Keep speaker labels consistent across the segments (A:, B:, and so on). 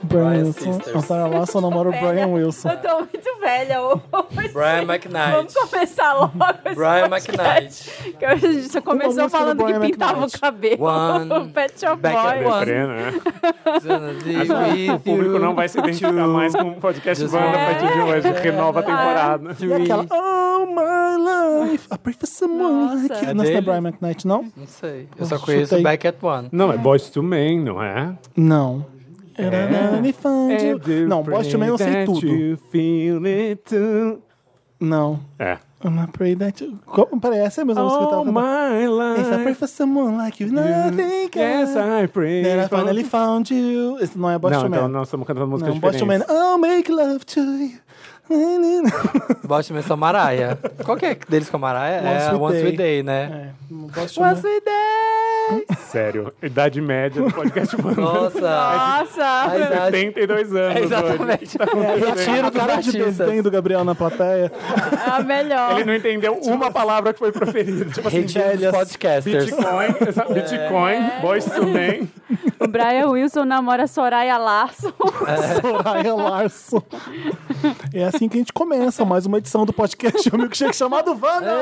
A: Brian
B: Bryan
A: Wilson.
B: Sisters.
A: A Sarah Larson namora o
C: Velha.
A: Brian Wilson.
C: Eu tô muito velha hoje.
B: Brian McKnight.
C: Vamos começar logo esse
B: Brian
C: podcast, Que a gente só
A: música
C: começou
A: do
C: falando que
A: Brian
C: pintava
A: McKnight.
C: o cabelo.
B: One.
C: Pet Shop
B: Back at
C: Boy.
B: One.
D: Prena, né?
B: assim, McKnight.
D: O público não vai se identificar mais com o podcast
B: Just
D: Banda
B: one.
D: a partir de hoje. Renova a temporada.
A: E aquela Oh my life, I pray for someone
C: Nossa.
A: like you.
B: É
A: Não é da
B: dele?
A: Brian McKnight, não?
B: Não sei. Eu só
A: Chutei.
B: conheço Back at One.
D: Não, é Boys to Men, não é?
A: Não. Let me find you.
D: And you
A: Não, Boys to Men eu
D: pray
A: sei
D: that
A: tudo.
D: you feel it too.
A: Não.
D: É.
A: I'm not pray that you... Como? Peraí, essa é a mesma música que eu tava
D: All
A: cantando.
D: Oh my
A: Essa é I pray
D: life.
A: for someone like you. Nothing
D: Yes,
A: can...
D: I pray.
A: Then I
D: for-
A: finally found you. Esse não é Boys
D: Não,
A: to Men.
D: então nós estamos cantando música
A: Não, Boys to Men.
D: diferente.
A: I'll make love to you.
B: Bosta mesmo é Maraia. Qual que é deles com a Maraia? É
A: Once
B: Once
A: We
B: We Day, né?
A: É, não Boys to
C: One
A: Men.
C: Sweet Day.
D: Sério, idade média do podcast Banda.
B: Nossa!
C: Nossa.
B: Ai, ai.
D: 72 anos hoje.
B: Exatamente.
A: Tiro dos
B: Cara, artistas.
A: desdém do Gabriel na plateia.
C: É a melhor.
D: Ele não entendeu
A: Tipo assim,
D: uma palavra que foi proferida. Tipo assim,
B: Retiro dos
A: velhas.
B: podcasters.
D: Bitcoin, essa-
A: É.
D: Bitcoin, Boys to Men.
C: O Brian Wilson namora a Soraya Larson.
B: É.
A: Soraya Larson. É assim que a gente começa mais uma edição do podcast O Milkshake chamado Wanda.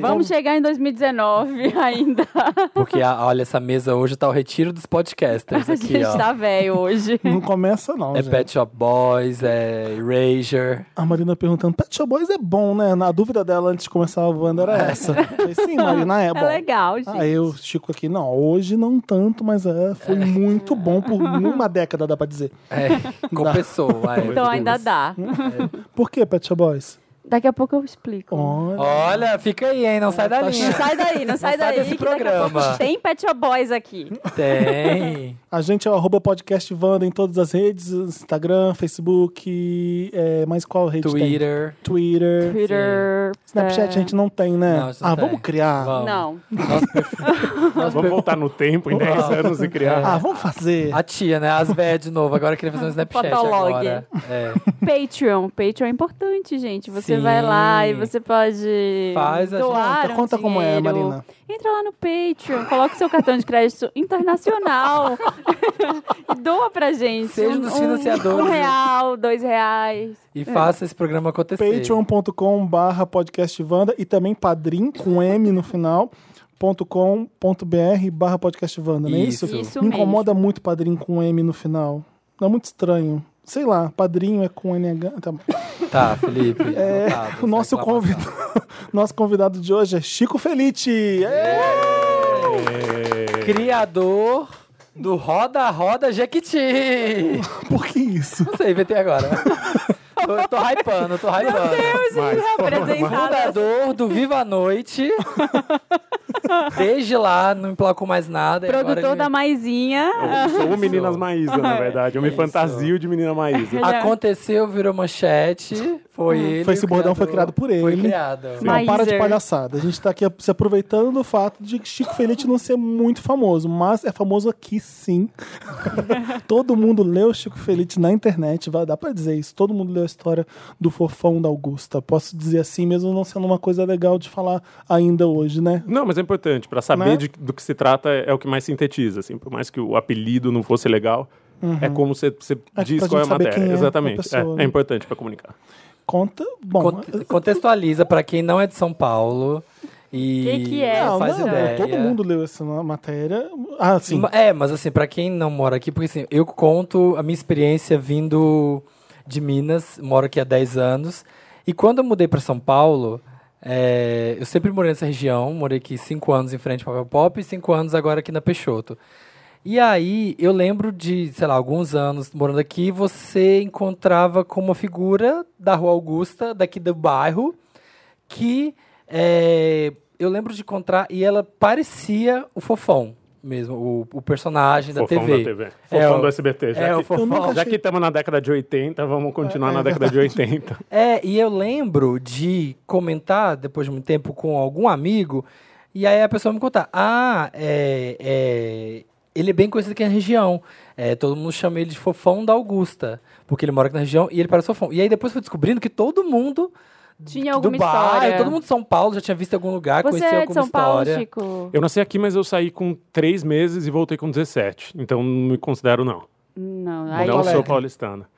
C: Vamos chegar em 2019 ainda.
B: Porque, a- olha, essa mesa hoje tá o retiro dos podcasters
C: a
B: aqui,
C: gente
B: ó.
C: tá velho hoje.
A: Não começa não,
B: É
A: gente.
B: Pet Shop Boys, é Erasure.
A: A Marina perguntando, Pet Shop Boys é bom, né? Na dúvida dela antes de começar a Wanda
B: É.
A: era essa. Eu falei, Sim, Marina, é bom.
C: É legal, gente.
A: Ah, eu, Chico aqui, não, hoje não tanto, mas é, foi muito bom por uma década, dá pra dizer.
B: É, compensou. vai.
C: então ainda dá.
A: Por que Pet Shop Boys?
C: Daqui a pouco eu explico.
A: Olha,
B: Olha, fica aí,
A: É,
B: hein? Não sai
A: Tá
B: da
C: Não
B: linha.
C: sai daí, não
B: sai
C: sai daí.
B: desse
C: que daqui a pouco
B: programa.
C: tem Pet Shop Boys aqui.
B: Tem.
A: A gente é o arroba podcast Wanda em todas as redes, Instagram, Facebook, é, mas qual rede tem?
B: Twitter.
A: Twitter.
C: Twitter. é,
A: Snapchat a gente não tem, né?
B: Não, isso não
A: ah,
B: tem.
A: vamos criar.
B: Vamos.
C: Não.
D: Vamos voltar no tempo em 10 anos e criar.
A: Ah, vamos fazer.
B: A tia, né? As véias de novo. Agora eu queria fazer
A: Ah,
B: um Snapchat
C: Fotolog.
B: agora. É.
C: Patreon. Patreon é importante, gente. Você
B: Sim.
C: vai lá e você pode
B: Faz a-
C: doar
A: Conta-
C: um
A: conta como é,
C: dinheiro.
A: Marina.
C: Entra lá no Patreon, coloca o seu cartão de crédito internacional e doa pra gente.
B: Seja um dos financiadores.
C: Um real, dois reais.
A: É.
B: E faça esse programa acontecer.
A: patreon.com barra podcastvanda e também padrim com M no final .com.br barra podcastvanda, não é isso?
B: Isso.
C: Isso
A: Me incomoda muito padrim com M no final. Dá muito estranho. Sei lá, padrinho é com NH. Tá bom.
B: Tá, Felipe.
A: É,
B: anotado,
A: o nosso
B: essa reclamação.
A: convidado, nosso convidado de hoje é Chico Felite. É.
D: É.
B: Criador do Roda Roda Jequiti.
A: Por que um isso?
B: Não sei, inventei agora. tô, tô hypando, tô hypando.
C: Deus,
D: Mas,
C: ele é
D: por favor,
C: apresentado.
B: Fundador do Viva a Noite. Desde lá, não emplacou mais nada. e agora
C: Produtor
B: ele-
C: da Maizinha.
D: Eu sou É o Meninas Maísa, na verdade. Eu me
B: Isso.
D: fantasio de Menina
C: É
D: Maísa.
B: Aconteceu, virou manchete. Foi ele.
A: Ah. Foi esse
B: o
A: bordão, foi criado por
B: Foi
A: ele.
B: criado.
A: Não,
C: Maiser.
A: para de palhaçada. A gente tá aqui se aproveitando do fato de que Chico Felite não ser muito famoso, mas é famoso aqui sim. Todo mundo leu Chico Felite na internet, vai- dá pra dizer isso. Todo mundo leu a história do fofão da Augusta. Posso dizer assim, mesmo não sendo uma coisa legal de falar ainda hoje, né?
D: Não, mas é importante. Pra saber
A: Né?
D: de- do que se trata, é o que mais sintetiza. Assim, por mais que o apelido não fosse legal, é como você você
A: pra
D: diz
A: gente
D: qual é a
A: saber
D: matéria.
A: quem é a
D: Exatamente.
A: pessoa,
D: é,
A: né?
D: é importante pra comunicar.
A: Conta. Bom,
B: Con- contextualiza pra quem não é de São Paulo. E
C: Que que é?
A: não,
B: não faz
A: não,
B: ideia.
A: todo mundo leu essa matéria. Ah, sim.
B: Ma- É, mas assim, pra quem não mora aqui, porque assim, eu conto a minha experiência vindo de Minas, moro aqui há 10 anos. E quando eu mudei pra São Paulo, é, eu sempre morei nessa região, morei aqui 5 anos em frente ao Papel Pop e 5 anos agora aqui na Peixoto. E aí, eu lembro de, sei lá, alguns anos morando aqui, você encontrava com uma figura da Rua Augusta, daqui do bairro, que é, eu lembro de encontrar e ela parecia o Fofão mesmo, o, o personagem da
D: Fofão
B: TV.
D: da TV.
B: É,
D: Fofão
B: o-
D: do SBT. Já
B: é,
D: que-
B: o Fofão.
A: nunca
D: Já que estamos na década de 80, vamos continuar
A: É, é
D: na década de 80.
B: É, e eu lembro de comentar depois de muito tempo com algum amigo, e aí a pessoa me contar: ah, é, é, ele é bem conhecido aqui na região. É, todo mundo chama ele de Fofão da Augusta, porque ele mora aqui na região e ele parece Fofão. E aí depois fui descobrindo que todo mundo
C: Tinha alguma
B: Dubai,
C: história.
B: todo mundo de São Paulo já tinha visto em algum lugar,
C: Você
B: conhecia
C: é de
B: alguma
C: São
B: história.
C: Paulo, Chico?
D: Eu nasci aqui, mas eu saí com 3 meses e voltei com 17. Então não me considero, não.
C: Não, aí é?
D: não sou
A: Alegre.
D: paulistana.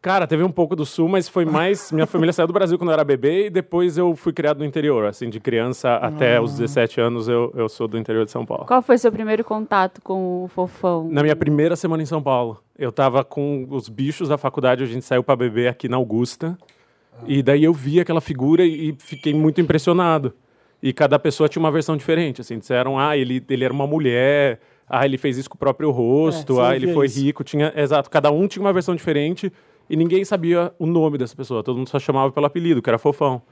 D: Cara, teve um pouco do sul, mas foi mais. Minha família saiu do Brasil quando eu era bebê e depois eu fui criado no interior. Assim, de criança até os 17 anos eu, eu sou do interior de São Paulo.
C: Qual foi seu primeiro contato com o fofão?
D: Na minha primeira semana em São Paulo, eu tava com os bichos da faculdade, a gente saiu pra beber aqui na Augusta. E daí eu vi aquela figura e fiquei muito impressionado. E cada pessoa tinha uma versão diferente, assim, disseram: "Ah, ele ele era uma mulher, ah, ele fez isso com o próprio
A: É,
D: rosto,
A: só
D: ah,
A: ouvia
D: ele foi
A: isso.
D: rico", tinha, exato, cada um tinha uma versão diferente e ninguém sabia o nome dessa pessoa, todo mundo só chamava pelo apelido, que era Fofão.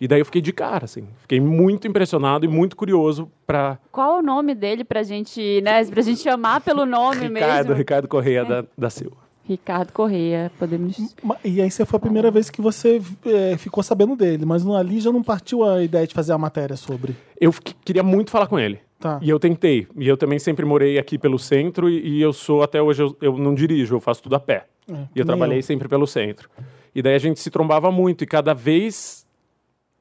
D: E daí eu fiquei de cara, assim, fiquei muito impressionado e muito curioso pra
C: Qual o nome dele pra gente, né? Pra gente chamar pelo nome
D: Ricardo,
C: É mesmo?
D: Ricardo Correia da, da Silva.
C: Ricardo Correia, podemos.
A: Ma- E aí você foi a primeira vez que você é, ficou sabendo dele, mas não- ali já não partiu a ideia de fazer a matéria sobre.
D: Eu fiquei- queria muito falar com ele.
A: Tá.
D: E eu tentei. E eu também sempre morei aqui pelo centro e, e eu sou até hoje eu, eu não dirijo, eu faço tudo a pé. e
A: nem
D: eu trabalhei
A: eu.
D: sempre pelo centro. E daí a gente se trombava muito e cada vez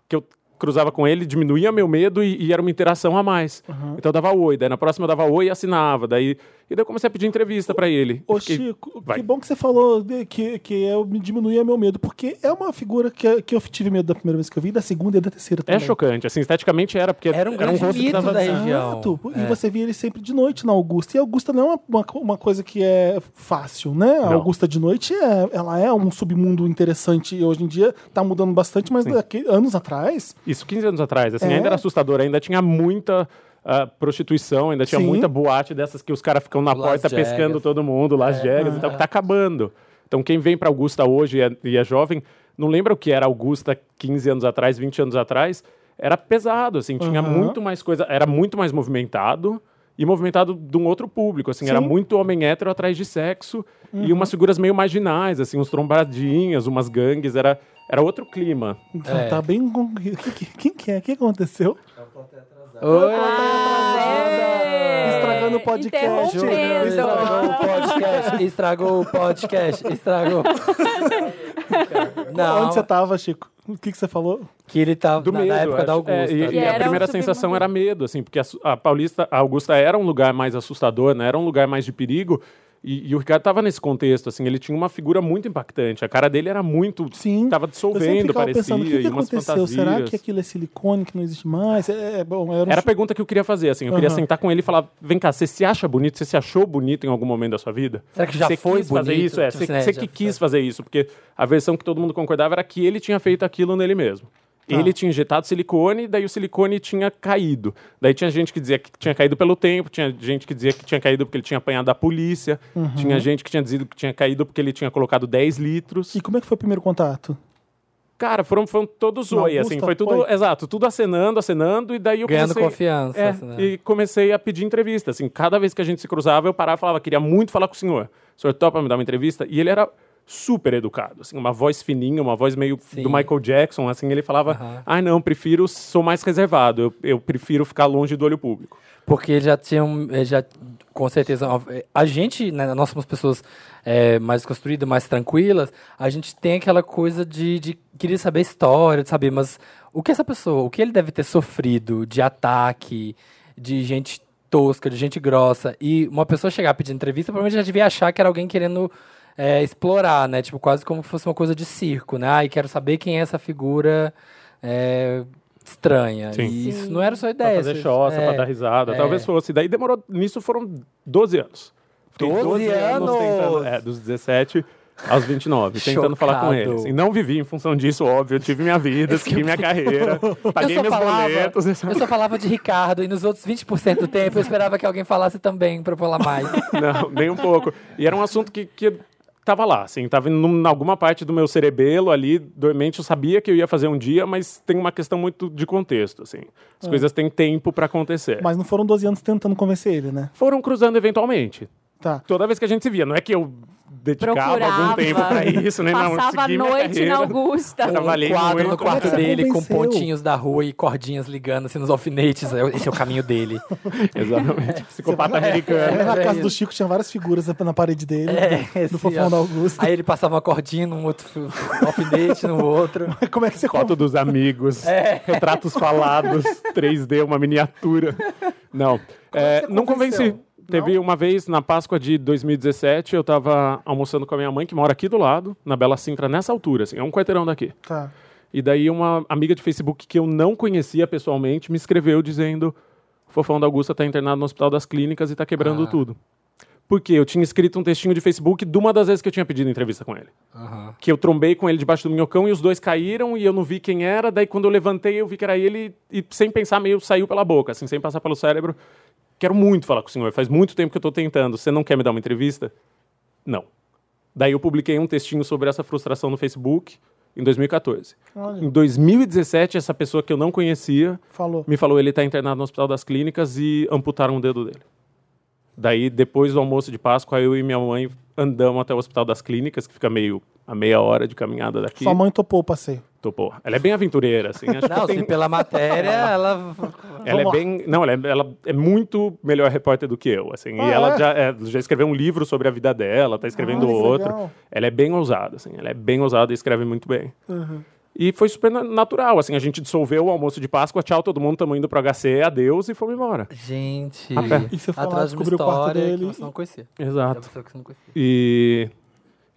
D: que eu cruzava com ele diminuía meu medo e, e era uma interação a mais. Então eu dava oi, daí na próxima eu dava oi e assinava, daí e daí eu comecei a pedir entrevista pra ele.
A: Ô,
D: Eu fiquei-
A: Chico,
D: vai.
A: que bom que você falou de- que, que eu me diminuía meu medo, porque é uma figura que, que eu tive medo da primeira vez que eu vi, da segunda e da terceira também.
D: É chocante, assim, esteticamente era porque
B: Era um grande
D: rosto que
B: mito
D: tava- assim,
B: da região.
A: Exato. E
B: É.
A: você via ele sempre de noite na Augusta. E Augusta não é uma, uma, uma coisa que é fácil, né? A
D: Não.
A: Augusta de noite é, ela é um submundo interessante. E hoje em dia tá mudando bastante, mas daqui, anos atrás.
D: Isso 15 anos atrás, assim,
A: É.
D: ainda era assustador, ainda tinha muita ah, prostituição, ainda tinha
A: Sim.
D: muita boate dessas que os caras ficam na
B: Las
D: porta
B: Vegas.
D: pescando todo mundo,
A: É.
D: Las Vegas e tal, que tá acabando. Então quem vem para Augusta hoje e é, e é jovem, não lembra o que era Augusta 15 anos atrás, 20 anos atrás, era pesado, assim, tinha
A: Aham.
D: muito mais coisa, era muito mais movimentado e movimentado de um outro público, assim, era
A: Sim. Uhum.
D: muito homem hétero atrás de sexo e umas figuras meio marginais, assim, uns trombadinhas, umas gangues, era, era outro clima.
A: Então,
B: É.
A: Tá bem. com- que- que- Quem que é? O que aconteceu?
B: Oi!
C: Aê!
A: Estragando o podcast.
C: Interrompendo.
B: Estragou o podcast, estragou o podcast, estragou. Não,
A: Onde você tava, Chico? O que, que você falou?
B: que ele tá
D: do
B: na,
D: medo,
B: na época da
D: acho.
B: Augusta.
D: É,
C: Que
D: e, e
C: era
D: a
C: um
D: primeira
C: super
D: sensação
C: mundo.
D: era medo, assim, porque a, su- a Paulista, a Augusta era um lugar mais assustador, né? Era um lugar mais de perigo. E, e o Ricardo tava nesse contexto, assim, ele tinha uma figura muito impactante. A cara dele era muito.
A: Sim.
D: Tava
A: Eu sempre
D: dissolvendo,
A: ficava
D: parecia,
A: pensando, o que, que
D: e umas
A: aconteceu?
D: fantasias.
A: Será que aquilo é silicone que não existe mais? É, é, bom, era um
D: Era a pergunta que eu queria fazer, assim. Eu queria
A: Aham.
D: sentar com ele e falar: vem cá, você se acha bonito? Você se achou bonito em algum momento da sua vida?
B: Será que já
D: Você
B: foi
D: quis fazer
B: bonito?
D: isso? É,
B: Tipo
D: você,
B: assim, né,
D: você
B: já
D: que
B: foi.
D: quis fazer isso, porque a versão que todo mundo concordava era que ele tinha feito aquilo nele mesmo.
B: Tá.
D: Ele tinha injetado silicone, daí o silicone tinha caído. Daí tinha gente que dizia que tinha caído pelo tempo, tinha gente que dizia que tinha caído porque ele tinha apanhado da polícia,
B: Uhum.
D: tinha gente que tinha dizido que tinha caído porque ele tinha colocado 10 litros.
A: E como é que foi o primeiro contato?
D: Cara, foram, foram todos
A: Na
D: oi,
A: Augusta,
D: assim. Foi tudo,
A: foi?
D: exato, tudo acenando, acenando, e daí eu
B: Ganhando
D: comecei...
B: confiança,
D: É,
B: assim, né?
D: e comecei a pedir entrevista, assim. Cada vez que a gente se cruzava, eu parava e falava, queria muito falar com o senhor. O senhor topa me dar uma entrevista? E ele era super educado, assim, uma voz fininha, uma voz meio do Michael Jackson, assim. Ele falava, ah, não, prefiro, sou mais reservado, eu, eu prefiro ficar longe do olho público.
B: Porque ele já tinha um, ele já com certeza a gente, né, nós somos pessoas é, mais construídas, mais tranquilas, a gente tem aquela coisa de, de querer saber a história, de saber, mas o que essa pessoa, o que ele deve ter sofrido de ataque, de gente tosca, de gente grossa, e uma pessoa chegar pedindo entrevista, provavelmente já devia achar que era alguém querendo é, explorar, né? Tipo, quase como se fosse uma coisa de circo, né? Ah, e quero saber quem é essa figura é, estranha.
D: Sim.
B: E isso não era só
D: Pra
B: ideia.
D: fazer
B: isso-
D: choça,
B: é.
D: pra dar risada,
B: é.
D: talvez fosse. Daí demorou, nisso foram 12 anos. Fiquei
B: 12 anos!
D: tentando, é, dos 17 aos 29, tentando falar com
B: Chocado.
D: ele. Assim, não vivi em função disso, óbvio. Eu tive minha vida, segui minha carreira, paguei
B: eu só
D: meus
B: falava,
D: boletos. essa-
B: Eu só falava de Ricardo e nos outros 20% do tempo eu esperava que alguém falasse também pra eu falar mais.
D: Não, nem um pouco. E era um assunto que, que tava lá, assim, tava em alguma parte do meu cerebelo ali, dormente, eu sabia que eu ia fazer um dia, mas tem uma questão muito de contexto, assim.
B: Ah.
D: As coisas têm tempo pra acontecer.
A: Mas não foram 12 anos tentando convencer ele, né?
D: Foram cruzando eventualmente.
A: Tá.
D: Toda vez que a gente se via, não é que eu dedicava
C: Procurava.
D: algum tempo pra isso, né? Não, eu
C: Passava a
D: segui minha
C: noite na
D: carreira.
C: Augusta.
D: Trabalhei
B: um quadro
D: muito.
B: no quarto
A: Como é que você
B: dele com
A: convenceu?
B: pontinhos da rua e cordinhas ligando assim nos alfinetes. É, Esse é o caminho dele.
D: Exatamente. Psicopata
A: Era
D: americano.
A: na
B: É,
A: casa
B: é
A: do Chico tinha várias figuras na parede dele, né?
B: É,
A: no
B: esse,
A: fofão
B: ó.
A: da Augusta.
B: Aí ele passava uma cordinha num outro fi- um alfinete, no outro.
A: Como é que você
D: Foto dos amigos, retratos falados, 3D, uma miniatura. Não, é,
B: você
D: não
B: convenceu?
D: convenci. Teve uma vez, na Páscoa de 2017, eu tava almoçando com a minha mãe, que mora aqui do lado, na Bela Sintra, nessa altura, assim, é um quarteirão daqui.
A: Tá.
D: E daí uma amiga de Facebook que eu não conhecia pessoalmente me escreveu dizendo: o Fofão da Augusta está internado no Hospital das Clínicas e está quebrando
B: Ah.
D: tudo. Porque eu tinha escrito um textinho de Facebook de uma das vezes que eu tinha pedido entrevista com ele.
B: Aham.
D: Que eu trombei com ele debaixo do minhocão e os dois caíram e eu não vi quem era. Daí quando eu levantei, eu vi que era ele e sem pensar meio saiu pela boca, assim, sem passar pelo cérebro. Quero muito falar com o senhor, faz muito tempo que eu tô tentando. Você não quer me dar uma entrevista? Não. Daí eu publiquei um textinho sobre essa frustração no Facebook em 2014.
A: Olha,
D: Em 2017, essa pessoa que eu não conhecia
A: falou.
D: me falou ele está internado no Hospital das Clínicas e amputaram o dedo dele. Daí, depois do almoço de Páscoa, eu e minha mãe andamos até o Hospital das Clínicas, que fica meio a meia hora de caminhada daqui.
A: Sua mãe topou o passeio.
D: Topou. Ela é bem aventureira, assim. Acho que
B: Não,
D: tem-
B: assim, pela matéria, ela.
D: ela é
A: Vamos lá.
D: bem, não, ela é, ela é muito melhor repórter do que eu, assim.
A: Ah,
D: e ela
A: é?
D: já, é, já escreveu um livro sobre a vida dela, tá escrevendo
A: Ah, que
D: outro.
A: legal.
D: Ela é bem ousada, assim. Ela é bem ousada e escreve muito bem.
A: Uhum.
D: E foi super na- natural, assim. A gente dissolveu o almoço de Páscoa, tchau todo mundo, tamo indo pro HC, adeus e fomos embora.
B: Gente,
A: E você foi lá,
B: atrás de uma
A: descobriu o quarto
B: história
A: dele
B: que você não conhecia. Era uma
D: Exato.
B: pessoa que você não conhecia.
D: E,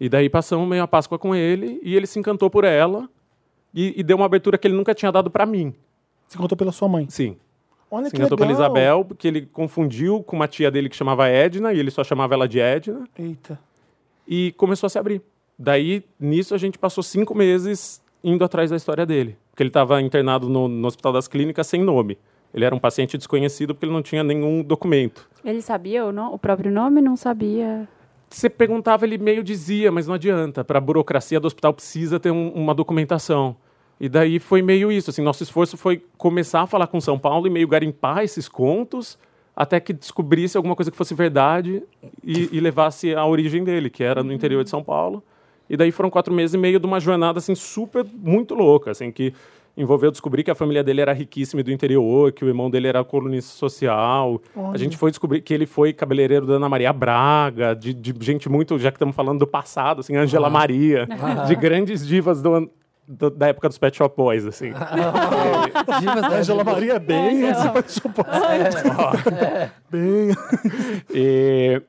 D: e daí passamos meio a Páscoa com ele e ele se encantou por ela e, e deu uma abertura que ele nunca tinha dado pra mim.
A: Se contou pela sua mãe.
D: Sim.
A: Olha
D: Se
A: que legal.
D: encantou pela Isabel, porque ele confundiu com uma tia dele que chamava Edna e ele só chamava ela de Edna.
A: Eita.
D: e começou a se abrir. Daí, nisso, a gente passou cinco meses indo atrás da história dele. Porque ele estava internado no, no Hospital das Clínicas sem nome. Ele era um paciente desconhecido porque ele não tinha nenhum documento.
C: Ele sabia o, no- o próprio nome? Não sabia.
D: Você perguntava, ele meio dizia, mas não adianta. Para a burocracia do hospital precisa ter um- uma documentação. E daí foi meio isso. Assim, nosso esforço foi começar a falar com São Paulo e meio garimpar esses contos até que descobrisse alguma coisa que fosse verdade e, e levasse a origem dele, que era no interior de São Paulo. E daí foram quatro meses e meio de uma jornada assim super muito louca, assim que envolveu descobrir que a família dele era riquíssima e do interior, que o irmão dele era colunista social. A gente foi descobrir que ele foi cabeleireiro da Ana Maria Braga, de, de gente muito, já que estamos falando do passado, assim, Angela Maria, de grandes divas do an- do- da época dos Pet Shop Boys, assim.
B: Divas
D: Ah,
B: da
A: Angela Maria é bem.
C: É, não.
A: Você bem.
D: E,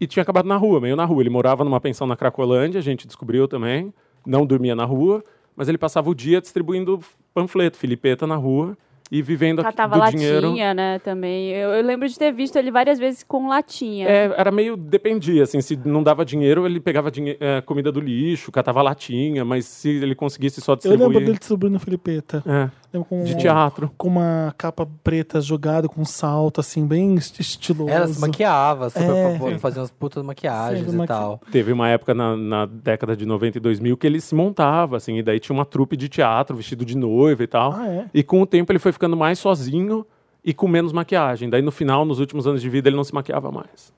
D: e tinha acabado na rua, meio na rua. Ele morava numa pensão na Cracolândia, a gente descobriu também. Não dormia na rua, mas ele passava o dia distribuindo panfleto, filipeta na rua e vivendo aqui,
C: Catava
D: do
C: Tá, latinha,
D: dinheiro.
C: né? Também. Eu, eu lembro de ter visto ele várias vezes com latinha.
D: É, era meio dependia, assim, se não dava dinheiro, ele pegava dinhe- eh, comida do lixo, catava latinha, mas se ele conseguisse só
A: Eu
D: distribuir...
A: lembro dele distribuindo Filipeta.
D: É,
A: Lembro com
D: de teatro.
A: Com uma capa preta jogada, com um salto, assim, bem est- estiloso.
B: Ela se maquiava, super
A: É.
B: favor, fazia umas putas maquiagens
A: Sim,
B: e tal.
D: Teve uma época na, na década de 90 e 2000 que ele se montava, assim, e daí tinha uma trupe de teatro vestido de noiva e tal.
A: Ah, é?
D: E com o tempo ele foi ficando mais sozinho e com menos maquiagem. Daí no final, nos últimos anos de vida, ele não se maquiava mais.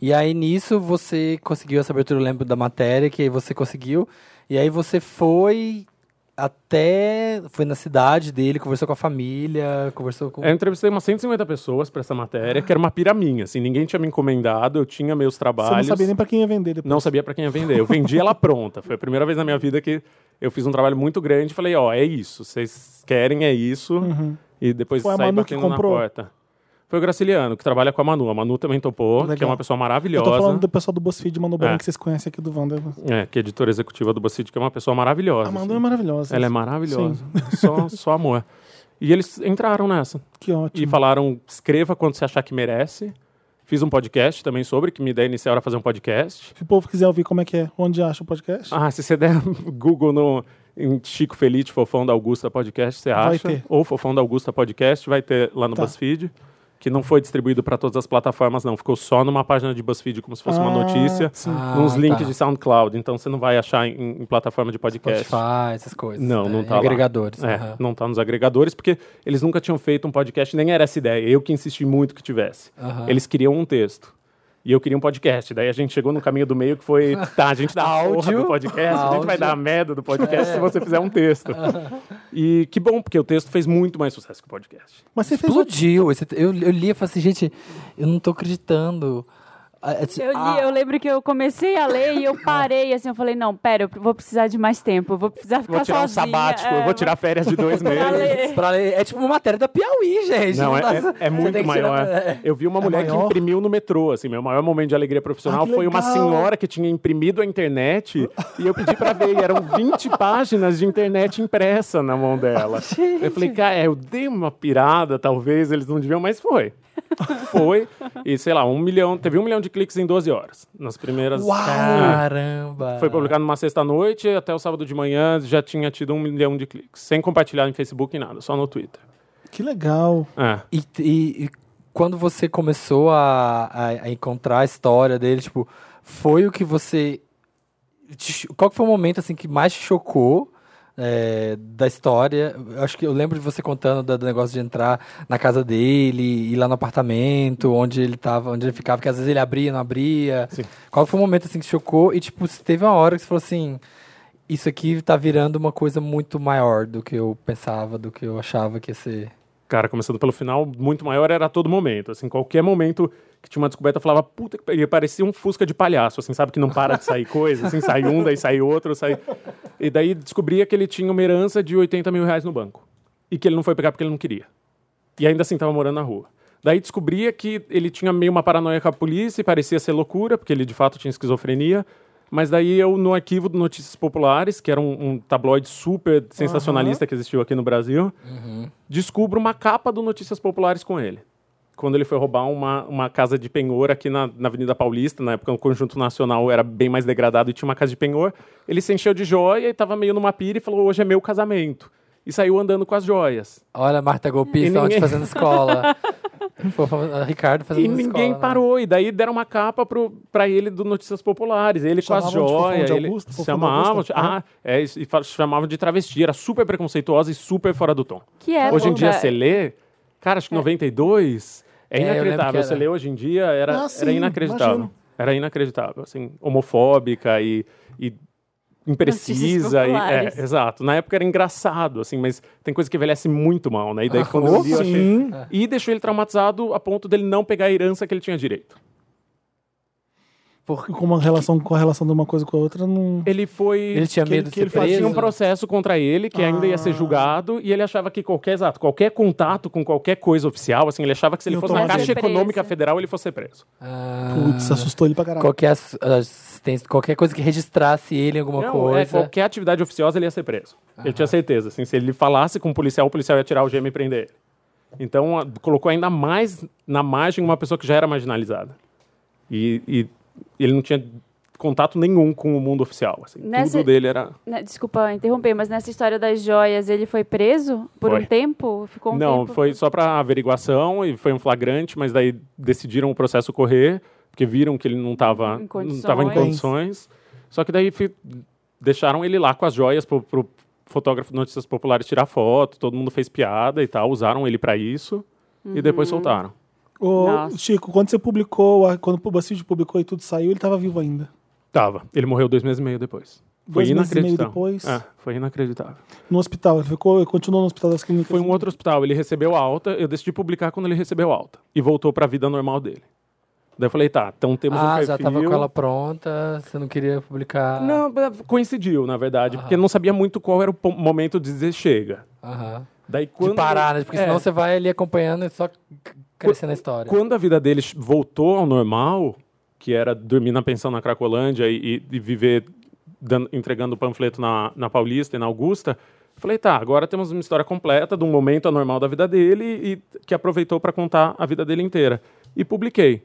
B: E aí nisso você conseguiu essa abertura, eu lembro da matéria que você conseguiu. E aí você foi até. Foi na cidade dele, conversou com a família, conversou com.
D: Eu entrevistei umas 150 pessoas para essa matéria, que era uma pira minha, assim, ninguém tinha me encomendado, eu tinha meus
A: Você não
D: trabalhos.
A: sabia nem pra quem ia vender depois.
D: Não sabia para quem ia vender. Eu vendi ela pronta. Foi a primeira vez na minha vida que eu fiz um trabalho muito grande e falei, ó, é isso, vocês querem, é isso. E depois
A: Uhum. Foi a
D: saí
A: Manu que
D: batendo
A: comprou?
D: na porta. Foi o Graciliano, que trabalha com a Manu. A Manu também topou,
A: Legal.
D: que é uma pessoa
A: Eu
D: maravilhosa.
A: tô falando do pessoal do BuzzFeed, Manu Brown,
D: É.
A: que vocês conhecem aqui do Wanderman.
D: É, que é editora executiva do BuzzFeed, que é uma pessoa maravilhosa.
A: A Manu
D: assim.
A: é maravilhosa.
D: Ela é maravilhosa. Só, só amor. E eles entraram nessa.
A: Que
D: E
A: ótimo.
D: falaram, escreva quando você achar que merece. Fiz um podcast também sobre, que minha ideia inicial era fazer um podcast.
A: Se o povo quiser ouvir como é que é, onde acha o podcast,
D: Ah, se você der Google no em Chico Felite, Fofão da Augusta Podcast, você
A: Vai
D: acha.
A: ter.
D: Ou Fofão da Augusta Podcast, vai ter lá no
A: Tá.
D: BuzzFeed. que não foi distribuído para todas as plataformas, não. Ficou só numa página de BuzzFeed, como se fosse uma
A: Ah,
D: notícia,
A: sim.
B: Ah,
D: nos links
B: tá.
D: de SoundCloud. Então você não vai achar em, em plataforma de podcast.
B: Spotify, essas coisas.
D: Não,
B: né?
D: não tá
B: Em
D: lá.
B: Agregadores.
D: É,
B: aham.
D: não tá nos agregadores, porque eles nunca tinham feito um podcast, nem era essa ideia. Eu que insisti muito que tivesse.
B: Aham.
D: Eles queriam um texto. E eu queria um podcast. Daí a gente chegou no caminho do meio que foi. Tá, a gente dá a porra
B: Áudio.
D: do podcast, a gente vai
B: Áudio.
D: dar a merda do podcast se você fizer um texto. E que bom, porque o texto fez muito mais sucesso que o podcast.
A: Mas você fez.
B: Explodiu. esse- Eu, eu li e falei assim, gente, eu não tô acreditando. Ah, é-
C: Eu,
B: ah,
C: li, eu lembro que eu comecei a ler e
D: Ah.
C: eu parei, assim, eu falei, não, pera, eu vou precisar de mais tempo, eu vou precisar ficar
D: Vou tirar um
C: sozinha,
D: sabático,
C: é, Tá
D: eu vou tirar férias de dois
C: Pra
D: meses.
C: ler.
B: pra ler- É tipo uma matéria da Piauí, gente.
D: Não, é,
B: dá-
D: é- é
B: você tem
D: muito
B: que tirar-
D: maior.
B: é.
D: Eu vi uma mulher que
A: maior?
D: imprimiu no metrô, assim, meu maior momento de alegria profissional
A: Ah, que
D: foi uma
A: legal.
D: senhora que tinha imprimido a internet e eu pedi pra ver, e eram 20 páginas de internet impressa na mão dela. Eu falei, cara, eu dei uma pirada, talvez eles não deviam, mas foi. Foi, e sei lá, um milhão, teve um milhão de cliques em 12 horas, nas primeiras... É.
B: Caramba.
D: Foi publicado numa sexta-noite, até o sábado de manhã já tinha tido um milhão de cliques. Sem compartilhar em Facebook e nada, só no Twitter.
A: Que legal.
D: É.
B: E, e- e quando você começou a, a- a encontrar a história dele, tipo, foi o que você. te cho- Qual que foi o momento assim que mais te chocou é, da história? Eu acho que eu lembro de você contando da- do negócio de entrar na casa dele, ir lá no apartamento, onde ele tava, onde ele ficava, que às vezes ele abria, não abria.
D: Sim.
B: Qual foi o momento assim que te chocou? E tipo, se teve uma hora que você falou assim. Isso aqui tá virando uma coisa muito maior do que eu pensava, do que eu achava que ia ser.
D: Cara, começando pelo final, muito maior era a todo momento. Assim, qualquer momento que tinha uma descoberta, eu falava, puta que pariu, parecia um fusca de palhaço, assim, sabe? Que não para de sair coisa, assim, sai um, daí sai outro, sai... E daí descobria que ele tinha uma herança de 80 mil reais no banco. E que ele não foi pegar porque ele não queria. E ainda assim tava morando na rua. Daí descobria que ele tinha meio uma paranoia com a polícia e parecia ser loucura, porque ele de fato tinha esquizofrenia. Mas daí eu, no arquivo do Notícias Populares, que era um, um tabloide super sensacionalista que existiu aqui no Brasil, descubro uma capa do Notícias Populares com ele. Quando ele foi roubar uma, uma casa de penhor aqui na, na Avenida Paulista, na época o Conjunto Nacional era bem mais degradado e tinha uma casa de penhor, ele se encheu de joia e estava meio numa pira e falou: Hoje é meu casamento. E saiu andando com as joias.
B: Olha, Marta
D: E
B: Golpista,
D: ninguém-
B: onde fazendo escola. Pô, fa- Ricardo fazendo
D: E
B: escola.
D: ninguém
B: né?
D: parou. E daí deram uma capa pro, pra ele do Notícias Populares. Ele
A: Chamavam de
D: com as
A: Fofão
D: joias.
A: de
D: ele-
A: Augusto, Fofão de
D: Chamavam.
A: Augusto, né?
D: ah, é, e fa- chamavam de travesti. Era super preconceituosa e super fora do tom.
C: Que é,
D: Hoje em dia
C: você
D: você lê, cara, acho que 92 é,
B: É, eu lembro que
D: inacreditável.
B: era.
D: Você lê hoje em dia, era,
A: Ah,
D: era
A: sim,
D: inacreditável.
A: imagino.
D: Era inacreditável, assim, homofóbica e, e
C: Notícias
D: imprecisa. e- é,
C: populares.
D: exato. Na época era engraçado, assim, mas tem coisa que envelhece muito mal, né? E daí quando
A: Oh,
D: eu li, eu achei...
A: sim.
D: E deixou ele traumatizado a ponto dele não pegar a herança que ele tinha direito.
A: E Com uma relação com a relação de uma coisa com a outra, não.
D: Ele foi...
B: Ele tinha
A: Que
B: medo
A: ele-
B: de
A: que
B: ser
A: ele
D: Fazia
B: preso. Ah.
D: um processo contra ele, que ainda ia ser julgado, e ele achava que qualquer, exato, qualquer contato com qualquer coisa oficial, assim, ele achava que se ele
A: Não
D: fosse na
A: tomaria.
D: Caixa
C: Ia ser preso.
D: Econômica Federal, ele fosse preso.
B: Ah,
A: Putz, assustou ele pra caralho.
B: qualquer ass- assistência, qualquer coisa que registrasse ele em alguma
D: Não,
B: coisa.
D: é, qualquer atividade oficiosa ele ia ser preso. Ele tinha certeza. Assim, se ele falasse com o policial, o policial ia tirar o gema e prender ele. Então, a- colocou ainda mais na margem uma pessoa que já era marginalizada. E, e ele não tinha contato nenhum com o mundo oficial. Assim.
C: Nessa-
D: Tudo dele era...
C: Né, Desculpa interromper, mas nessa história das joias, ele foi preso por
D: Foi.
C: um tempo? Ficou um
D: não,
C: tempo?
D: foi só para averiguação e foi um flagrante, mas daí decidiram o processo correr, porque viram que ele não estava
C: Em
D: em,
C: condições.
D: em condições. Só que daí fi- deixaram ele lá com as joias pro, pro fotógrafo de notícias populares tirar foto, todo mundo fez piada e tal, usaram ele para isso e depois
C: Uhum.
D: soltaram.
A: Ô,
C: Nossa.
A: Chico, quando você publicou, a- quando o BuzzFeed publicou e tudo saiu, ele tava vivo ainda.
D: Tava. Ele morreu dois meses e meio depois. Foi
A: Dois meses e meio
D: inacreditável.
A: depois?
D: É, foi inacreditável.
A: No hospital, ele ficou, ele continuou no hospital das clínicas.
D: Foi
C: assim
D: um outro hospital. Ele recebeu alta, eu decidi publicar quando ele recebeu alta. E voltou para a vida normal dele. Daí eu falei, tá, então temos um
B: Ah,
D: perfil.
B: já tava com ela pronta, você não queria publicar.
D: Não, ba- coincidiu, na verdade, porque não sabia muito qual era o po- momento de dizer chega.
B: Aham.
D: Daí quando
B: De parar, né? Porque
D: É,
B: senão você vai ali acompanhando e só c- crescendo a história.
D: quando a vida dele ch- voltou ao normal, que era dormir na pensão na Cracolândia e, e- e viver dando- entregando panfleto na, na Paulista e na Augusta, eu falei, tá, agora temos uma história completa de um momento anormal da vida dele e que aproveitou para contar a vida dele inteira. E publiquei.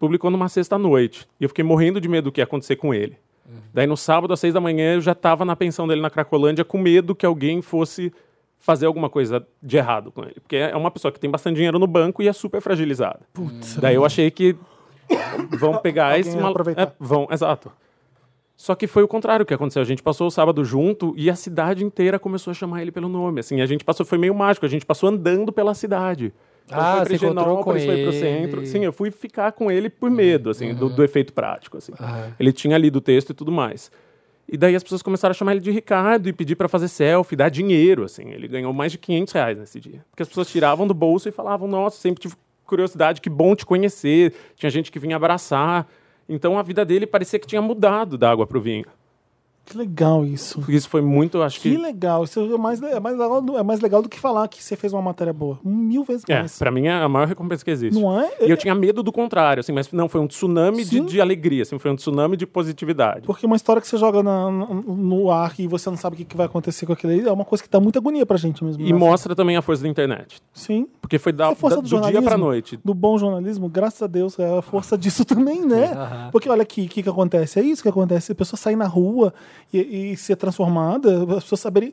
D: Publicou numa sexta-noite. E eu fiquei morrendo de medo do que ia acontecer com ele.
A: Uhum.
D: Daí no sábado, às seis da manhã, eu já estava na pensão dele na Cracolândia com medo que alguém fosse fazer alguma coisa de errado com ele. Porque é uma pessoa que tem bastante dinheiro no banco e é super fragilizada.
A: Putz,
D: Daí eu achei que vão pegar
A: Alguém
D: esse
A: vai
D: mal-
A: aproveitar.
D: é, vão, exato. Só que foi o contrário que aconteceu. A gente passou o sábado junto e a cidade inteira começou a chamar ele pelo nome. Assim, a gente passou, foi meio mágico. A gente passou andando pela cidade. Então
B: Ah,
D: foi pra
B: você encontrou com
D: Higienópolis, foi pro centro.
B: ele.
D: Sim, eu fui ficar com ele por medo, assim, do, do efeito prático. Assim. Ele tinha lido o texto e tudo mais. E daí as pessoas começaram a chamar ele de Ricardo e pedir para fazer selfie, dar dinheiro, assim. Ele ganhou mais de 500 reais nesse dia. Porque as pessoas tiravam do bolso e falavam, nossa, sempre tive curiosidade, que bom te conhecer. Tinha gente que vinha abraçar. Então a vida dele parecia que tinha mudado da água pro vinho.
A: que legal isso.
D: Isso foi muito, acho
A: Que
D: que...
A: legal. Isso é mais, é, mais legal do, é mais legal do que falar que você fez uma matéria boa. Mil vezes
D: É,
A: mais.
D: pra mim é a maior recompensa que existe.
A: Não é?
D: E eu tinha medo do contrário, assim, mas não, foi um tsunami de,
A: Sim.
D: de alegria, assim, foi um tsunami de positividade.
A: Porque uma história que você joga na- no, no ar e você não sabe o que que vai acontecer com aquilo aí é uma coisa que dá muita agonia pra gente mesmo.
D: E
A: né?
D: mostra também a força da internet.
A: Sim.
D: Porque foi da,
A: é A força do
D: da- do, dia
A: jornalismo.
D: pra noite.
A: do bom jornalismo, graças a Deus, é a força disso também, né?
B: Aham.
A: Porque olha aqui, o que, que acontece? É isso que acontece. A pessoa sair na rua e, e ser transformada, as pessoas saberem.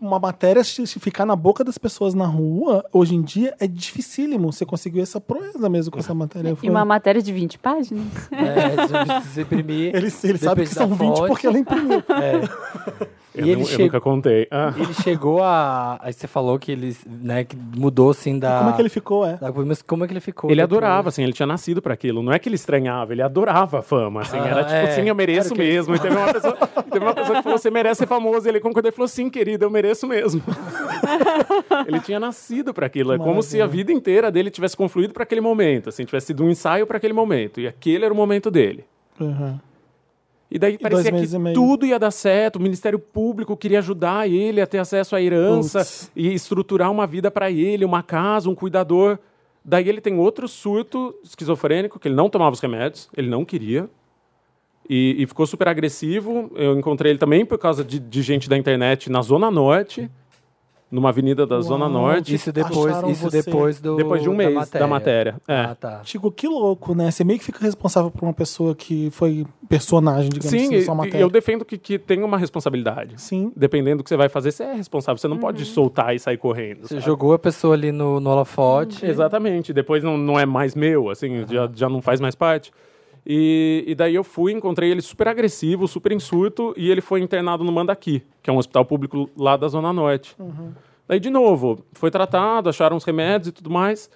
A: Uma matéria se se ficar na boca das pessoas na rua, hoje em dia, é dificílimo. Você conseguiu essa proeza mesmo com essa matéria.
C: E uma matéria de 20 páginas.
B: É, se- se imprimir.
A: Ele, ele sabe que
B: depende da
A: são 20
B: fonte.
A: porque ela imprimiu.
D: Eu,
B: E ele
D: nu- eu
B: chega-
D: nunca contei. Ah.
B: Ele chegou a. Aí você falou que ele né, que mudou assim da.
A: Como é que ele ficou, é?
B: da- mas como é que ele ficou?
D: Ele
B: depois?
D: adorava, assim, ele tinha nascido pra aquilo. Não é que ele estranhava, ele adorava a fama, assim.
B: Ah,
D: era tipo
B: é.
D: assim, eu mereço
B: Claro que-
D: mesmo. E teve uma, pessoa, teve uma pessoa que falou, você merece ser famoso. E ele concordou e falou, sim, querido, eu mereço mesmo. ele tinha nascido pra aquilo. É como se a vida inteira dele tivesse confluído pra aquele momento, assim. Tivesse sido um ensaio pra aquele momento. E aquele era o momento dele.
A: Uhum.
D: E daí parecia
A: meses e
D: que
A: meio.
D: tudo ia dar certo, o Ministério Público queria ajudar ele a ter acesso à herança
A: Putz.
D: e estruturar uma vida para ele, uma casa, um cuidador. Daí ele tem outro surto esquizofrênico, que ele não tomava os remédios, ele não queria. E, e ficou super agressivo. Eu encontrei ele também por causa de, de gente da internet na Zona Norte, numa avenida da Zona
A: Uau,
D: Norte,
B: Isso depois,
A: Acharam
B: isso
A: você-
B: depois do.
D: depois de um mês da matéria. É.
B: Ah, tá.
A: Chico, que louco, né? Você meio que fica responsável por uma pessoa que foi personagem, digamos assim,
D: Sim,
A: da sua
D: e- e
A: matéria.
D: eu defendo que, que tem uma responsabilidade.
A: Sim.
D: Dependendo do que você vai fazer, você é responsável. Você não pode soltar e sair correndo.
B: Você
D: sabe?
B: jogou a pessoa ali no, no holofote.
D: Exatamente. Depois não, não é mais meu, assim, já, já não faz mais parte. E, e daí eu fui, encontrei ele super agressivo, super insurto, e ele foi internado no Mandaki, que é um hospital público lá da Zona Norte. Daí, de novo, foi tratado, acharam os remédios e tudo mais.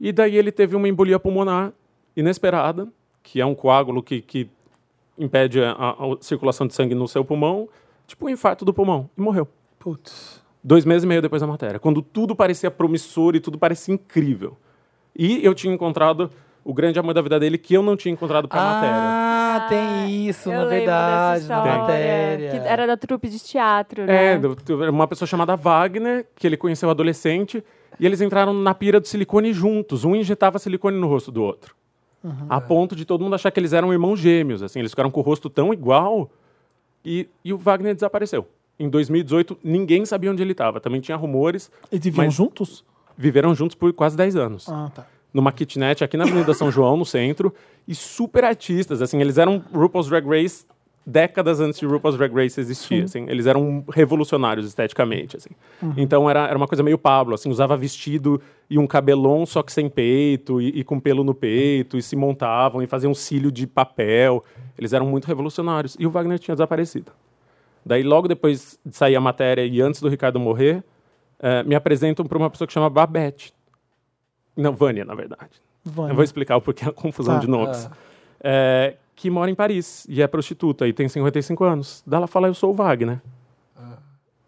D: E daí ele teve uma embolia pulmonar inesperada, que é um coágulo que, que impede a, a- a circulação de sangue no seu pulmão, tipo um infarto do pulmão, e morreu.
A: Putz.
D: Dois meses e meio depois da matéria, quando tudo parecia promissor e tudo parecia incrível. E eu tinha encontrado o grande amor da vida dele que eu não tinha encontrado pra matéria.
B: Ah, tem isso,
C: Eu
B: na
C: lembro
B: verdade,
C: dessa
B: na
C: história,
B: matéria.
C: Que era da trupe de teatro, né?
D: É, do- tu- era uma pessoa chamada Wagner, que ele conheceu um adolescente, e eles entraram na pira do silicone juntos. Um injetava silicone no rosto do outro. A ponto de todo mundo achar que eles eram irmãos gêmeos, assim. Eles ficaram com o rosto tão igual. E, e o Wagner desapareceu. Em 2018, ninguém sabia onde ele estava. Também tinha rumores.
A: Eles viviam
D: Mas-
A: juntos?
D: Viveram juntos por quase 10 anos.
A: Ah, tá.
D: numa kitnet aqui na Avenida São João, no centro, e super artistas, assim, eles eram RuPaul's Drag Race décadas antes de RuPaul's Drag Race existir, assim, eles eram revolucionários esteticamente, assim. Então era, era uma coisa meio Pablo, assim, usava vestido e um cabelão só que sem peito e, e com pelo no peito e se montavam e faziam cílio de papel. Eles eram muito revolucionários e o Wagner tinha desaparecido. Daí, logo depois de sair a matéria e antes do Ricardo morrer, eh, me apresentam para uma pessoa que chama Babette. Não, Vânia, na verdade.
A: Vânia.
D: Eu vou explicar o porquê a confusão
A: Tá.
D: de nomes.
B: Ah.
D: Eh, que mora em Paris e é prostituta e tem 55 anos. Daí ela fala, eu sou o Wagner.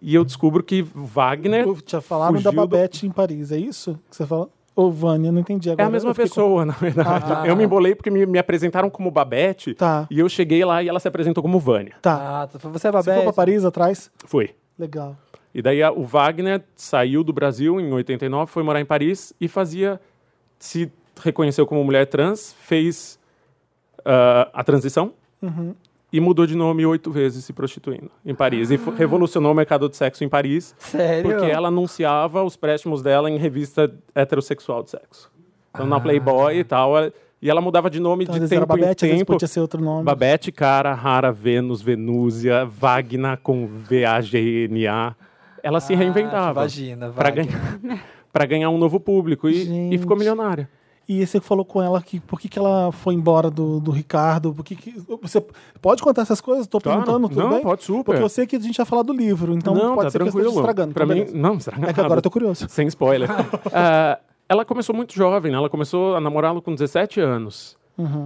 D: E eu descubro que Wagner
A: Ah.
D: é
A: Eu tinha falado da
D: fugiu do-
A: Babette em Paris, é isso que você fala? Ô, Vânia, não entendi
D: é
A: agora.
D: a mesma
A: eu fiquei com-
D: pessoa, na verdade. Eu me embolei porque me, me apresentaram como Babette
A: Tá.
D: e eu cheguei lá e ela se apresentou como Vânia.
A: Tá.
B: Ah, tu- você
A: você foi
B: é
A: pra
B: babete.
A: Paris atrás?
D: Foi.
A: Legal.
D: E daí a- o Wagner saiu do Brasil em 89, foi morar em Paris e fazia. Se reconheceu como mulher trans, fez ah, a transição
A: Uhum.
D: e mudou de nome oito vezes se prostituindo em Paris. E
A: Ah.
D: fo- revolucionou o mercado de sexo em Paris,
B: Sério?
A: é
D: porque ela anunciava os préstimos dela em revista heterossexual de sexo. Então na Playboy e tal. ela- e ela mudava de
A: Ah.
D: nome
A: Então, às
D: de
A: vezes era
D: tempo
A: Babette, às
D: em
A: vezes
D: tempo.
A: podia ser outro nome.
D: Babette, Cara, Rara, Vênus, Venúzia, Vagna com V-A-G-N-A. Ela
A: Ah,
D: se reinventava
B: Ah, tipo, Imagina,
D: para ganhar, pra ganhar um novo público e, e ficou
A: Gente.
D: milionária.
A: E você falou com ela que por que, que ela foi embora do, do Ricardo? Por que que- você pode contar essas coisas? Estou
D: Claro.
A: perguntando, Tá, tudo
D: Então, Não,
A: bem?
D: pode super.
A: Porque eu sei que a gente já falar do livro, então
D: não,
A: pode
D: tá
A: ser que eu
D: tranquilo.
A: esteja estragando.
D: Pra
A: então
D: mim,
A: beleza.
D: não, estraga
A: É que agora eu
D: nada.
A: tô curioso.
D: Sem spoiler. Ah, ela começou muito jovem, né? ela começou a namorá-lo com 17 anos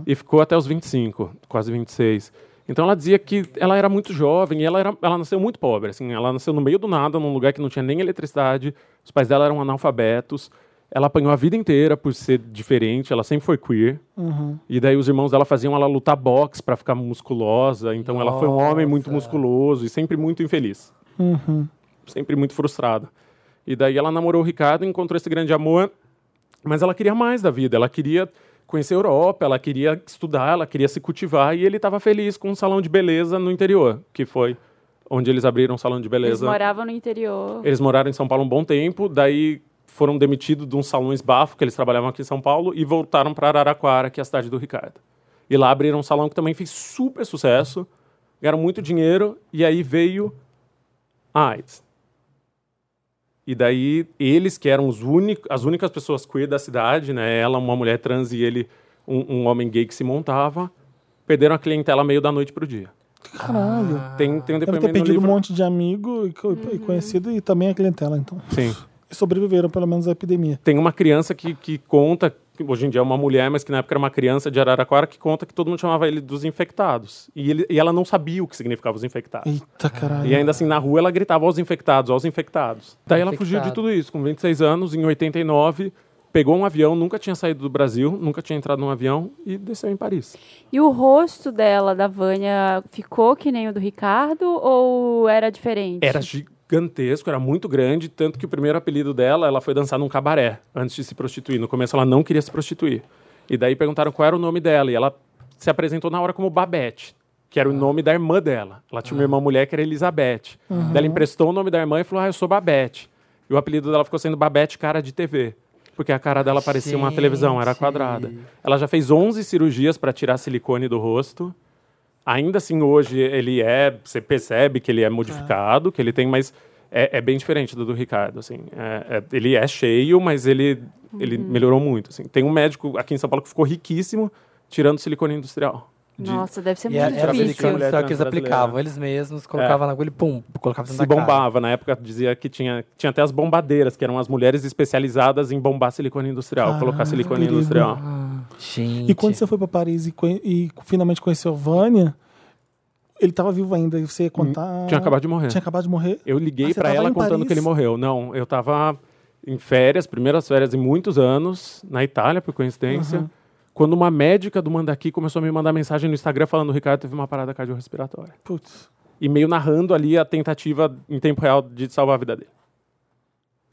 D: e ficou até os 25, quase 26. Então ela dizia que ela era muito jovem e ela, era, ela nasceu muito pobre. Assim, ela nasceu no meio do nada, num lugar que não tinha nem eletricidade. Os pais dela eram analfabetos. Ela apanhou a vida inteira por ser diferente. Ela sempre foi queer. E daí os irmãos dela faziam ela lutar boxe para ficar musculosa. Então ela foi um homem muito
B: Nossa.
D: musculoso e sempre muito infeliz
A: Uhum.
D: sempre muito frustrada. E daí ela namorou o Ricardo, encontrou esse grande amor, mas ela queria mais da vida, ela queria conhecer a Europa, ela queria estudar, ela queria se cultivar, e ele estava feliz com um salão de beleza no interior, que foi onde eles abriram um salão de
C: Eles
D: beleza.
C: moravam no interior.
D: Eles moraram em São Paulo um bom tempo, daí foram demitidos de uns salões bafo, que eles trabalhavam aqui em São Paulo, e voltaram para Araraquara, que é a cidade do Ricardo. E lá abriram um salão que também fez super sucesso, ganharam muito dinheiro, e aí veio a AIDS. E daí eles, que eram os únic- as únicas pessoas queer da cidade, né? ela, uma mulher trans, e ele, um, um homem gay que se montava, perderam a clientela meio da noite para o dia.
A: Ah, Caralho.
D: Tem, tem um
A: Deve ter
D: depoimento no
A: perdido
D: livro.
A: um monte de amigo e, co- e conhecido e também a clientela, então.
D: Sim.
A: E sobreviveram, pelo menos, à epidemia.
D: tem uma criança que, que conta, que hoje em dia é uma mulher, mas que na época era uma criança de Araraquara, que conta que todo mundo chamava ele dos infectados. E, ele, e ela não sabia o que significava os infectados.
A: Eita, caralho.
D: E ainda assim, na rua, ela gritava aos infectados, aos infectados. Daí ela fugiu de
B: Infectado.
D: tudo isso. Com 26 anos, em 89, pegou um avião, nunca tinha saído do Brasil, nunca tinha entrado num avião e desceu em Paris.
C: E o rosto dela, da Vânia, ficou que nem o do Ricardo ou era diferente?
D: Era gigantesco, era muito grande, tanto que o primeiro apelido dela, ela foi dançar num cabaré antes de se prostituir. No começo ela não queria se prostituir. E daí perguntaram qual era o nome dela e ela se apresentou na hora como Babette, que era o nome da irmã dela. Ela tinha uma irmã mulher que era Elizabeth. Daí Ela emprestou o nome da irmã e falou: "Ah, eu sou Babette". E o apelido dela ficou sendo Babette cara de TV. Porque a cara dela parecia uma televisão, era
B: Gente.
D: quadrada. Ela já fez 11 cirurgias para tirar silicone do rosto. Ainda assim, hoje ele é. Você percebe que ele é modificado, que ele tem, mas é, é bem diferente do do Ricardo. Assim, É- é- ele é cheio, mas ele, ele melhorou muito. Assim. Tem um médico aqui em São Paulo que ficou riquíssimo tirando silicone industrial. De-
C: Nossa, deve ser
B: E
C: É muito
B: era né?
C: difícil.
B: silicone
D: Mulher
B: só que eles
D: trans brasileira. É.
B: aplicavam, eles mesmos, colocavam na agulha e pum, colocavam
D: se
B: na cara.
D: bombava. Na época dizia que tinha, tinha até as bombadeiras, que eram as mulheres especializadas em bombar silicone industrial,
A: Caraca,
D: colocar silicone
A: Ah, perigo. Ah.
D: industrial.
B: Gente.
A: E quando você foi pra Paris e, conhe- e finalmente conheceu a Vânia, ele tava vivo ainda e você ia contar...
D: Hum, Tinha acabado de morrer.
A: Tinha acabado de morrer?
D: Eu
A: Ah,
D: liguei
A: você
D: pra
A: tava
D: ela
A: em
D: contando
A: Paris?
D: que ele morreu. Não, eu tava em férias, primeiras férias em muitos anos, na Itália, por coincidência. Quando uma médica do Mandaki começou a me mandar mensagem no Instagram falando: Ricardo teve uma parada cardiorrespiratória.
A: Putz.
D: E meio narrando ali a tentativa em tempo real de salvar a vida dele.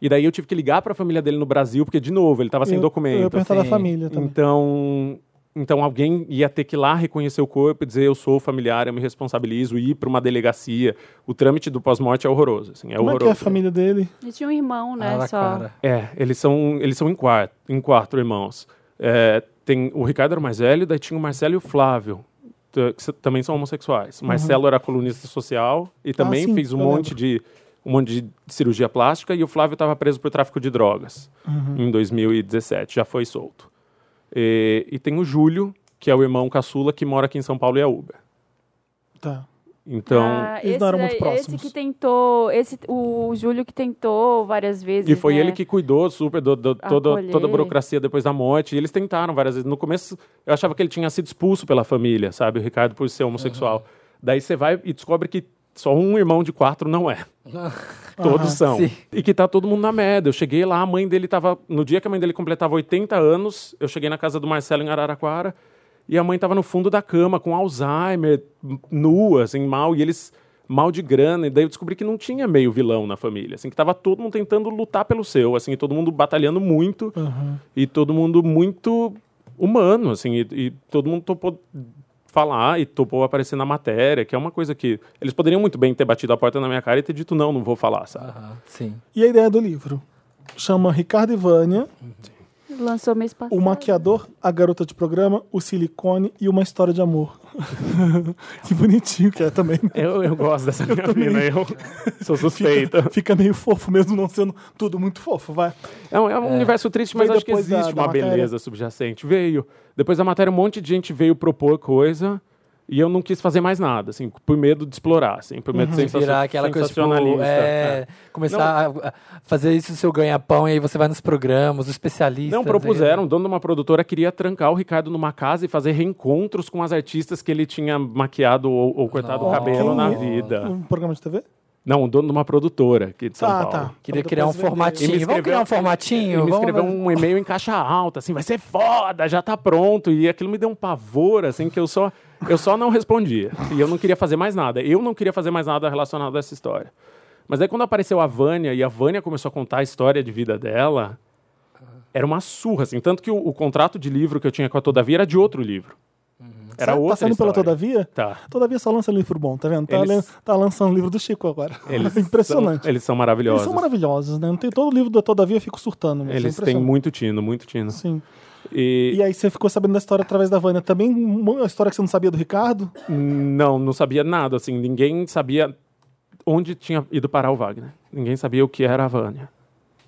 D: E daí eu tive que ligar pra família dele no Brasil, porque, de novo, ele tava sem
A: eu,
D: documento. assim,
A: Eu ia perguntar da
B: sim.
A: família também.
D: Então, então alguém ia ter que ir lá reconhecer o corpo e dizer eu sou familiar, eu me responsabilizo, ir para uma delegacia. O trâmite do pós-morte é horroroso, assim, é
A: Como é que é
D: horroroso.
A: a família dele?
C: E tinha um irmão, né?
B: Araraquara.
D: É, eles são eles são em quatro, em quatro irmãos. É, tem o Ricardo era o mais velho, daí tinha o Marcelo e o Flávio. t- Que s- também são homossexuais. Marcelo era colunista social e
A: Uhum.
D: também
A: Ah, sim,
D: fez um
A: eu
D: monte, de, um monte de cirurgia plástica. E o Flávio estava preso por tráfico de drogas
A: Uhum.
D: em 2017, já foi solto. E, e tem o Júlio, que é o irmão caçula que mora aqui em São Paulo e é Uber.
A: Tá.
D: Então,
C: Ah,
A: Eles não eram muito
C: daí-
A: próximos.
C: Esse que tentou, esse, o Júlio que tentou várias vezes.
D: E foi
C: né?
D: ele que cuidou super do, do- toda,
C: Acolher.
D: toda a burocracia depois da morte. E eles tentaram várias vezes. No começo, eu achava que ele tinha sido expulso pela família, sabe? O Ricardo, por ser homossexual. Daí você vai e descobre que só um irmão de quatro não é. Todos
A: Aham.
D: são.
B: Sim.
D: E que tá todo mundo na merda. Eu cheguei lá, a mãe dele tava. No dia que a mãe dele completava 80 anos, eu cheguei na casa do Marcelo em Araraquara. E a mãe tava no fundo da cama, com Alzheimer, m- nua, assim, mal. E eles mal de grana. E daí eu descobri que não tinha meio vilão na família. Assim, que tava todo mundo tentando lutar pelo seu, assim, e todo mundo batalhando muito. E todo mundo muito humano, assim. E, e todo mundo topou falar e topou aparecer na matéria, que é uma coisa que... Eles poderiam muito bem ter batido a porta na minha cara e ter dito, não, não vou falar, sabe?
B: Aham, Ah, Sim.
A: E a ideia do livro? Chama Ricardo e Vânia,
C: Lançou mês passado.
A: O Maquiador, A Garota de Programa, O Silicone e Uma História de Amor. Que bonitinho que é também. né?
D: Eu, eu gosto dessa minha mina, eu sou suspeita.
A: Fica, fica meio fofo mesmo não sendo tudo muito fofo, vai.
D: É um, é um universo triste, mas
A: Veio
D: acho que
A: depois da-
D: existe
A: da
D: uma
A: matéria.
D: beleza subjacente. Veio. Depois da matéria, um monte de gente veio propor coisa e eu não quis fazer mais nada, assim, por medo de explorar, assim, por medo de sensacio-
B: Virar aquela coisa, tipo,
D: sensacionalista.
B: é,
D: é.
B: começar a a fazer isso seu ganha-pão e aí você vai nos programas, os especialistas.
D: Não,
B: né?
D: propuseram. O dono de uma produtora queria trancar o Ricardo numa casa e fazer reencontros com as artistas que ele tinha maquiado ou, ou cortado o
B: Nossa.
D: cabelo na
A: Quem é?
D: vida.
A: Um programa de TV?
D: Não, o dono de uma produtora aqui de São
A: Tá,
D: Paulo.
A: tá.
B: Queria
A: Pra
B: criar um
A: depois vender.
B: formatinho.
D: E me
B: Vamos criar um
D: escreveu-
B: formatinho?
D: Ele me
B: Vamos-
D: escreveu um e-mail em caixa alta, assim, vai ser foda, já tá pronto. E aquilo me deu um pavor, assim, que eu só, eu só não respondia. E eu não queria fazer mais nada. Eu não queria fazer mais nada relacionado a essa história. Mas daí quando apareceu a Vânia e a Vânia começou a contar a história de vida dela, era uma surra, assim. Tanto que o, o contrato de livro que eu tinha com a Todavia era de outro livro. Era
A: Tá-
D: outra
A: Tá saindo
D: história.
A: pela Todavia?
D: Tá.
A: Todavia só lança livro bom, tá vendo? Tá,
D: Eles-
A: lan- tá lançando livro do Chico agora.
D: Eles
A: Impressionante.
D: São, eles são
A: Eles
D: maravilhosos.
A: são maravilhosos, né? Não tem todo livro da Todavia, eu fico surtando. Mesmo.
D: Eles têm
A: Impressionante.
D: muito tino, muito tino.
A: Sim.
D: E,
A: E aí você ficou sabendo da história através da Vânia. Também uma história que você não sabia do Ricardo?
D: Não, não sabia nada, assim, ninguém sabia onde tinha ido parar o Wagner. Ninguém sabia o que era a Vânia,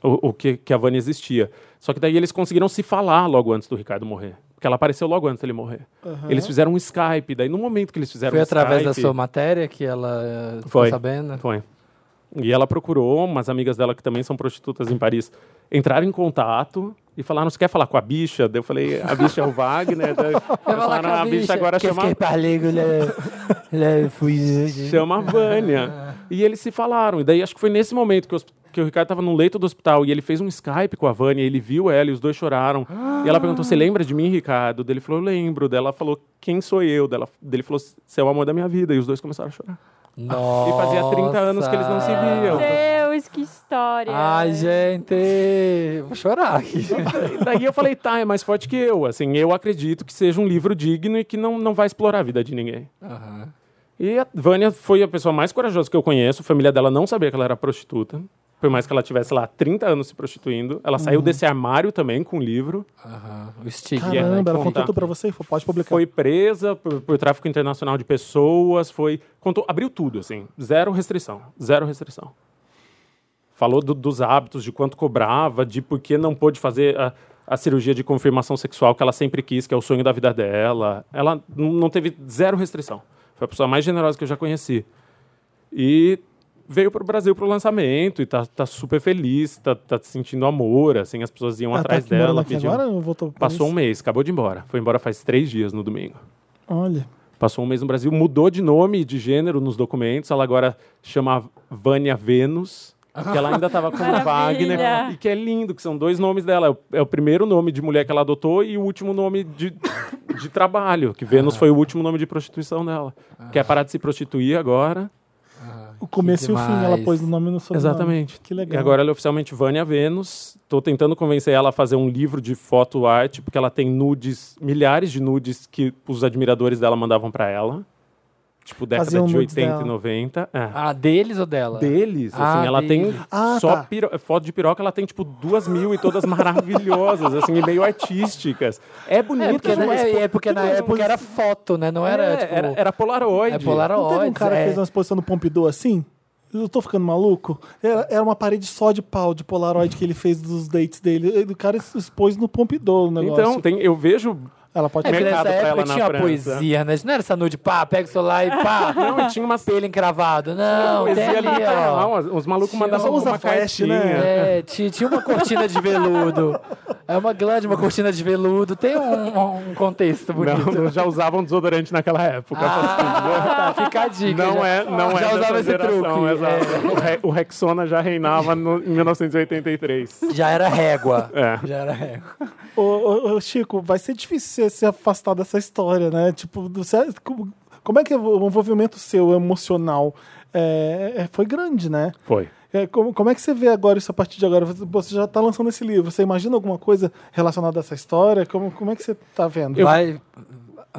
D: o, o que, que a Vânia existia. Só que daí eles conseguiram se falar logo antes do Ricardo morrer, porque ela apareceu logo antes dele morrer. Eles fizeram um Skype, daí no momento que eles fizeram
B: Foi
D: um
B: através da
D: Skype-
B: sua matéria que ela eh, ficou
D: Foi.
B: sabendo?
D: foi. E ela procurou umas amigas dela que também são prostitutas em Paris. Entraram em contato e falaram: Você quer falar com a bicha? Daí eu falei: A bicha é o Wagner. Daí falaram: A bicha agora chama
B: né?
D: chama a Vânia. e eles se falaram. E daí acho que foi nesse momento que, o hosp- que o Ricardo estava no leito do hospital e ele fez um Skype com a Vânia, ele viu ela e os dois choraram. e ela perguntou: Você lembra de mim, Ricardo? Daí Ele falou: Eu lembro. Dela falou: Quem sou eu? Dela, ele falou: Você é o amor da minha vida. E os dois começaram a chorar.
B: Nossa.
D: E fazia 30 anos que eles não se viam.
C: Deus, que história.
B: Ai, gente, eu vou chorar aqui.
D: E daí eu falei: Tá, é mais forte que eu. Assim, eu acredito que seja um livro digno e que não, não vai explorar a vida de ninguém.
B: Aham.
D: E a Vânia foi a pessoa mais corajosa que eu conheço. A família dela não sabia que ela era prostituta. Por mais que ela tivesse lá 30 anos se prostituindo. Ela saiu desse armário também com o livro.
B: Aham. O estigma.
D: Tá
B: né,
A: Caramba, ela
B: que
A: contou
D: contar.
A: tudo pra você e falou, pode publicar.
D: Foi presa por, por tráfico internacional de pessoas. Foi. Contou, abriu tudo, assim. Zero restrição. Zero restrição. Falou do- dos hábitos, de quanto cobrava, de por que não pôde fazer a, a cirurgia de confirmação sexual que ela sempre quis, que é o sonho da vida dela. Ela n- não teve zero restrição. Foi a pessoa mais generosa que eu já conheci. E veio para o Brasil para o lançamento e tá, tá super feliz, tá, tá sentindo amor, assim, as pessoas iam
A: Ah, tá
D: atrás
A: aqui, morando
D: dela,
A: aqui
D: pediam.
A: agora ou voltou pra
D: Passou um mês, acabou de ir embora. Foi embora faz três dias no domingo.
A: Olha.
D: Passou um mês no Brasil, mudou de nome e de gênero nos documentos. Ela agora chama Vânia Vênus, que ela ainda estava com o
C: Maravilha.
D: Wagner. E que é lindo, que são dois nomes dela. É o, é o primeiro nome de mulher que ela adotou e o último nome de, de trabalho. Que Vênus foi o último nome de prostituição dela. Quer parar de se prostituir agora.
A: O começo e o fim, ela
B: demais.
A: pôs o nome no sobrenome. Tá
D: Exatamente.
A: Que legal.
D: E agora ela é oficialmente Vânia Vênus. Tô tentando convencer ela a fazer um livro de foto arte, porque ela tem nudes, milhares de nudes que os admiradores dela mandavam para ela. Tipo, década
A: Faziam
D: de
A: nudes
D: 80
A: dela.
D: e 90. É.
B: Ah, deles ou dela?
D: Deles, assim,
B: Ah,
D: ela
B: deles.
D: tem
A: Ah,
D: só
A: tá.
D: piro- foto de piroca, ela tem tipo duas mil e todas maravilhosas, assim, e meio artísticas. É
B: É
D: bonito,
B: porque, na-
D: mas
B: é, é porque na
D: tudo
B: época
D: exposi-
B: era foto, né? Não era,
D: É,
B: tipo...
D: era, era Polaroid.
B: é
A: Não
B: Polaroid.
A: teve um cara que fez uma exposição no Pompidou assim? Eu tô ficando maluco? Era, era uma parede só de pau de Polaroid que ele fez dos dates dele. Ele- O cara se expôs no Pompidou o negócio.
D: Então, tem, eu vejo
A: ela pode
B: É, porque
D: mercado
B: nessa
D: pra
B: época
D: ela na
B: tinha uma
D: França.
B: poesia, né? Não era essa nude, pá, pega o celular e pá.
D: Não, tinha umas-
B: Espelho encravado. Não, tem
D: poesia tá,
B: ali, ó.
D: literal, ah, uns malucos mandavam
A: usa
D: uma
A: flash,
D: cartinha.
A: né?
B: É, ti- tinha uma cortina de veludo. É uma glande, uma cortina de veludo. Tem um, um contexto bonito.
D: Não, já usavam desodorante naquela época. né?
B: Ah, tá, fica a dica.
D: não
B: já.
D: é, não
B: já
D: é
B: usava
D: dessa
B: esse
D: geração,
B: truque.
D: exato. O, Re- o Rexona já reinava no- em 1983.
B: É, já era régua.
D: É.
B: Já era régua.
A: Ô, ô, ô, Chico, vai ser difícil você se afastar dessa história, né? Tipo, você- como- como é que o envolvimento seu emocional é, é, foi grande, né?
D: Foi.
A: É, como, como é que você vê agora isso a partir de agora? Você- Você já tá lançando esse livro, você imagina alguma coisa relacionada a essa história? Como, como é que você tá vendo?
B: Vai,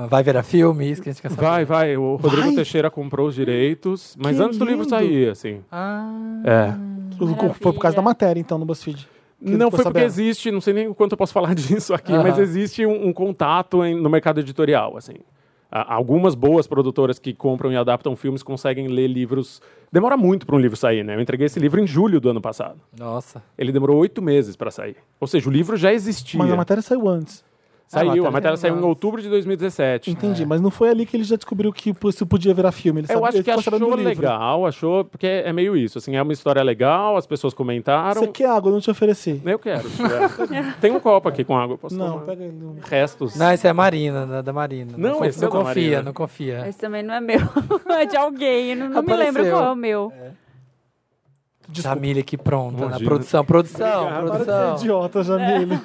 B: vai virar filme, isso que a gente quer saber.
D: Vai, vai. O Rodrigo
A: Vai?
D: Teixeira comprou os direitos, mas
A: Que
D: antes do livro
A: lindo.
D: sair, assim.
B: Ah,
D: É.
A: Foi por causa da matéria, então, no BuzzFeed. ele
D: Não
A: ficou
D: foi porque
A: sabendo.
D: existe, não sei nem o quanto eu posso falar disso aqui,
B: Aham.
D: mas existe um, um contato em- no mercado editorial, assim. A- Algumas boas produtoras que compram e adaptam filmes conseguem ler livros. Demora muito para um livro sair, né? Eu entreguei esse livro em julho do ano passado.
B: Nossa.
D: Ele demorou oito meses para sair. Ou seja, o livro já existia.
A: Mas a matéria Ah, saiu antes.
D: Saiu,
B: A
D: a
B: matéria
D: matéria, saiu em
B: demorou.
D: outubro de 2017.
A: Entendi, mas não foi ali que ele já descobriu que isso podia virar filme. Ele
D: É. Eu
A: sabe-
D: acho
A: ele
D: que
A: ficou sabendo
D: achou
A: do livro.
D: legal, achou, porque é é meio isso, assim, é uma história legal, as pessoas comentaram.
A: Você quer água? Eu não te ofereci.
D: Eu quero. se tiver. Tem um copo aqui com água, eu posso
A: Não,
D: tomar.
A: pega ele. não.
D: Restos.
B: Não, esse é a Marina, da, da Marina.
D: Não,
B: conf-
D: esse é da
B: confia,
D: Marina.
B: não confia.
A: tipo-
C: Esse também não é meu. é de alguém. Não, não me
B: Apareceu.
C: lembro qual é o meu.
A: Desculpa.
B: Jamile aqui pronta, na
D: Imagina.
B: produção. Produção,
D: Obrigado.
A: Para de ser
B: produção.
A: idiota, Jamile.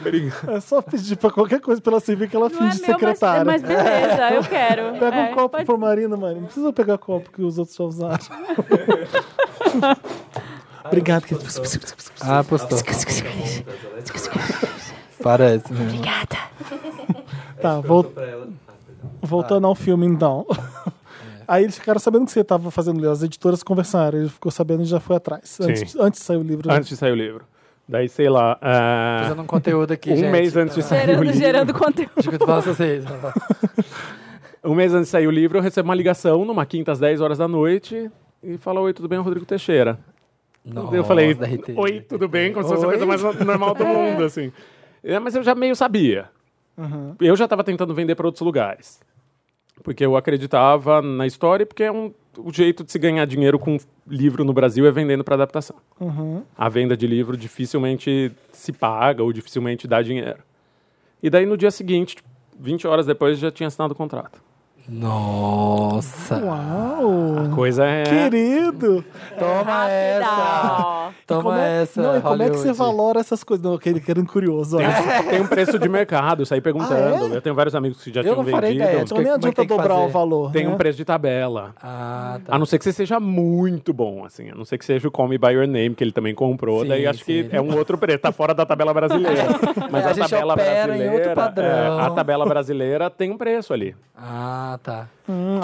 D: Obrigado.
A: É só pedir pra qualquer coisa pra ela servir que ela
C: Não é
A: finge
C: meu, mas,
A: secretária.
C: mas beleza, eu quero.
A: Pega
C: É,
A: um copo
C: pode-
A: pro Marina, Marina. Não precisa pegar copo que os outros já usaram. Obrigado, querido.
B: Ah, postou.
D: é
B: Parece. mesmo.
A: Tá, vol- voltando ao filme então. Aí eles ficaram sabendo que você tava fazendo livro. As editoras conversaram, ele ficou sabendo e já foi atrás. Antes, antes saiu o livro. né?
D: Antes de sair o livro. Daí, sei lá. ah,
B: Fazendo um conteúdo aqui,
D: um
B: gente.
D: mês antes de sair o
C: Gerando,
D: livro.
C: gerando conteúdo.
B: Digo, tu fala vocês.
D: Um mês antes de sair o livro, eu recebo uma ligação numa quinta às 10 horas da noite e fala: Oi, tudo bem, É Rodrigo Teixeira. eu falei:
B: Nossa, RT.
D: Oi, tudo bem? Como se fosse a
B: Oi.
D: coisa mais normal do mundo, assim. É, mas eu já meio sabia. Eu já estava tentando vender para outros lugares. Porque eu acreditava na história e porque é um, o jeito de se ganhar dinheiro com livro no Brasil é vendendo para adaptação. A venda de livro dificilmente se paga ou dificilmente dá dinheiro. E daí no dia seguinte, tipo, 20 horas depois, já tinha assinado o contrato.
B: Nossa.
A: Uau!
D: Coisa é.
A: Querido!
B: Toma Ah, essa.
C: Não.
B: Toma
A: é,
B: essa.
A: não, e como é que você
B: Hollywood.
A: valora essas coisas? Não, aquele que era um curioso, olha.
D: Tem um preço de mercado, eu saí perguntando. Eu tenho vários amigos que já
B: Ah, é? Eu
D: tinham
B: não farei
D: vendido.
B: ideia.
A: Então nem
B: Como é que
A: adianta
B: tem que
A: dobrar o
B: fazer?
A: valor.
D: Tem
A: né?
D: um preço de tabela.
B: Ah, tá.
D: A não ser que você seja muito bom, assim. A não ser que seja o Call Me By Your Name, que ele também comprou.
B: Sim,
D: daí acho
B: sim,
D: que
B: ele-
D: é um outro preço. Tá fora da tabela brasileira. Mas
B: É, a
D: a,
B: gente
D: tabela
B: opera em
D: brasileira...
B: outro padrão.
D: é, a tabela brasileira tem um preço ali.
B: Ah, tá.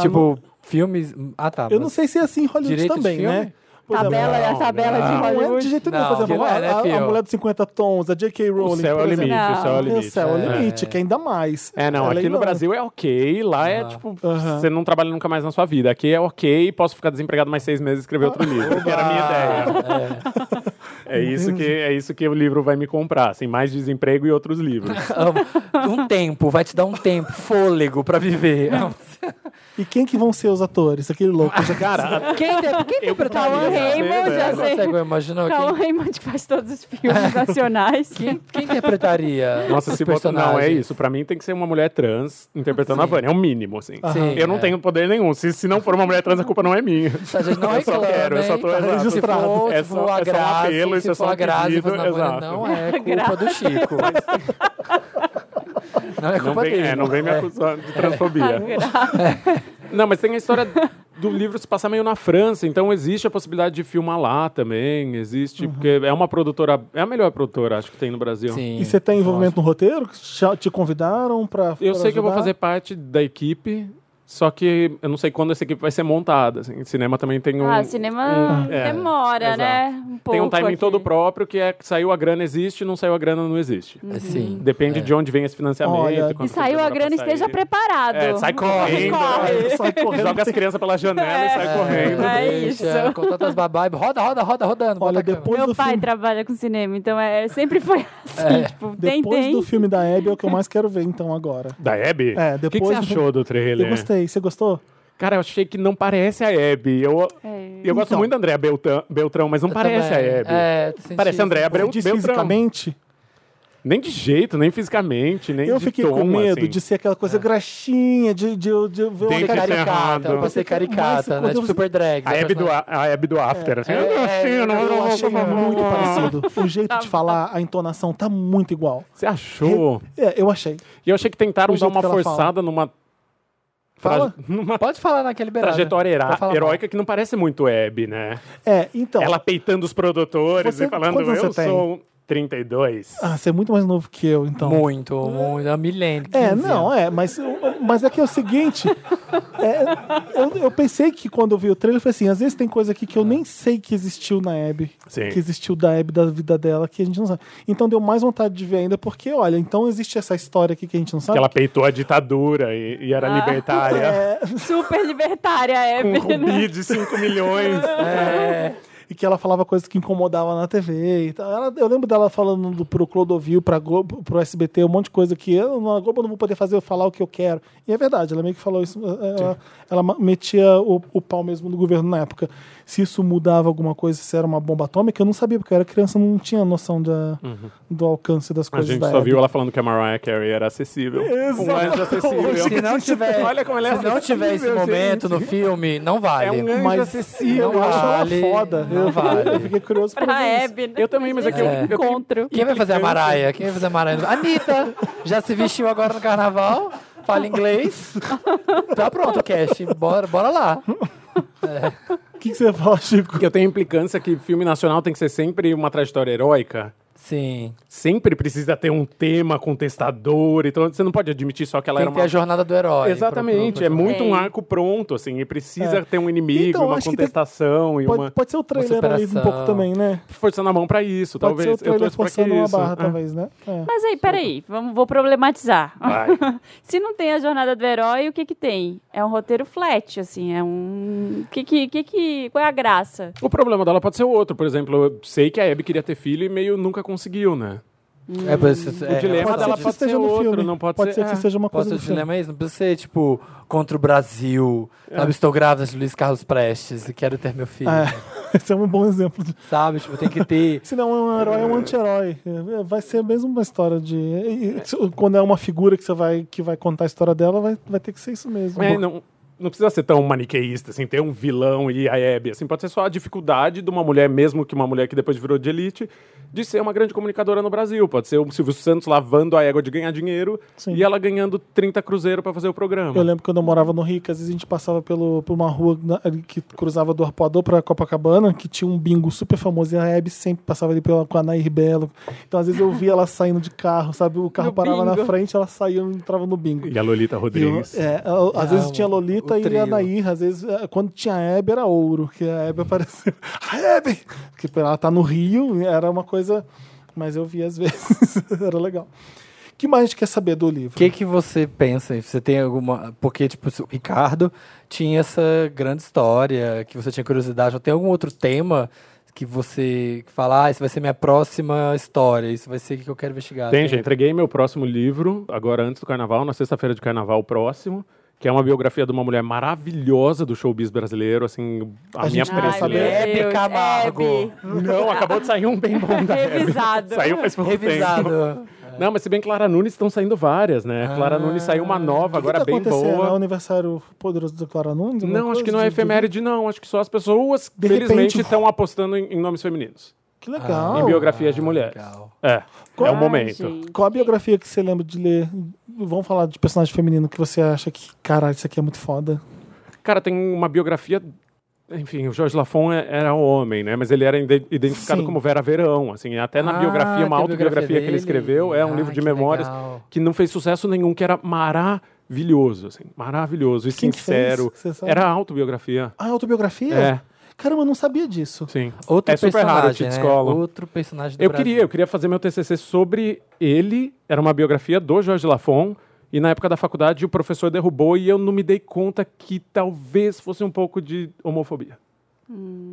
B: tipo, filmes. Ah, tá.
A: Hum, Eu não
B: mas-
A: sei se é assim em Hollywood
B: Direito de
A: também,
B: filme?
A: né? Por exemplo,
C: Tabela, a tabela
D: Ah,
C: de
A: Não é de
C: Hollywood.
A: jeito nenhum,
B: Não,
A: por exemplo,
B: não é,
A: a,
B: né,
A: a- a
B: fio?
A: mulher dos 50 tons, a J.K. Rowling.
D: o céu é o
A: por
D: limite,
A: exemplo.
D: o céu é o
C: Não.
A: né?
D: limite.
A: O céu é o
D: É.
A: limite, que ainda mais.
D: É, não,
A: Ela
D: aqui no
A: leilão.
D: Brasil é ok, lá é tipo, você não trabalha nunca mais na sua vida. Aqui é ok, posso ficar desempregado mais seis meses e escrever outro livro, que era a minha
A: Ah.
B: Ah,
D: ideia. É. isso que, é isso que o livro vai me comprar, assim, mais desemprego e outros livros.
B: Amo. Um tempo, vai te dar um tempo, fôlego pra viver.
A: E quem que vão ser os atores? Aquele louco. já-
D: Cara,
B: Quem, tem, quem interpretar
C: Cauã Raymond, já
B: Você
C: sei.
B: consegue imaginar
C: Cauã
B: é quem,
C: Raymond faz todos os filmes
D: É.
C: nacionais.
B: quem, quem interpretaria?
D: Nossa,
B: os
D: se botar. Não, é
B: personagens?
D: isso. Pra mim tem que ser uma mulher trans interpretando a Vânia. É o mínimo, assim.
B: Sim,
D: eu não
B: é.
D: tenho poder nenhum. Se, se não for uma mulher trans, a culpa não é minha.
B: A gente não
D: eu só
B: reclama,
D: quero, eu só tô
B: hein?
D: exato.
A: registrado.
B: Se for,
D: É
B: se
D: só-
B: for a
D: é só um
B: Grazi,
D: apelo, isso
B: se
D: é só
B: for a
D: um
B: Grazi,
D: pedido,
B: fosse na Mônica,
D: exato.
B: não é culpa do Chico. Não é
D: Não
B: culpa
D: vem,
B: dele.
D: é, não vem me
B: É. Tá,
D: acusar de transfobia. Não, mas tem a história do livro se passar meio na França, então existe a possibilidade de filmar lá também. Existe, porque é uma produtora, é a melhor produtora, acho que tem no Brasil.
B: Uhum. Sim,
A: E você tem
B: são
A: envolvimento no roteiro? Já Te convidaram pra.
D: Eu
A: pra
D: sei que eu vou
A: ajudar?
D: fazer parte da equipe, só que eu não sei quando essa equipe vai ser montada. Assim. Cinema também tem um.
C: Ah, o cinema
D: um- é,
C: demora,
D: exato.
C: né? Um pouco
D: Tem um timing
C: aqui.
D: todo próprio que é que saiu a grana existe, não saiu a grana não existe.
B: ótimos. É, Sim.
D: Depende de onde vem esse financiamento.
A: Olha. E
D: quanto
C: Hum. E
D: tempo
C: saiu a
D: demora pra
C: grana,
D: sair.
C: esteja preparado.
D: É, sai correndo.
C: Corre.
A: Sai Ah, correndo.
D: Joga as crianças pela janela e sai correndo.
C: É
B: Deixa,
C: isso.
B: Contrata as babá e roda, roda, roda, rodando. bota
A: Olha,
B: a câmera.
A: depois do
C: Meu pai
A: filme.
C: trabalha com cinema, então é, sempre foi assim, tipo, tem,
A: Depois
C: tem.
A: do filme da Abby é o que eu mais quero ver, então, agora.
D: Da Abby?
A: É,
D: O que, que
A: depois-
D: você achou do trailer?
A: Eu gostei. Você gostou?
D: Cara, eu achei que não parece a Abby. Eu,
C: É.
D: eu
A: Então.
D: gosto muito da Andréa Beltrão, Beltrão, mas não parece
B: Também.
D: a Abby.
B: É, senti
D: Parece
B: isso.
D: a Andréa Breu-
A: Você diz
D: Beltrão.
A: fisicamente?
D: Nem de jeito, nem fisicamente, nem
A: Eu
D: de
A: fiquei
D: tom,
A: com medo
D: assim.
A: de ser aquela coisa graxinha, de, de, de, de ver uma
D: Tem
B: Pra ser
D: que
A: cara.
D: ser
B: caricata,
D: errado.
B: pra ser caricata,
A: Mas
B: né? Tipo
A: quando-
B: super drag.
D: A
B: né,
D: Abby, do,
B: personagem.
D: a a Abby do After, assim.
B: É,
D: eu
B: é,
D: gostei, não,
A: Eu
D: não,
A: achei
D: não, não,
A: muito
D: não.
A: parecido. O jeito de falar, a entonação tá muito igual.
D: Você achou?
A: É, eu achei.
D: E eu achei que tentaram
A: O
D: dar
A: jeito
D: uma
A: que ela
D: forçada numa, traje-
B: Fala.
D: numa
B: Pode falar naquele beirada.
D: trajetória
B: Pode
D: hera-
B: falar.
D: heróica que não parece muito Abby, né?
A: É, então.
D: Ela peitando os produtores
A: Você-
D: e falando,
A: quantos anos
D: eu
A: você tem?"
D: sou... um-" 32.
A: Ah, você é muito mais novo que eu, então.
B: Muito,
D: Hum.
B: muito. É um milênio.
A: É,
B: 15
A: não,
B: anos.
A: é, mas, mas é que é o seguinte. é, eu, eu pensei que quando eu vi o trailer, eu falei assim: às vezes tem coisa aqui que eu nem sei que existiu na Abby.
D: Sim.
A: Que existiu da Abby, da vida dela, que a gente não sabe. Então deu mais vontade de ver ainda, porque, olha, então existe essa história aqui que a gente não
D: Que
A: sabe.
D: ela peitou a ditadura e, e era libertária.
A: É,
C: Super libertária,
D: Um
C: Abby, né?
D: rubi de 5 milhões.
B: É,
A: e que ela falava coisas que incomodavam na TV e tal. Ela- eu lembro dela falando do, pro Clodovil, pra Globo, pro SBT, um monte de coisa que eu na Globo eu não vou poder fazer, eu falar o que eu quero. E é verdade, ela meio que falou isso. eh, Ela, ela ma- metia o, o pau mesmo no governo na época. Se isso mudava alguma coisa, se era uma bomba atômica, eu não sabia, porque eu era criança, eu não tinha noção da, do alcance das
D: Uhum. A
A: coisas
D: gente
A: da
D: só
A: época.
D: viu ela falando que a Mariah Carey era acessível. Um anjo
B: Se
D: acessível.
B: não tiver,
D: Olha como ela é
B: se não tiver esse
D: acessível,
B: momento no filme, não vale.
D: É um anjo
A: Mas
D: acessível.
A: eu acho
B: vale,
A: ela foda.
B: não
A: eu,
B: vale.
A: eu fiquei curioso pra
C: Pra
A: ver isso.
C: Abby, né?
D: Eu também, mas é que eu-
C: Esse
D: eu tenho-
C: encontro.
B: Quem vai fazer a Maraia? Quem vai fazer a Maraia? Anitta! Já se vestiu agora no carnaval? Fala inglês. Tá pronto o cast. Bora, bora lá.
A: O que, que você fala, Chico?
D: Eu tenho implicância que filme nacional tem que ser sempre uma trajetória heróica.
B: Sim.
D: Sempre precisa ter um tema contestador. Então você não pode admitir só que ela
B: Tem
D: era
B: que então, ter a
D: uma.
B: jornada do herói.
D: Exatamente,
B: pro- pro-
D: é muito um
C: Tem.
D: arco pronto, assim, e precisa
A: É.
D: ter um inimigo,
A: Então,
D: uma
A: acho que tem-
D: contestação e
A: Pode,
D: uma.
A: pode ser o trailer aí um
B: superação.
A: pouco também, né?
D: Forçando a mão pra isso,
A: Pode
D: talvez.
A: ser o trailer
D: torço pra que
A: forçando uma
D: isso.
A: barra,
D: É.
A: talvez, né? É.
C: Mas aí, peraí, vamos, vou problematizar.
D: Vai.
C: Se não tem a jornada do herói, o que que tem? É um roteiro flat, assim, é um... Que que, que, que... Qual é a graça?
D: O problema dela pode ser outro. Por exemplo, eu sei que a Abby queria ter filho e meio nunca conseguiu, né?
B: É, por isso- é,
D: o dilema
B: pode ser
D: dela
B: de-
A: que
D: pode
A: esteja
D: ser
A: no
D: outro,
A: filme.
D: não pode ser-
A: ser
D: é.
A: que seja uma coisa
B: Pode ser
A: do
B: o
A: filme.
B: dilema isso? Não precisa ser, tipo, contra o Brasil. Sabe, estou grávida de Luiz Carlos Prestes e quero ter meu filho.
A: É, esse é um bom exemplo. de-
B: Sabe? Tipo, tem que ter.
A: Se não é um herói, é um anti-herói. É, Vai ser mesmo uma história de... e- e- se- Quando é uma figura que você vai, que vai contar a história dela, vai, vai ter que ser isso mesmo.
D: É, não, não precisa ser tão maniqueísta, assim, ter um vilão e a Hebe, assim, pode ser só a dificuldade de uma mulher, mesmo que uma mulher que depois virou de elite, de ser uma grande comunicadora no Brasil. Pode ser o Silvio Santos lavando a égua de ganhar dinheiro
A: Sim.
D: e ela ganhando 30 cruzeiro pra fazer o programa.
A: Eu lembro quando eu morava no Rio, que às vezes a gente passava pelo, por uma rua na- ali que cruzava do Arpoador pra Copacabana, que tinha um bingo super famoso, e a Hebe sempre passava ali pela, com a Nair Belo. Então às vezes eu via ela saindo de carro, sabe? O carro
C: No
A: parava na
C: bingo.
A: frente, ela saía e entrava no bingo.
D: E a
A: E
D: Lolita
A: eu-
D: Rodrigues.
A: é, eu- às
B: É,
A: vezes
B: o-
A: tinha Lolita
B: o
A: e
B: trio.
A: a Nair, às vezes eh, quando tinha a Hebe era ouro, que a Hebe apareceu. A Hebe! Porque pra ela tá no Rio, era uma coisa. Mas eu vi às vezes, era legal. O que mais a gente quer saber do livro?
B: O que, que você pensa? Você tem alguma. Porque, tipo, o Ricardo tinha essa grande história, que você tinha curiosidade, ou tem algum outro tema que você fala, ah, isso vai ser minha próxima história, isso vai ser o que eu quero investigar.
D: Tem, já entreguei meu próximo livro, agora antes do carnaval, na sexta-feira de carnaval próximo, que é uma biografia de uma mulher maravilhosa do showbiz brasileiro, assim, a,
A: A
D: minha
A: gente quer
D: preferida.
A: saber.
B: Hebe
C: Deus,
B: Camargo.
C: Hebe.
D: Não, acabou de sair um bem bom da Hebe.
C: Revisado.
D: Saiu faz pouco tempo.
B: um Revisado.
A: É.
D: Não, mas se bem Clara Nunes estão saindo várias, né? Clara Nunes saiu uma nova,
A: Ah. O que
D: agora
A: tá
D: bem
A: acontecendo? É o
D: boa.
A: aniversário poderoso da Clara Nunes? alguma
D: Não, acho que
A: coisa
D: não é
A: de- de-
D: efeméride, não. Acho que só as pessoas,
A: De
D: felizmente,
A: repente- Ah.
D: estão apostando em, em nomes femininos.
A: Que legal.
D: Ah, em biografias de mulheres.
B: legal.
D: É,
A: Qual-
D: é o
A: Ai,
D: momento.
C: gente.
A: Qual a biografia que você lembra de ler? Vamos falar de personagem feminino que você acha que, caralho, isso aqui é muito foda.
D: Cara, tem uma biografia... Enfim, o Jorge Lafon é- era um homem, né? Mas ele era ide- identificado
A: Sim.
D: como Vera Verão, assim. Até na
B: Ah,
D: biografia,
B: tem
D: uma
B: a
D: autobiografia que ele
B: dele.
D: escreveu, é um
B: Ah,
D: livro de
B: que
D: memórias
B: legal.
D: que não fez sucesso nenhum, que era maravilhoso, assim. Maravilhoso e
A: Quem que fez?
D: sincero.
A: Você sabe?
D: Era autobiografia.
A: Ah, autobiografia?
D: É.
A: Caramba, eu não sabia disso.
D: Sim.
B: Outro
D: é super
B: personagem,
D: raro o Tite
B: né?
D: Scola.
B: Outro personagem do
D: Eu
B: Brasil.
D: queria, eu queria fazer meu TCC sobre ele. Era uma biografia do Jorge Lafon. E na época da faculdade o professor derrubou e eu não me dei conta que talvez fosse um pouco de homofobia.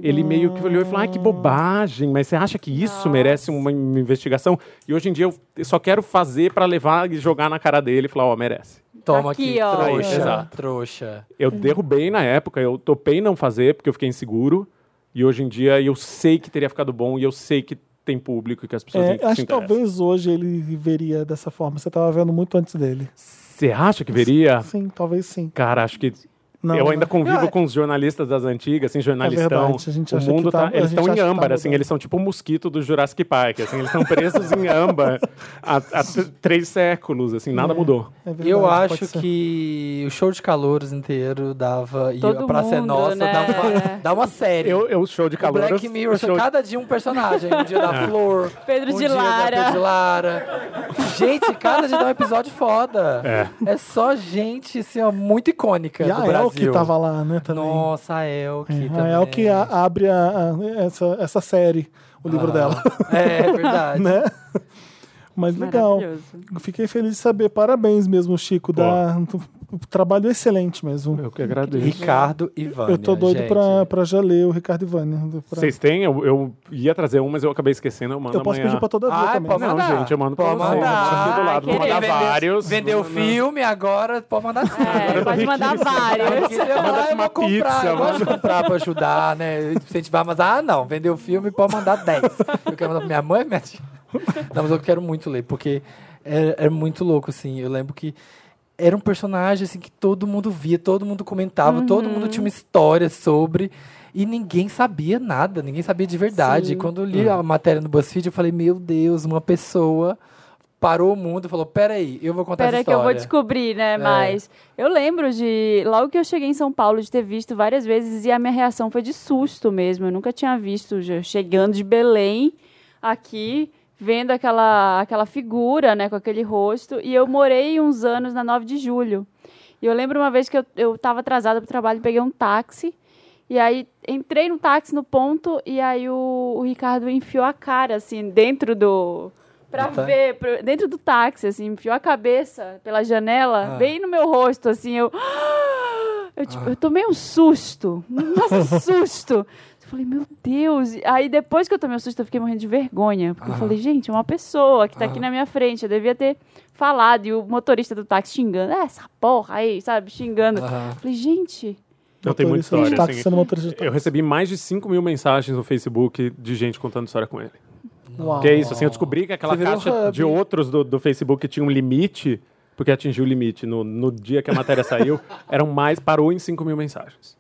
D: Ele meio que olhou e falou: ai, que bobagem, mas você acha que isso merece uma in- investigação? E hoje em dia eu só quero fazer pra levar e jogar na cara dele e falar: ó, merece.
B: Toma aqui,
C: Aqui, ó.
B: trouxa.
D: Aí, exato.
B: Trouxa.
D: Eu derrubei na época, eu topei não fazer porque eu fiquei inseguro. E hoje em dia eu sei que teria ficado bom e eu sei que tem público e que as pessoas
A: É,
D: têm- se
A: acho que
D: interessam.
A: talvez hoje ele veria dessa forma. Você tava vendo muito antes dele.
D: Você acha que veria?
A: Sim, talvez sim.
D: Cara, acho que
A: Não,
D: Ah. eu ainda
A: né?
D: convivo
A: Ah,
D: com os jornalistas das antigas, assim, jornalistão.
A: É verdade, a gente
D: o
A: acha que
D: mundo
A: tá-
D: tá,
A: a
D: Eles
A: gente
D: estão em
A: acha que tá
D: âmbar, assim,
A: mudando.
D: eles são tipo o mosquito do Jurassic Park, assim, eles estão presos em âmbar há, há t- três séculos, assim, nada mudou.
A: é verdade,
B: Eu
A: pode
B: acho
A: ser.
B: que o show de calouros inteiro dava. E
C: Todo
B: a Praça é
C: mundo,
B: Nossa
C: né?
B: dá, uma, dá uma série.
D: Eu, eu show de
B: O
D: calor.
B: Black Mirror,
D: show de-
B: cada dia um personagem. Um dia
A: É.
B: da Flor,
C: Pedro
B: um
C: de
B: dia
C: Lara.
B: da Pedro de Lara. Gente, cada dia dá um episódio foda. É, só gente assim, ó, muito icônica
A: E
B: do
A: a El
B: Brasil.
A: que tava lá, né? Também.
B: Nossa, a Elke
A: É,
B: também.
A: a El que a- abre a- a- essa, essa série, o
B: Ah.
A: livro dela.
B: É, verdade.
A: né? Mas legal.
C: Maravilhoso.
A: Fiquei feliz de saber. Parabéns mesmo, Chico. Da... um Trabalho excelente mesmo.
D: Eu que agradeço.
B: Ricardo e Vânia,
A: Eu tô doido
B: gente.
A: pra, pra já ler o Ricardo Ivani. Pra...
D: Vocês têm? Eu, eu ia trazer um, mas eu acabei esquecendo. Eu mando
A: Eu posso
D: amanhã.
A: pedir pra toda vida
B: Ai,
A: também. né?
B: pode
D: Não,
B: mandar.
D: gente, eu mando pra
B: Pode
D: vocês. Eu
B: mandar.
D: mando aqui do lado,
C: Ai,
D: vou mandar
C: querer.
D: vários.
B: Vendeu
D: Vou mandar-
B: filme, agora pode mandar sim.
C: É, pode mandar vários.
B: Porque você fala,
D: Manda
B: ah, eu
D: uma
B: vou comprar,
D: pizza,
B: eu gosto de
D: manda-
B: comprar pra ajudar, né? Incentivar, mas ah, não, vender o filme pode mandar 10. Eu quero mandar pra minha mãe, minha tia. Não, mas eu quero muito ler, porque é, é muito louco, assim. Eu lembro que era um personagem, assim, que todo mundo via, todo mundo comentava, todo mundo tinha uma história sobre. E ninguém sabia nada, ninguém sabia de verdade.
C: Sim.
B: E quando eu li a matéria no BuzzFeed, eu falei, meu Deus, uma pessoa parou o mundo e falou, peraí, eu vou contar
C: Espera
B: essa
C: que eu
B: história. É.
C: vou descobrir, né? Mas eu lembro de. Logo que eu cheguei em São Paulo, de ter visto várias vezes e a minha reação foi de susto mesmo. Eu nunca tinha visto já chegando de Belém aqui, vendo aquela, aquela figura, né? Com aquele rosto. E eu morei uns anos na 9 de julho. E eu lembro uma vez que eu, eu tava atrasada pro trabalho, peguei um táxi. E aí entrei no táxi no ponto e aí o, o Ricardo enfiou a cara assim dentro do pra
B: Do tá-
C: ver pro- dentro do táxi assim, enfiou a cabeça pela janela,
B: Ah.
C: bem no meu rosto assim, eu eu, tipo, eu tomei um susto. Nossa, um susto. Eu falei, meu Deus. E Aí depois que eu tomei o susto, eu fiquei morrendo de vergonha. Porque eu falei, gente, é uma pessoa que tá aqui na minha frente. Eu devia ter falado. E o motorista do táxi xingando. É, essa porra aí, sabe? Xingando.
B: Aham. Tipo,
C: Eu falei, gente,
D: Eu tenho muita
A: Motorista de
D: história.
A: táxi
D: assim.
A: Tá sendo motorista de
D: Eu recebi mais de 5 mil mensagens no Facebook de gente contando história com ele.
A: táxi. Uau.
D: Que é isso, assim, eu descobri que aquela
B: Você virou
D: caixa
B: hub.
D: de outros do, do Facebook tinha um limite, porque atingiu o limite no, no dia que a matéria saiu, eram mais, parou em 5 mil mensagens.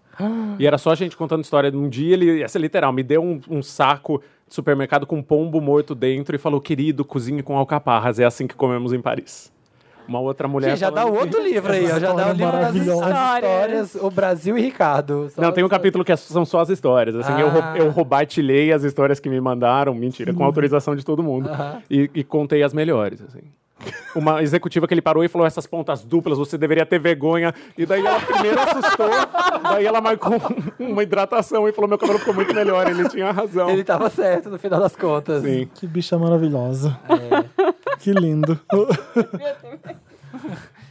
D: E era só gente contando história. Um dia ele, essa é literal, me deu um, um saco de supermercado com um pombo morto dentro e falou, querido, cozinhe com alcaparras, é assim que comemos em Paris. Uma outra mulher...
B: Gente, já dá
D: falando que-
B: outro livro aí, ó. Já dá
A: história
B: o livro das
A: maravilhosa.
B: as histórias, o Brasil e Ricardo. Só-
D: Não, tem um capítulo que é- são só as histórias. Assim, eu,
B: Ah.
D: rou- eu roubatilhei as histórias que me mandaram, mentira, com autorização de todo mundo. E, e contei as melhores, assim. Uma executiva que ele parou e falou: essas pontas duplas, você deveria ter vergonha. E daí ela primeiro assustou, daí ela marcou um- uma hidratação e falou: meu cabelo ficou muito melhor, ele tinha razão.
B: Ele tava certo no final das contas.
D: Sim.
A: Que bicha maravilhosa. Que lindo.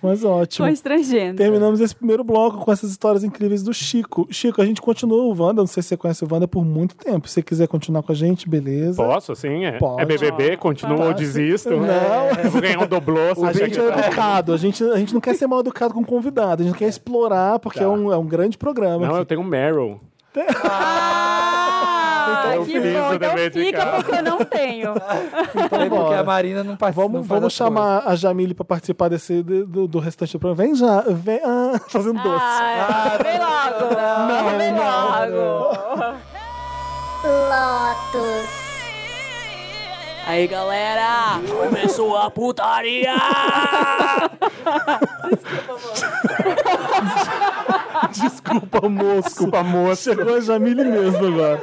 A: Mas
C: tô
A: ótimo.
C: estrangendo.
A: Terminamos esse primeiro bloco com essas histórias incríveis do Chico. Chico, a gente continua o Wanda. Não sei se você conhece o Wanda por muito tempo. Se você quiser continuar com a gente, beleza.
D: Posso, assim? É,
A: Pode.
D: é BBB, continua ou desisto?
A: Não.
D: Eu vou ganhar um doblô.
A: A
D: sabe?
A: gente é educado, a gente, a gente não quer ser mal educado com o convidado, a gente quer explorar, porque
D: Tá.
A: é, um, é um grande programa.
D: Não, eu
A: aqui.
D: tenho um Meryl.
C: Ah,
B: um
D: Então eu
C: que
D: fiz
C: bom.
D: o
C: Então
D: dever de
C: fica
D: casa.
C: porque eu não tenho.
B: Também porque
A: bora.
B: a Marina não participa. não
A: Vamos,
B: faz
A: vamos
B: as
A: chamar a Jamile pra participar desse, do, do restante do programa. Vem já, vem. Ah, fazendo doce.
C: Ah, vem logo. vem logo.
E: Lotus.
C: Aí, galera.
F: Começou a putaria!
A: Desculpa, moço.
D: Desculpa, moça.
A: Chegou a Jamile mesmo agora.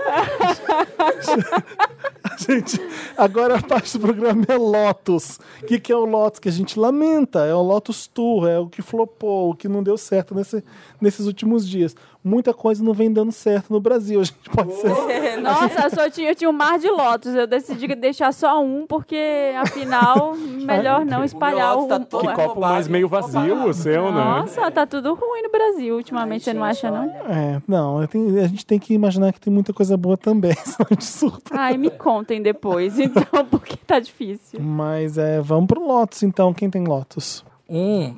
A: gente, agora a parte do programa é Lotus. O que, que é o Lotus que a gente lamenta? É o Lotus Tour, é o que flopou, o que não deu certo nesse- nesses últimos dias. Muita coisa não vem dando certo no Brasil. A gente pode ser.
C: Nossa, eu, só tinha, eu tinha um mar de lotos. Eu decidi deixar só um, porque afinal, melhor não espalhar
B: O
C: o.
B: meu Lotus tá todo-
C: o-
D: Que copo mais meio vazio o seu, né?
C: Nossa, tá tudo ruim no Brasil ultimamente, você não acha, não?
A: É, não, eu tenho- a gente tem que imaginar que tem muita coisa boa também, senão a gente surta.
C: Ai, me contem depois, então, porque tá difícil.
A: Mas é, vamos pro Lotus então. Quem tem Lotus?
B: Um.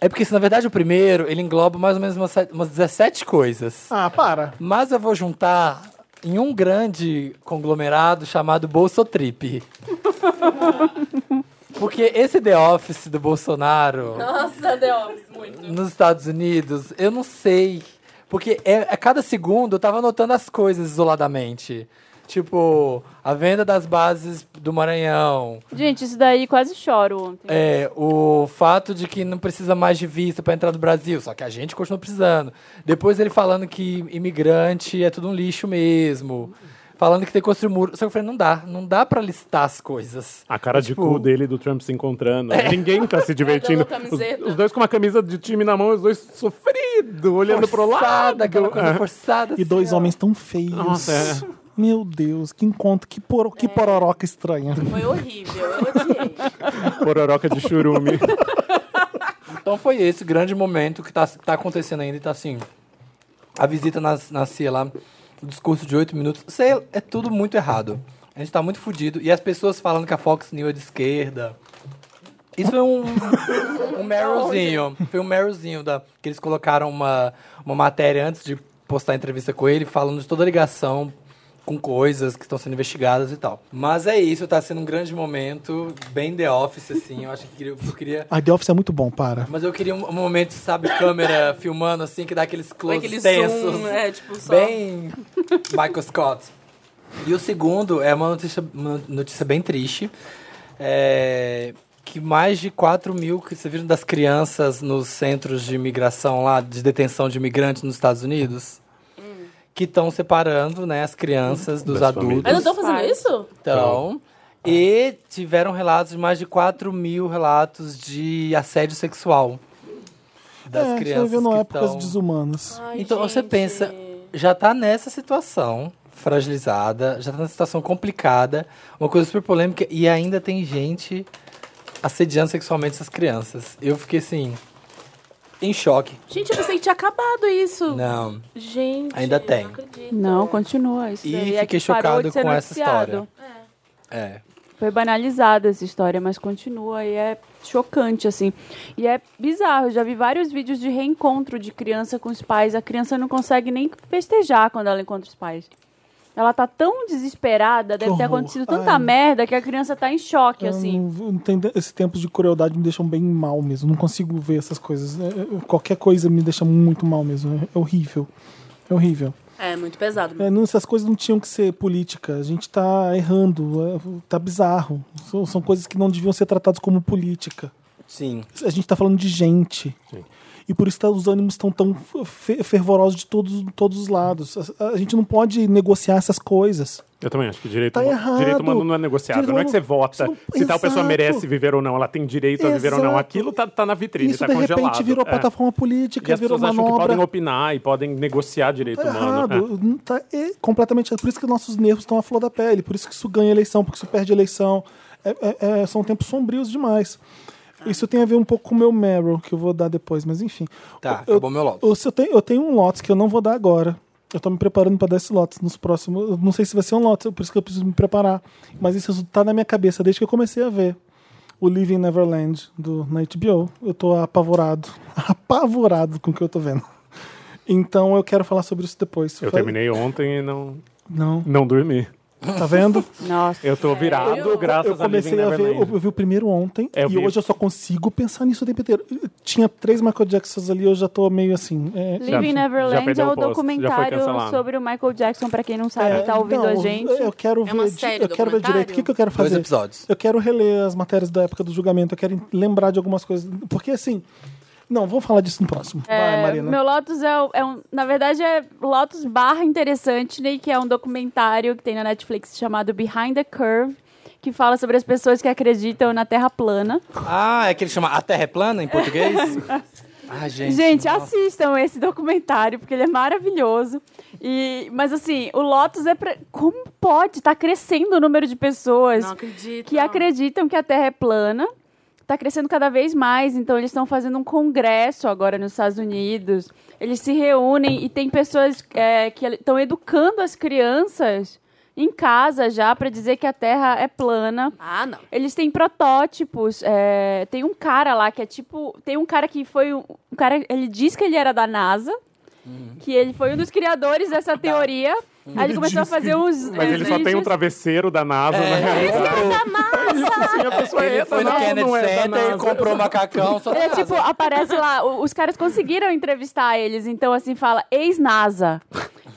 B: É porque, assim, na verdade, o primeiro, ele engloba mais ou menos umas, set- umas 17 coisas.
A: Ah, para.
B: Mas eu vou juntar em um grande conglomerado chamado Bolsotrip. Porque esse The Office do Bolsonaro...
C: Nossa, The Office,
B: nos Estados Unidos, eu não sei. Porque é- a cada segundo eu tava anotando as coisas isoladamente. Tipo, a venda das bases do Maranhão.
C: Gente, isso daí quase choro ontem.
B: É, o fato de que não precisa mais de vista para entrar no Brasil, só que a gente continua precisando. Depois ele falando que imigrante é tudo um lixo mesmo. Falando que tem que construir um muro. Só que eu falei, não dá, não dá para listar as coisas.
D: A
A: É
D: cara de
B: Tipo-
D: cu dele e do Trump se encontrando. Ninguém tá se divertindo.
E: Dando
D: Os,
E: camiseta.
D: os dois com uma camisa de time na mão, os dois sofrido, olhando pro lado.
B: Forçada, aquela coisa
D: É.
B: forçada.
A: E dois
B: assim, ó.
A: homens tão feios.
D: Nossa, é.
A: Meu Deus, que encontro, que, poro, que pororoca estranha.
E: Foi horrível, eu odiei.
D: Pororoca de churume.
B: Então foi esse grande momento que tá, tá acontecendo ainda e tá assim. A visita na, na CIA lá, o discurso de oito minutos. Isso aí é tudo muito errado. A gente tá muito fudido. E as pessoas falando que a Fox News é de esquerda. Isso foi um, um Merylzinho. Foi um Merylzinho da, que eles colocaram uma, uma matéria antes de postar a entrevista com ele, falando de toda a ligação com coisas que estão sendo investigadas e tal. Mas é isso, tá sendo um grande momento, bem The Office, assim. Eu acho que queria- eu queria
A: A The Office é muito bom, para.
B: mas eu queria um, um momento, sabe, câmera filmando assim, que dá aqueles
E: Foi
B: close
E: aquele
B: tensos.
E: zoom, é, tipo, só...
B: Bem Michael Scott. E o segundo é uma notícia, uma notícia bem triste. é, que mais de 4 mil, que você viram das crianças nos centros de imigração lá, de detenção de imigrantes nos Estados Unidos,
E: Hum.
B: que estão separando né, as crianças dos
D: Das
B: adultos.
E: Ainda estão fazendo
C: Pais.
E: isso?
B: Então, e tiveram relatos de mais de 4 mil relatos de assédio sexual das
A: é,
B: crianças.
A: vivendo
B: que
A: épocas
B: tão-
A: desumanas.
C: Ah,
E: Ai,
B: Então você
E: gente.
B: pensa, já tá nessa situação fragilizada, já tá nessa situação complicada, uma coisa super polêmica, e ainda tem gente assediando sexualmente essas crianças. Eu fiquei assim, em choque.
E: Gente, eu pensei que tinha acabado isso.
B: Não.
E: Gente,
B: Né? Ainda tem.
E: Não, acredito.
C: Não, continua. Isso
B: E
C: daí é
B: fiquei
C: que parou
B: chocado
C: de ser
B: com essa
C: noticiado.
B: história. É.
C: Foi banalizada essa história, mas continua e é chocante, assim. E é bizarro, eu já vi vários vídeos de reencontro de criança com os pais. A criança não consegue nem festejar quando ela encontra os pais. Ela tá tão desesperada, deve ter
A: horror.
C: acontecido tanta
A: Ai.
C: merda que a criança tá em choque, assim.
A: Eu não- não tem- esses tempos de crueldade me deixam bem mal mesmo. Não consigo ver essas coisas. É, é, Qualquer coisa me deixa muito mal mesmo. É- É horrível. É horrível.
E: É, muito pesado.
A: É, não, essas coisas não tinham que ser política. A gente tá errando. é, tá bizarro. São, são coisas que não deviam ser tratadas como política.
B: Sim.
A: A gente tá falando de gente. E por isso tá- os ânimos estão tão fe- fervorosos de todos, todos os lados. A, a gente não pode negociar essas coisas.
D: Eu também acho que direito,
A: Tá
D: humano-
A: errado.
D: direito humano não é negociável.
A: Direito
D: Não é que você
A: humano-
D: vota
A: Isso
D: se
A: não-
D: tal pessoa
A: Exato.
D: merece viver ou não. Ela tem direito a viver ou não.
A: Exato.
D: Aquilo tá, tá na vitrine,
A: isso
D: tá
A: de
D: congelado.
A: repente virou
D: É.
A: plataforma
D: E
A: política,
D: as
A: virou
D: pessoas acham que
A: manobra.
D: podem opinar e podem negociar direito
A: Tá
D: humano. É.
A: errado, não tá é completamente errado. Por isso que nossos nervos estão à flor da pele, por isso que isso ganha eleição, porque isso perde eleição. É- é- é- são tempos sombrios demais. Isso tem a ver um pouco com o meu Meryl, que eu vou dar depois, mas enfim.
B: Tá,
A: eu,
B: acabou meu Lotus.
A: eu, se eu tenho, eu tenho um Lotus que eu não vou dar agora. Eu tô me preparando para dar esse Lotus nos próximos. eu Não sei se vai ser um Lotus, por isso que eu preciso me preparar. Mas isso tá na minha cabeça desde que eu comecei a ver o Living Neverland do na HBO. Eu tô apavorado, apavorado com o que eu tô vendo. Então eu quero falar sobre isso depois.
D: Eu
A: Fa-
D: terminei ontem e não,
A: Não,
D: não dormi.
A: tá vendo?
C: Nossa.
D: Eu tô virado graças
A: eu comecei
D: a
A: a
D: Living
A: ver, eu,
D: Neverland.
A: eu vi o primeiro ontem
D: É, eu
A: e
D: vi.
A: hoje eu só consigo pensar nisso o tempo inteiro. Tinha três Michael Jacksons ali, eu já tô meio assim. é,
C: Living
D: já
C: Neverland
D: perdeu
C: é
D: o
C: o
D: post, já foi
C: documentário
D: cancelado.
C: sobre o Michael Jackson, pra quem não sabe,
A: É,
C: tá ouvindo a
A: então,
C: gente.
A: Eu quero
C: É
A: ver,
E: uma
A: di-
E: série,
A: eu quero ver
E: documentário?
A: direito. O que, que eu quero fazer?
B: Dois episódios.
A: Eu quero reler as matérias da época do julgamento, eu quero em- lembrar de algumas coisas. Porque assim. Não, vamos falar disso no próximo. Vai,
C: É,
A: Marina.
C: Meu Lotus é, o- é um. Na verdade, é Lotus Barra Interessante, né, que é um documentário que tem na Netflix chamado Behind the Curve, que fala sobre as pessoas que acreditam na Terra plana.
B: Ah, é que ele chama A Terra é Plana em português? ah, gente.
C: Gente, assim,
B: nossa.
C: assistam esse documentário, porque ele é maravilhoso. E, mas assim, o Lotus é pra. Como pode? Tá crescendo o número de pessoas
E: Não acredito.
C: que acreditam que a Terra é plana. Está crescendo cada vez mais, então eles estão fazendo um congresso agora nos Estados Unidos. Eles se reúnem e tem pessoas é, que estão educando as crianças em casa já para dizer que a Terra é plana.
E: Ah, não.
C: Eles têm protótipos. é, tem um cara lá que é tipo. Tem um cara que foi. Um,
D: Uhum. Tá.
C: um cara. Ele diz que ele era da NASA. Que ele foi um dos criadores dessa teoria. Aí ele começou a fazer uns.
D: Mas ele só tem um travesseiro da NASA,
C: É.
D: né? Assim, a pessoa
B: Ele
D: entra
B: foi no
D: não,
B: Kennedy
D: não é da
B: Center,
D: NASA.
B: comprou macacão, só
C: É, tipo, aparece lá, o- os caras conseguiram entrevistar eles, então assim, fala ex-NASA.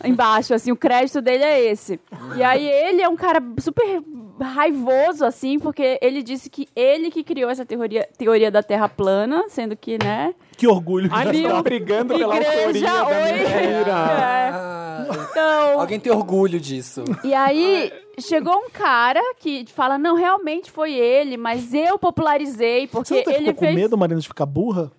C: Embaixo, assim, o crédito dele é esse. E aí ele é um cara super raivoso, assim, porque ele disse que ele que criou essa teoria, teoria da Terra plana, sendo que, né?
A: Que orgulho.
D: Ai,
A: que
D: eles
A: dá.
D: estão brigando pela
C: Igreja,
D: autoria da
C: oi.
D: mentira.
C: É.
B: Ah,
C: Então,
B: Alguém tem orgulho disso.
C: e aí chegou um cara que fala, não, realmente foi ele, mas eu popularizei, porque
A: Você não tá
C: ele
A: ficou com
C: fez...
A: medo, Marina, de ficar burra?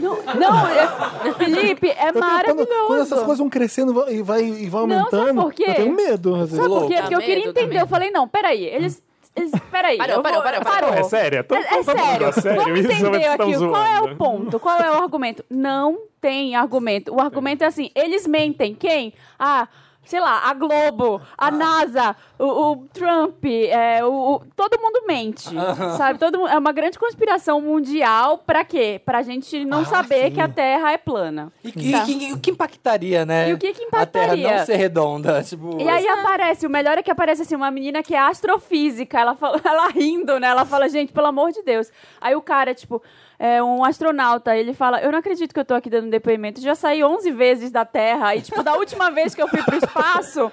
C: Não, não, é- Felipe, é
A: Eu tenho- quando-
C: maravilhoso.
A: Quando essas coisas vão crescendo vai- e vai, e vai
C: Não, sabe
A: aumentando,
C: por quê?
A: eu tenho medo. às vezes.
C: Sabe por quê?
E: Dá
C: Porque eu queria
E: medo, dá
C: entender. Eu
E: medo.
C: falei, não, peraí, eles. eles peraí.
E: Parou,
C: eu vou-
E: parou, parou, parou.
D: É sério? Tão-
C: É, é
D: tão falando
C: sério.
D: da sério
C: Vamos
D: isso,
C: entender
D: mas
C: aqui
D: estão
C: qual é o
D: zoando.
C: ponto, qual é o argumento. Não tem argumento. O argumento é assim, eles mentem. Quem? Ah, sei lá, a Globo, a NASA, o, o Trump, é, o, o- todo mundo mente, sabe? Todo mundo, é uma grande conspiração mundial pra quê? Pra gente não
B: Ah,
C: saber
B: sim.
C: que a Terra é plana.
B: E, e- e- e o que impactaria, né?
C: E o que que
B: A Terra
C: impactaria?
B: não ser redonda. Tipo,
C: E aí aparece, o melhor é que aparece assim, uma menina que é astrofísica, ela, fala, ela rindo, né? Ela fala, gente, pelo amor de Deus. Aí o cara, tipo, é um astronauta, ele fala, eu não acredito que eu tô aqui dando depoimento, já saí 11 vezes da Terra, e tipo, da última vez que eu fui pro espaço,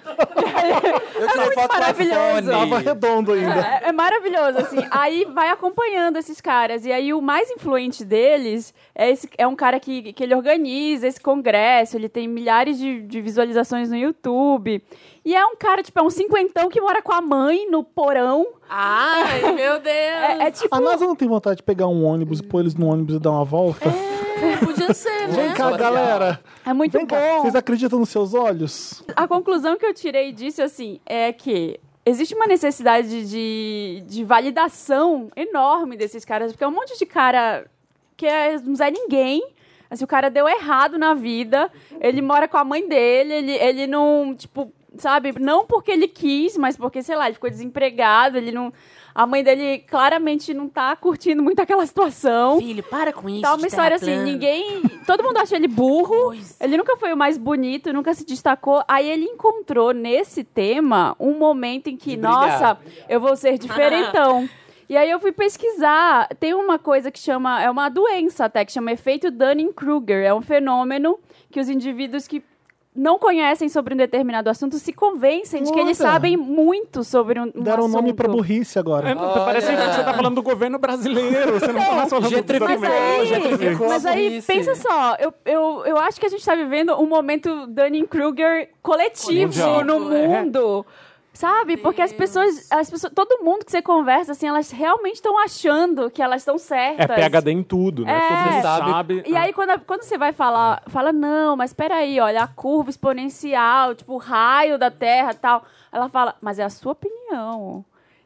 B: eu tirei
C: é muito
B: foto com
C: maravilhoso.
A: Tava
B: iPhone.
A: redondo ainda.
C: é, é maravilhoso, assim. Aí vai acompanhando esses caras. E aí o mais influente deles é, esse, é um cara que, que ele organiza esse congresso, ele tem milhares de, de visualizações no YouTube. E é um cara, tipo, é um cinquentão que mora com a mãe no porão.
E: Ai, meu Deus.
C: É, é tipo.
A: A NASA não tem vontade de pegar um ônibus, pôr eles no ônibus e dar uma volta?
E: Podia ser, né?
A: Vem cá,
B: Social.
A: galera.
C: É muito
A: Vem cá.
C: bom.
A: Vocês acreditam nos seus olhos?
C: A conclusão que eu tirei disso, assim, é que existe uma necessidade de, de validação enorme desses caras, porque é um monte de cara que é, não é ninguém. Assim, o cara deu errado na vida, ele mora com a mãe dele, ele, ele não, tipo, sabe? Não porque ele quis, mas porque, sei lá, ele ficou desempregado, ele não... A mãe dele claramente não tá curtindo muito aquela situação.
E: Filho, para com isso.
C: Tá uma
E: de
C: história
E: terra
C: assim,
E: plana.
C: ninguém... Todo mundo acha ele burro,
E: Pois.
C: ele nunca foi o mais bonito, nunca se destacou. Aí ele encontrou nesse tema um momento em que,
B: De brilhar.
C: nossa, eu vou ser diferentão. E aí eu fui pesquisar, tem uma coisa que chama, é uma doença até, que chama efeito Dunning-Kruger. É um fenômeno que os indivíduos que não conhecem sobre um determinado assunto se convencem de que eles
A: Olha.
C: sabem muito sobre um, um
A: Deram
C: assunto.
A: nome pra burrice
D: É,
A: agora.
B: Olha.
D: Parece que você tá falando do governo brasileiro. Você não tá falando do
B: Gentrificou,
D: governo
B: Ficou,
C: Mas
B: já
C: aí,
B: triplificou a
C: mas aí
B: burrice.
C: pensa só, eu, eu, eu acho que a gente tá vivendo um momento Dunning-Kruger coletivo
D: Mundial.
C: no
D: É.
C: mundo. Sabe? Porque as pessoas, as pessoas, todo mundo que você conversa, assim, elas realmente estão achando que elas estão
D: É
C: certas.
D: PHD em tudo, né?
C: É.
D: Todo mundo
B: Você sabe.
D: sabe.
C: E aí, quando, a- quando você vai falar, fala, não, mas peraí, olha, a curva exponencial, tipo, o raio da Terra e tal. Ela fala, mas é a sua opinião.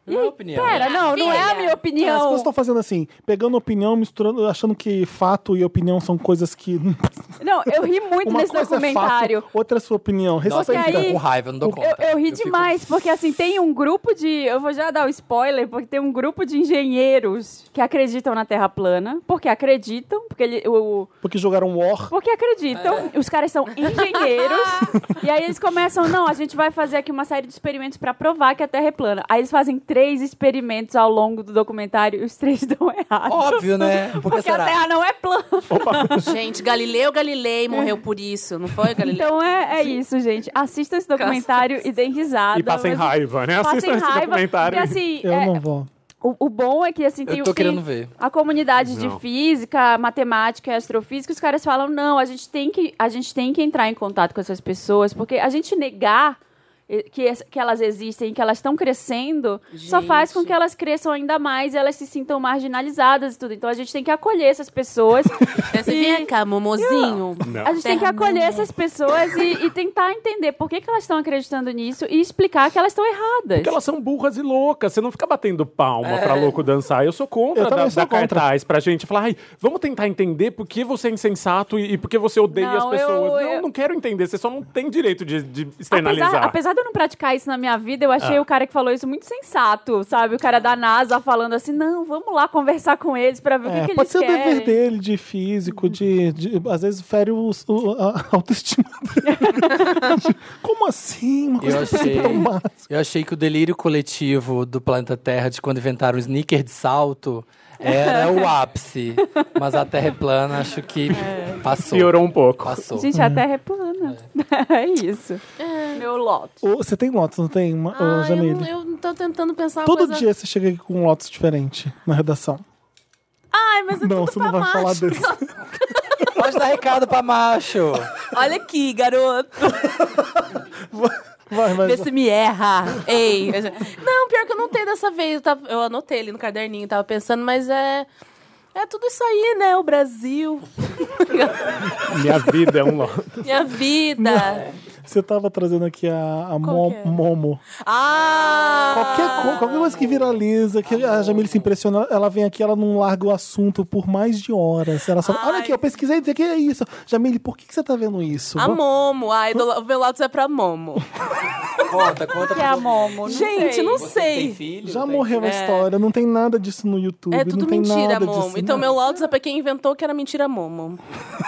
C: E
B: Não é
C: aí,
B: opinião.
C: Pera, não, não é a minha
A: As
C: opinião.
A: pessoas estão fazendo assim, pegando opinião, misturando, achando que fato e opinião são coisas que.
C: Não, eu ri muito
A: Uma
C: nesse
A: coisa é
C: documentário.
A: fato, outra é sua opinião.
B: Nossa, eu
C: Só que
A: Respeita.
B: fico
C: aí-
B: com raiva, eu não dou conta.
C: Eu, eu ri
B: fico-
C: demais, porque assim, tem um grupo de. Eu vou já dar o spoiler, porque tem um grupo de engenheiros que acreditam na Terra plana, porque acreditam, porque ele, o,
A: Porque jogaram War.
C: porque acreditam, os caras são engenheiros, e aí eles começam, não, a gente vai fazer aqui uma série de experimentos pra provar que a Terra é plana. Aí eles fazem três experimentos ao longo do documentário e os três dão errado.
B: Óbvio, né? Porque,
C: Porque a
B: será?
C: Terra não é plana.
E: Gente, Galileu Galilei morreu por isso, não foi, Galileu?
C: Então é, é isso, gente. Assistam esse documentário e deem risada.
D: E passem
C: mas-
D: raiva, né?
C: Passem
D: Assistam esse
C: raiva.
D: documentário.
C: E assim,
A: Eu
C: é,
A: não vou.
C: O, o bom é que, assim, tem
B: Eu
C: o-
B: tô
C: tem
B: querendo ver.
C: A comunidade de
D: Não.
C: física, matemática e astrofísica, os caras falam: não, a gente, tem que, a gente tem que entrar em contato com essas pessoas, porque a gente negar eh, que, es- que elas existem, que elas estão crescendo, só
E: Gente.
C: faz com que elas cresçam ainda mais e elas se sintam marginalizadas e tudo. Então a gente tem que acolher essas pessoas. Então,
E: Você vem cá, momozinho.
D: Não.
C: A gente tem que
E: Terra
C: acolher
E: não é.
C: essas pessoas e, e tentar entender por que, que elas estão acreditando nisso e explicar que elas estão erradas.
D: Porque elas são burras e loucas. Você não fica batendo palma pra louco dançar. Eu sou contra
A: Eu também
D: da,
A: sou
D: da
A: contra.
D: cartaz pra gente falar, ai, vamos tentar entender por que você é insensato e, e por que você odeia
C: Não,
D: as pessoas.
C: eu-
D: não,
C: eu-
D: não quero entender. Você só não tem direito de, de
C: Apesar,
D: externalizar.
C: apesar de eu não praticar isso na minha vida, eu
D: Ah.
C: achei o cara que falou isso muito sensato, sabe? O cara da NASA falando assim, não, vamos lá conversar com eles pra ver o que,
A: É,
C: que
A: pode
C: eles
A: ser o
C: querem.
A: dever dele de físico, de, de- às vezes fere o, o- a autoestima dele. Como assim? Uma coisa
B: Eu achei,
A: tão básica.
B: eu achei que o delírio coletivo do planeta Terra de quando inventaram o sneaker de salto era o ápice. Mas a Terra é plana, acho que passou.
D: Piorou um pouco.
B: Passou.
C: É. Gente, a Terra é plana. É isso. Meu lote.
A: Ô, Você tem Lotus, não tem, Ma- ô,
E: Ah, eu,
A: Jamile?
E: não- eu não tô tentando pensar uma
A: Todo
E: coisa...
A: dia você chega aqui com um Lotus diferente na redação.
E: Ai, mas é
A: Não,
E: tudo
A: você não
E: pra
A: vai falar
E: macho.
A: desse.
B: Pode dar recado pra macho.
E: Olha aqui, garoto.
A: Vai, vai.
E: Vê se me erra. Ei. eu já- Não, pior que eu não tenho dessa vez. Eu, tava- eu anotei ali no caderninho, tava pensando, mas é... É tudo isso aí, né? O Brasil,
D: Minha vida é um lote.
E: minha vida.
A: Você tava trazendo aqui a, a Mo-
E: que era?
A: Momo.
E: Ah!
A: Qualquer, co- qualquer coisa que viraliza, que a Jamile se impressiona, ela vem aqui, ela não larga o assunto por mais de horas. Ela só, olha
E: Ai.
A: aqui, eu pesquisei dizer que é isso. Jamile, por que, que você tá vendo isso?
E: A Momo. Ah, o meu Lotus é pra Momo.
B: Conta, conta.
C: Que é a Momo? Não
E: Gente,
C: sei.
E: não
B: Você tem
E: sei.
B: filho?
A: Já
B: Tem-
A: morreu a
E: É.
A: história, não tem nada disso no YouTube.
E: É
A: não
E: tudo
A: tem
E: mentira,
A: nada
E: Momo.
A: Disso,
E: Então,
A: não.
E: meu Lotus é pra quem inventou que era mentira, Momo.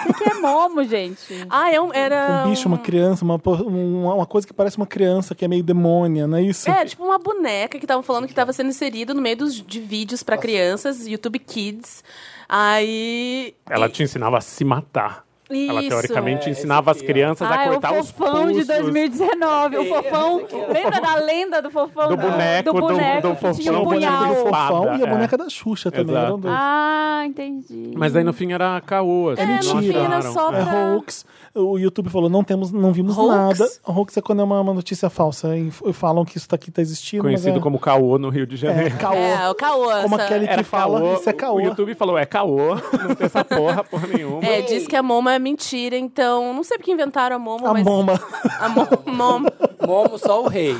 C: O que é Momo, gente?
E: Ah, é um, era.
A: Um bicho, uma criança, uma, por- uma, uma coisa que parece uma criança, que é meio demônia, não é isso?
E: É, tipo uma boneca que estavam falando que tava sendo inserida no meio dos, de vídeos pra crianças, YouTube Kids. Aí.
D: Ela
E: e-
D: te ensinava a se matar. Ela
E: Isso.
D: teoricamente ensinava as crianças
C: Ah,
D: a
C: é o
D: cortar os
C: fofão
D: pulsos
C: de 2019. O fofão. Lembra da lenda do fofão?
D: do boneco,
C: do
D: do,
C: boneco que
D: do fofão,
E: tipo
C: tinha um
A: o boneco
C: punhal.
A: do fofão
D: Espada,
A: e a
D: é.
A: boneca da Xuxa também.
D: Exato.
A: Eram dois.
C: Ah, entendi.
D: Mas aí no fim era caô. assim,
E: É,
D: não
E: no fim era
D: acharam.
E: só
D: É.
A: É
E: pra-
A: hoax. O YouTube falou, não temos, não vimos
E: Hoax?
A: nada. Hoax é quando é uma, uma notícia falsa. E f- falam que isso daqui tá existindo. mas
D: Conhecido
A: é,
D: como caô no Rio de
A: É,
D: Janeiro.
A: caô.
E: É, o caô.
A: como
E: essa-
A: aquele que
D: Era
A: fala,
D: caô,
A: isso é caô.
D: O YouTube falou, é caô, não tem essa porra, porra nenhuma.
E: É, diz que a Momo é mentira, então. Não sei porque inventaram a Momo,
A: A
E: mas.
A: Tá bomba.
E: A Momo. Momo.
B: Momo, só o rei.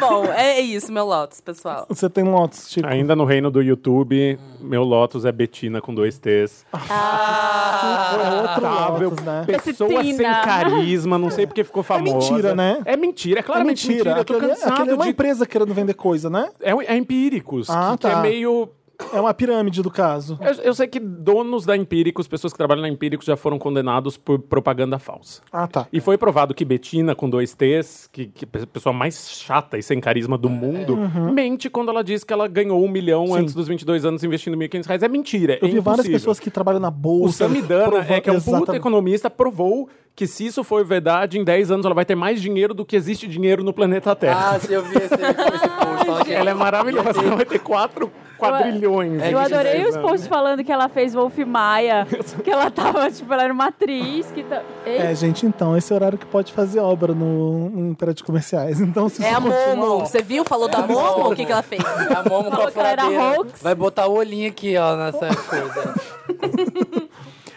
E: Bom, é isso, meu Lotus, pessoal.
A: Você tem tipo, Lotus, Chico.
D: Ainda no reino do YouTube, meu Lotus é Betina com dois T's.
A: Foi Ah, é
E: Ah,
A: outro
E: tá.
D: Lamentável,
A: Lotus, né?
D: Pessoa sem
C: Betina.
D: carisma, não sei porque ficou famosa.
A: mentira, né?
D: É mentira, é
A: É
D: claramente mentira.
A: mentira.
D: Eu tô
A: Aquilo,
D: cansado
A: aquilo é uma
D: de...
A: empresa querendo vender coisa, né?
D: É, um- é Empíricos,
A: Ah,
D: que, que
A: tá.
D: é meio...
A: É uma pirâmide do caso.
D: Eu, eu sei que donos da Empíricos, pessoas que trabalham na Empíricos, já foram condenados por propaganda falsa.
A: Ah, tá.
D: E foi provado que Betina, com dois T's, que, que é a pessoa mais chata e sem carisma do mundo, mente quando ela diz que ela ganhou um
A: É,
D: milhão
A: Uhum. Sim.
D: antes dos 22 anos investindo 1.500 reais. É mentira, é
A: Eu vi várias
D: impossível.
A: pessoas que trabalham na
D: O
A: bolsa.
D: Samidana,
A: prova-
D: é, que é um puta
A: Exatamente.
D: economista, provou que se isso for verdade, em 10 anos ela vai ter mais dinheiro do que existe dinheiro no planeta Terra.
B: Ah, se eu vi esse, esse post, fala que
D: ela é maravilhosa, ela vai ter 4 quadrilhões.
B: É
D: em
C: Eu adorei
D: 16
C: os
D: anos.
A: né?
C: posts falando que ela fez Wolf Maia, que ela tava, tipo, ela era uma atriz que tá... Ei,
A: É, gente, então, esse é o horário que pode fazer obra no, no Império de Comerciais. Então, se
E: É a
A: você
E: Momo. Você viu? Falou da Momo? O que, que ela fez?
B: É a Momo com
C: Falou
B: a
C: que ela era
B: furadeira.
C: hoax.
B: Vai botar o olhinho aqui, ó, nessa coisa.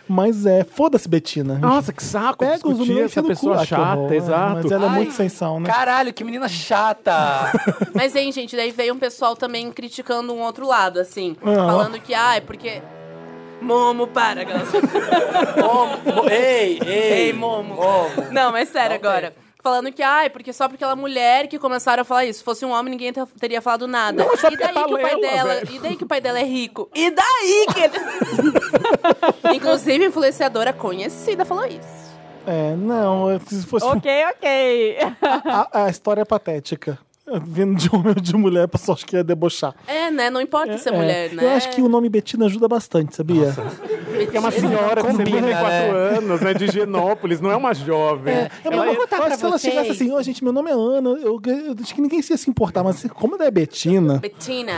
A: Mas é, foda-se, Betina.
D: Nossa, que saco
A: Pega os
D: discutir
A: meninos
D: essa
A: enfia no cu.
D: pessoa
A: Ah, que
D: chata,
A: horror, é,
D: exato.
A: Mas ela é
B: Ai,
A: muito sensal, né?
B: Caralho, que menina chata.
E: Mas, hein, gente, daí veio um pessoal também criticando um outro lado, assim.
A: Ah.
E: Falando que, ah, é porque... Momo, para, galera.
B: Momo, mo- ei, ei.
E: Ei, Momo.
B: Momo.
E: Não, mas sério agora. Falando que, ai, porque só porque ela é mulher que começaram a falar isso. Se fosse um homem, ninguém ter- teria falado nada.
D: Não, só
E: e
D: porque
E: daí
D: é
E: que o pai
D: balela,
E: dela.
D: velho.
E: E daí que o pai dela é rico. E daí que ele. Inclusive, a influenciadora conhecida falou isso.
A: É, não, se fosse
C: Ok, ok.
A: a, a história é patética. Vindo de homem ou de mulher, a pessoa acha que ia debochar.
E: É, né? Não importa ser
A: É,
E: mulher, né?
A: Eu acho que o nome Betina ajuda bastante, sabia?
D: É uma senhora de
B: Combina,
D: 74
B: né?
D: anos, né, de Genópolis, não é uma jovem.
A: É, mas eu vou contar se ela chegasse assim, ó, gente, meu nome é Ana, eu, eu acho que ninguém ia se importar, mas como ela é Betina,
E: Betina.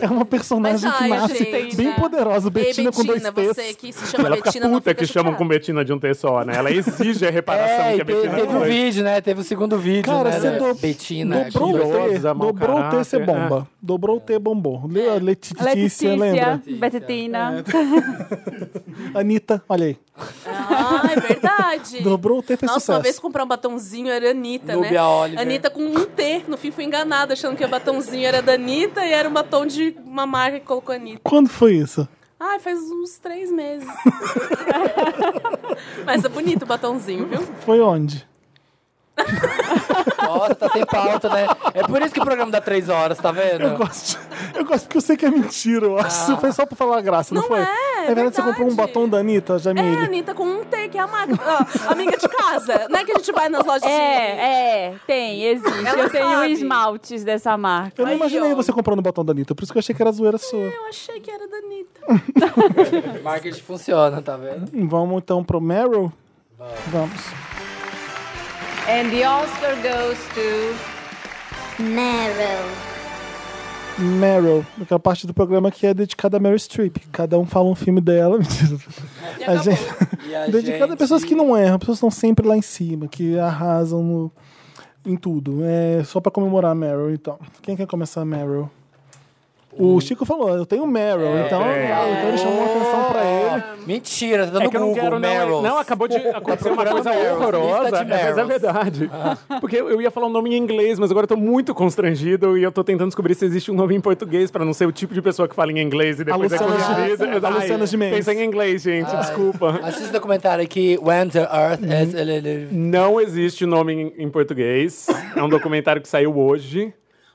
A: é uma personagem
E: Mas,
A: que
E: ai,
A: nasce
E: gente,
A: bem
E: né?
A: poderosa.
E: Ei,
A: Betina,
E: Betina,
A: com dois T's.
E: você que se chama
D: Ela fica
E: Betina, não
D: puta que
E: chateada.
D: chamam com Betina de um T só, né? Ela exige a reparação
B: É,
D: que
B: e te-
D: a Betina
B: teve um
D: fez.
B: vídeo, né? Teve o segundo vídeo,
A: Cara,
B: né?
A: você
B: da
A: do-
B: Betina.
E: é
A: Dobrou o T,
D: Mentirosa, mau
A: dobrou o T, você
D: caráter, é.
A: bomba. Dobrou o T, bombou. Le,
E: É.
A: a Letícia,
C: Letícia,
A: lembra?
C: Betetina.
A: Anitta, olha aí.
E: Ah, é verdade.
A: Dobrou o T, fez
E: Nossa, uma vez
A: sucesso.
E: comprar um batonzinho era Anitta,
B: Núbia
E: né?
B: Oliver.
E: Anitta com um T. No fim fui enganada, achando que o batonzinho era da Anitta e era um batom de uma marca que colocou Anitta.
A: Quando foi isso?
E: Ai, faz uns três meses. Mas é bonito o batonzinho, viu?
A: Foi onde?
B: Nossa, tá sem pauta, né? É por isso que o programa dá três horas, tá
A: Eu
B: vendo?
A: gosto, eu gosto porque eu sei que é mentira, eu acho. Foi só pra falar graça, não,
E: Ah. Não
A: foi?
E: é,
A: é
E: é
A: verdade, você comprou um
E: verdade.
A: batom da Anitta,
E: É,
A: Jamile.
E: Anitta, com um take, é a magra, ó, amiga de casa. Não é que a gente vai nas lojas de...
C: É, é, tem, existe.
E: Ela
C: eu tenho
E: sabe.
C: esmaltes dessa marca.
A: eu não
E: Aí,
A: imaginei
E: ó.
A: você comprando um batom da Anitta, por isso que eu achei que era zoeira sua.
E: Eu achei que era da Anitta.
B: Marketing funciona, tá vendo?
A: Vamos então pro Meryl? Vamos.
G: And the Oscar goes to.
H: Meryl.
A: Meryl, aquela parte do programa que é dedicada a Meryl Streep. Cada um fala um filme dela. Mentira. A gente...
B: E a
A: Dedicada a pessoas que não erram, pessoas que estão sempre lá em cima, que arrasam no- em tudo. É só pra comemorar a Meryl, então. Quem quer começar a Meryl? O
D: Hum.
A: Chico falou, eu tenho Meryl,
D: É,
A: então, então ele chamou a atenção pra ele.
B: Mentira, tá dando
D: É que eu não
B: Google,
D: quero, não.
B: Meryls.
D: Não, acabou de acontecer uma
B: procurando
D: coisa
B: Meryls,
D: horrorosa.
B: lista de
D: Mas é
B: Meryls.
D: verdade. Porque eu eu ia falar um nome em inglês, mas agora eu tô muito constrangido e eu tô tentando descobrir se existe um nome em português pra não ser o tipo de pessoa que fala em inglês e depois é
A: Luciana
D: corrigido.
A: Gimenez. A
D: Ai,
A: Luciana Gimenez.
D: Pensa em inglês, gente. Desculpa.
B: Assiste o documentário aqui, When the Earth is... ele- ele-
D: Não existe nome em, em português. É um documentário que saiu hoje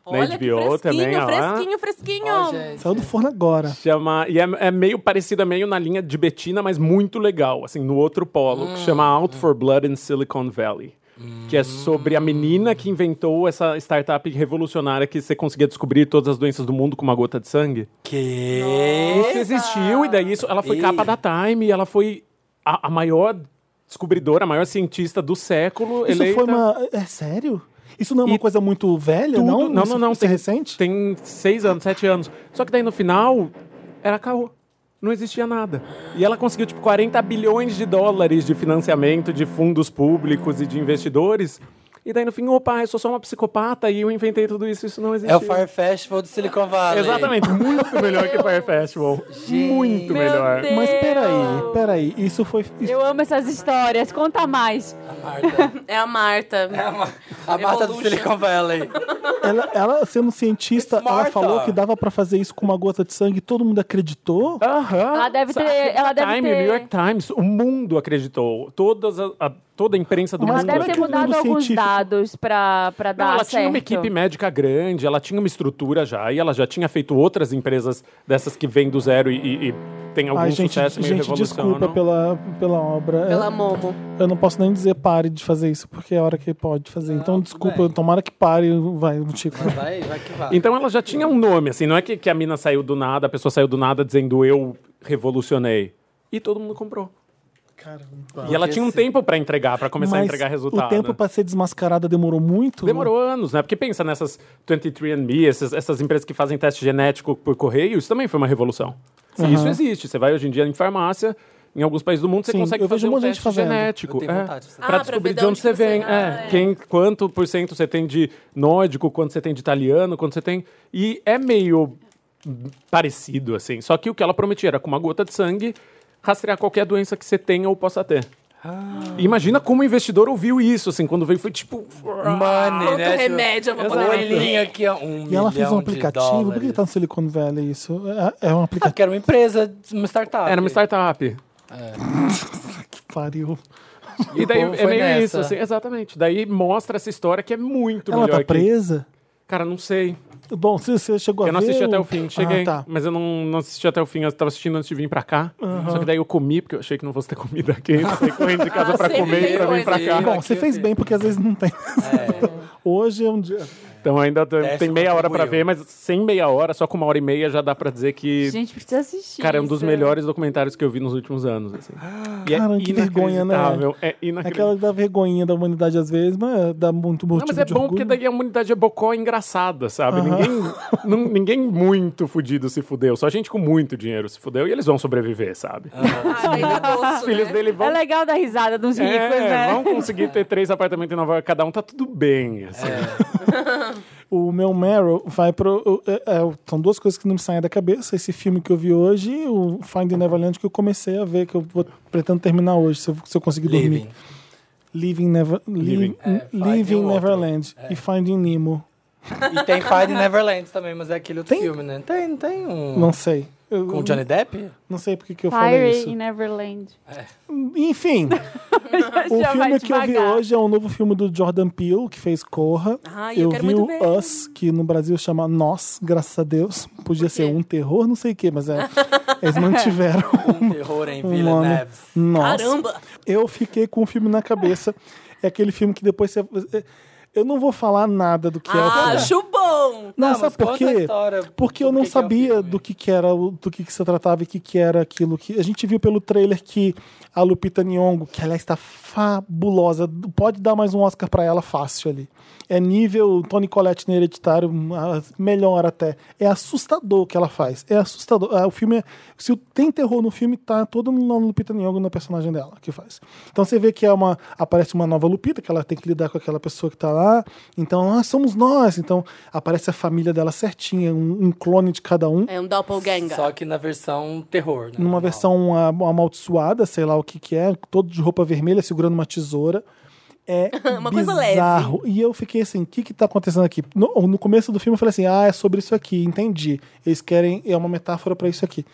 D: né, na
E: Olha que
D: HBO
E: fresquinho,
D: também. ó lá.
E: fresquinho, fresquinho.
B: Ó, gente.
A: Saiu do forno agora.
D: Chama, e é, é meio parecida, meio na linha de Betina, mas muito legal, assim, no outro polo, que chama Out for Blood in Silicon Valley. Que é sobre a menina que inventou essa startup revolucionária que você conseguia descobrir todas as doenças do mundo com uma gota de sangue.
B: Que...
D: Isso existiu, e daí isso, ela foi
B: Ih.
D: capa da Time, e ela foi a, a maior descobridora, a maior cientista do século.
A: Isso
D: eleita.
A: foi uma. É sério? Isso não é uma
D: E
A: coisa muito velha,
D: Tudo-
A: não?
D: não,
A: Isso-
D: não, não,
A: Isso é
D: tem-
A: recente?
D: Tem seis anos, sete anos. Só que daí no final, era caô. Não existia nada. E ela conseguiu, tipo, 40 bilhões de dólares de financiamento de fundos públicos e de investidores. E daí no fim, opa, eu sou só uma psicopata e eu inventei tudo isso, isso não existe.
B: É o Fire Festival de Silicon Valley.
D: Exatamente, muito melhor que o Fire Festival. Muito
C: Meu
D: melhor.
C: Deus.
A: Mas peraí, peraí. Isso foi. Isso...
C: Eu amo essas histórias, conta mais.
B: Marta.
E: É a Marta.
B: A Marta do
E: Evolution.
B: Silicon Valley.
A: Ela, ela, sendo cientista,
B: It's
A: ela
B: Martha.
A: falou que dava pra fazer isso com uma gota de sangue e todo mundo acreditou.
D: Aham.
C: Ela deve
D: Sa-
C: ter-
A: tá
C: ela deve
D: Time,
C: ter-
D: New York Times, o mundo acreditou. Todas a, a- toda a imprensa do
A: Mas
C: Ela
D: mundo
A: como
C: deve
A: é que
C: ter
A: o
C: mudado
A: mundo
C: alguns
A: científico-
C: dados pra, pra dar
D: Não, ela
C: Tá certo.
D: tinha uma equipe médica grande, ela tinha uma estrutura já, e ela já tinha feito outras empresas dessas que vêm do zero e, e- e tem algum
A: Ai, gente,
D: sucesso meio
A: gente desculpa
D: revolucionário.
A: pela, pela obra.
E: Pela
A: Eu-
E: Momo.
A: Eu não posso nem dizer pare de fazer isso, porque é a hora que pode fazer. então, desculpa, tomara que pare, vai, Chico.
B: Vai, vai que vai.
D: Então ela já tinha um nome, assim, não é que, que a mina saiu do nada, a pessoa saiu do nada dizendo eu revolucionei. E todo mundo comprou. E ela tinha um
B: Enlouqueci.
D: tempo pra entregar, pra começar a entregar resultado. né?
A: o tempo pra ser desmascarada demorou muito?
D: Demorou anos, né? Porque pensa nessas 23andMe, essas, essas empresas que fazem teste genético por correio, isso também foi uma revolução. E Isso existe. Você vai hoje em dia em farmácia, em alguns países do mundo, você
A: Sim,
D: consegue
A: eu vejo
D: fazer
A: um monte de
D: um
A: gente
D: teste
A: fazendo.
D: genético.
B: Eu tenho
D: é,
B: vontade de fazer.
D: pra
E: Ah, pra
D: descobrir
E: ver
D: de onde você vem.
E: ah,
D: é,
E: é.
D: Quem, quanto por cento você tem de nórdico, quanto você tem de italiano, quanto você tem... E é meio parecido, assim. Só que o que ela prometia era, com uma gota de sangue, rastrear qualquer doença que você tenha ou possa ter.
B: Ah.
D: E Imagina como o investidor ouviu isso, assim, quando veio foi tipo...
B: Money,
E: Quanto
B: né?
E: remédio eu vou poder
B: Olhinho aqui, ó, um
A: E ela fez um
B: milhão de
A: aplicativo. Por que
B: dólares.
A: que tá no Silicon Valley isso? É, é um
B: Ah,
A: aplicativo
B: porque era uma empresa, uma startup.
D: Era uma startup.
A: que pariu.
D: E daí
B: O povo
D: é
B: foi
D: meio
B: nessa.
D: isso, assim, exatamente. Daí mostra essa história que é muito
A: Ela
D: melhor.
A: tá presa?
D: Que... Cara, não sei.
A: Bom, se você chegou a
D: Eu não
A: ver...
D: assisti até
A: o-
D: o fim, cheguei.
A: Ah, tá.
D: Mas eu não, não assisti até o fim, eu tava assistindo antes de vir pra cá. Só que daí eu comi, porque eu achei que não fosse ter comida aqui. né? Fiquei correndo de casa
E: Ah,
D: pra
E: sempre
D: comer e
E: tem
D: pra vir pra
B: coisa
D: cá.
B: aí.
A: Bom,
B: Aqui
A: você
B: eu
A: fez
B: tenho.
A: bem, porque às vezes não tem. Hoje é um dia...
D: Então ainda tô-
B: Teste
D: tem meia hora pra
B: contribuiu.
D: ver, mas sem meia hora, só com uma hora e meia já dá pra dizer que.
C: Gente, precisa assistir.
D: Cara, é um dos
C: isso.
D: melhores documentários que eu vi nos últimos anos. Assim. E
A: Cara, que vergonha, né?
D: inacreditável, É inacreditável.
A: Aquela da vergonhinha da humanidade às vezes, mas dá muito motivo
D: Não, mas é
A: tipo de
D: bom
A: orgulho.
D: porque daí a humanidade é bocó engraçada, sabe? Ninguém, nun- ninguém muito fudido se fudeu, só gente com muito dinheiro se fudeu e eles vão sobreviver, sabe?
E: Ah, daí dá
D: Os
E: gosto,
D: filhos
E: né?
D: dele
C: É
D: vão.
C: legal dar risada dos ricos,
D: É,
C: né?
D: vão conseguir ter três apartamentos em Nova York, cada um tá tudo
A: É.
D: bem. assim.
A: O meu Meryl vai pro. o- é- é, são duas coisas que não me saem da cabeça. Esse filme que eu vi hoje e o Finding Neverland que eu comecei a ver, que eu vou- pretendo terminar hoje, se eu, se eu conseguir dormir.
B: Living.
A: Living, Never, Living.
D: Living.
A: Living
B: Finding
A: Neverland e Finding Nemo.
B: E tem Finding Neverland também, mas é aquele outro
A: Tem?
B: filme, né? Tem, tem um...
A: Não sei. Eu
B: Com o Johnny Depp?
A: Não sei porque que eu falei
C: Fire
A: isso.
C: in Neverland.
A: Enfim, o
C: Já vai
A: filme que eu vi
C: devagar.
A: hoje é um novo filme do Jordan Peele, que fez Corra.
E: Ah, eu
A: eu
E: quero
A: vi
E: muito
A: o
E: ver.
A: Us, que no Brasil chama Nós, graças a Deus. Podia ser um terror, não sei o quê, mas é, eles mantiveram
B: Um terror em
A: um
B: Vila
A: nome.
B: Neves.
A: Nós.
E: Caramba!
A: Eu fiquei com o filme na cabeça. É aquele filme que depois você... Eu não vou falar nada do que é o filme.
E: Ah, acho bom!
A: Não,
B: Não,
A: sabe
B: mas
A: por
B: conta a
A: quê?
B: história
A: Porque eu
B: sobre
A: não
B: o que que é o
A: sabia
B: filme.
A: do que, que era, o- do que, que se tratava e o que, que era aquilo que. A gente viu pelo trailer que a Lupita Nyong'o, que aliás está fabulosa, pode dar mais um Oscar pra ela fácil ali. É nível Tony Collette no Hereditário, a- melhor até. É assustador o que ela faz. É assustador. Ah, O filme é, se tem terror no filme, tá todo na Lupita Nyong'o na personagem dela que faz. Então você vê que é uma aparece uma nova Lupita, que ela tem que lidar com aquela pessoa que tá lá. Então, ah, somos nós. Então, aparece a família dela certinha, um, um clone de cada um.
E: É um doppelganger.
B: Só que na versão terror, né?
A: Numa
B: Normal.
A: versão ah, amaldiçoada, sei lá o que que é, todo de roupa vermelha, segurando uma tesoura. É
E: Uma coisa
A: bizarro. E eu fiquei assim, o que que tá acontecendo aqui? No, no começo do filme eu falei assim, ah, é sobre isso aqui, entendi. Eles querem, é uma metáfora pra isso aqui.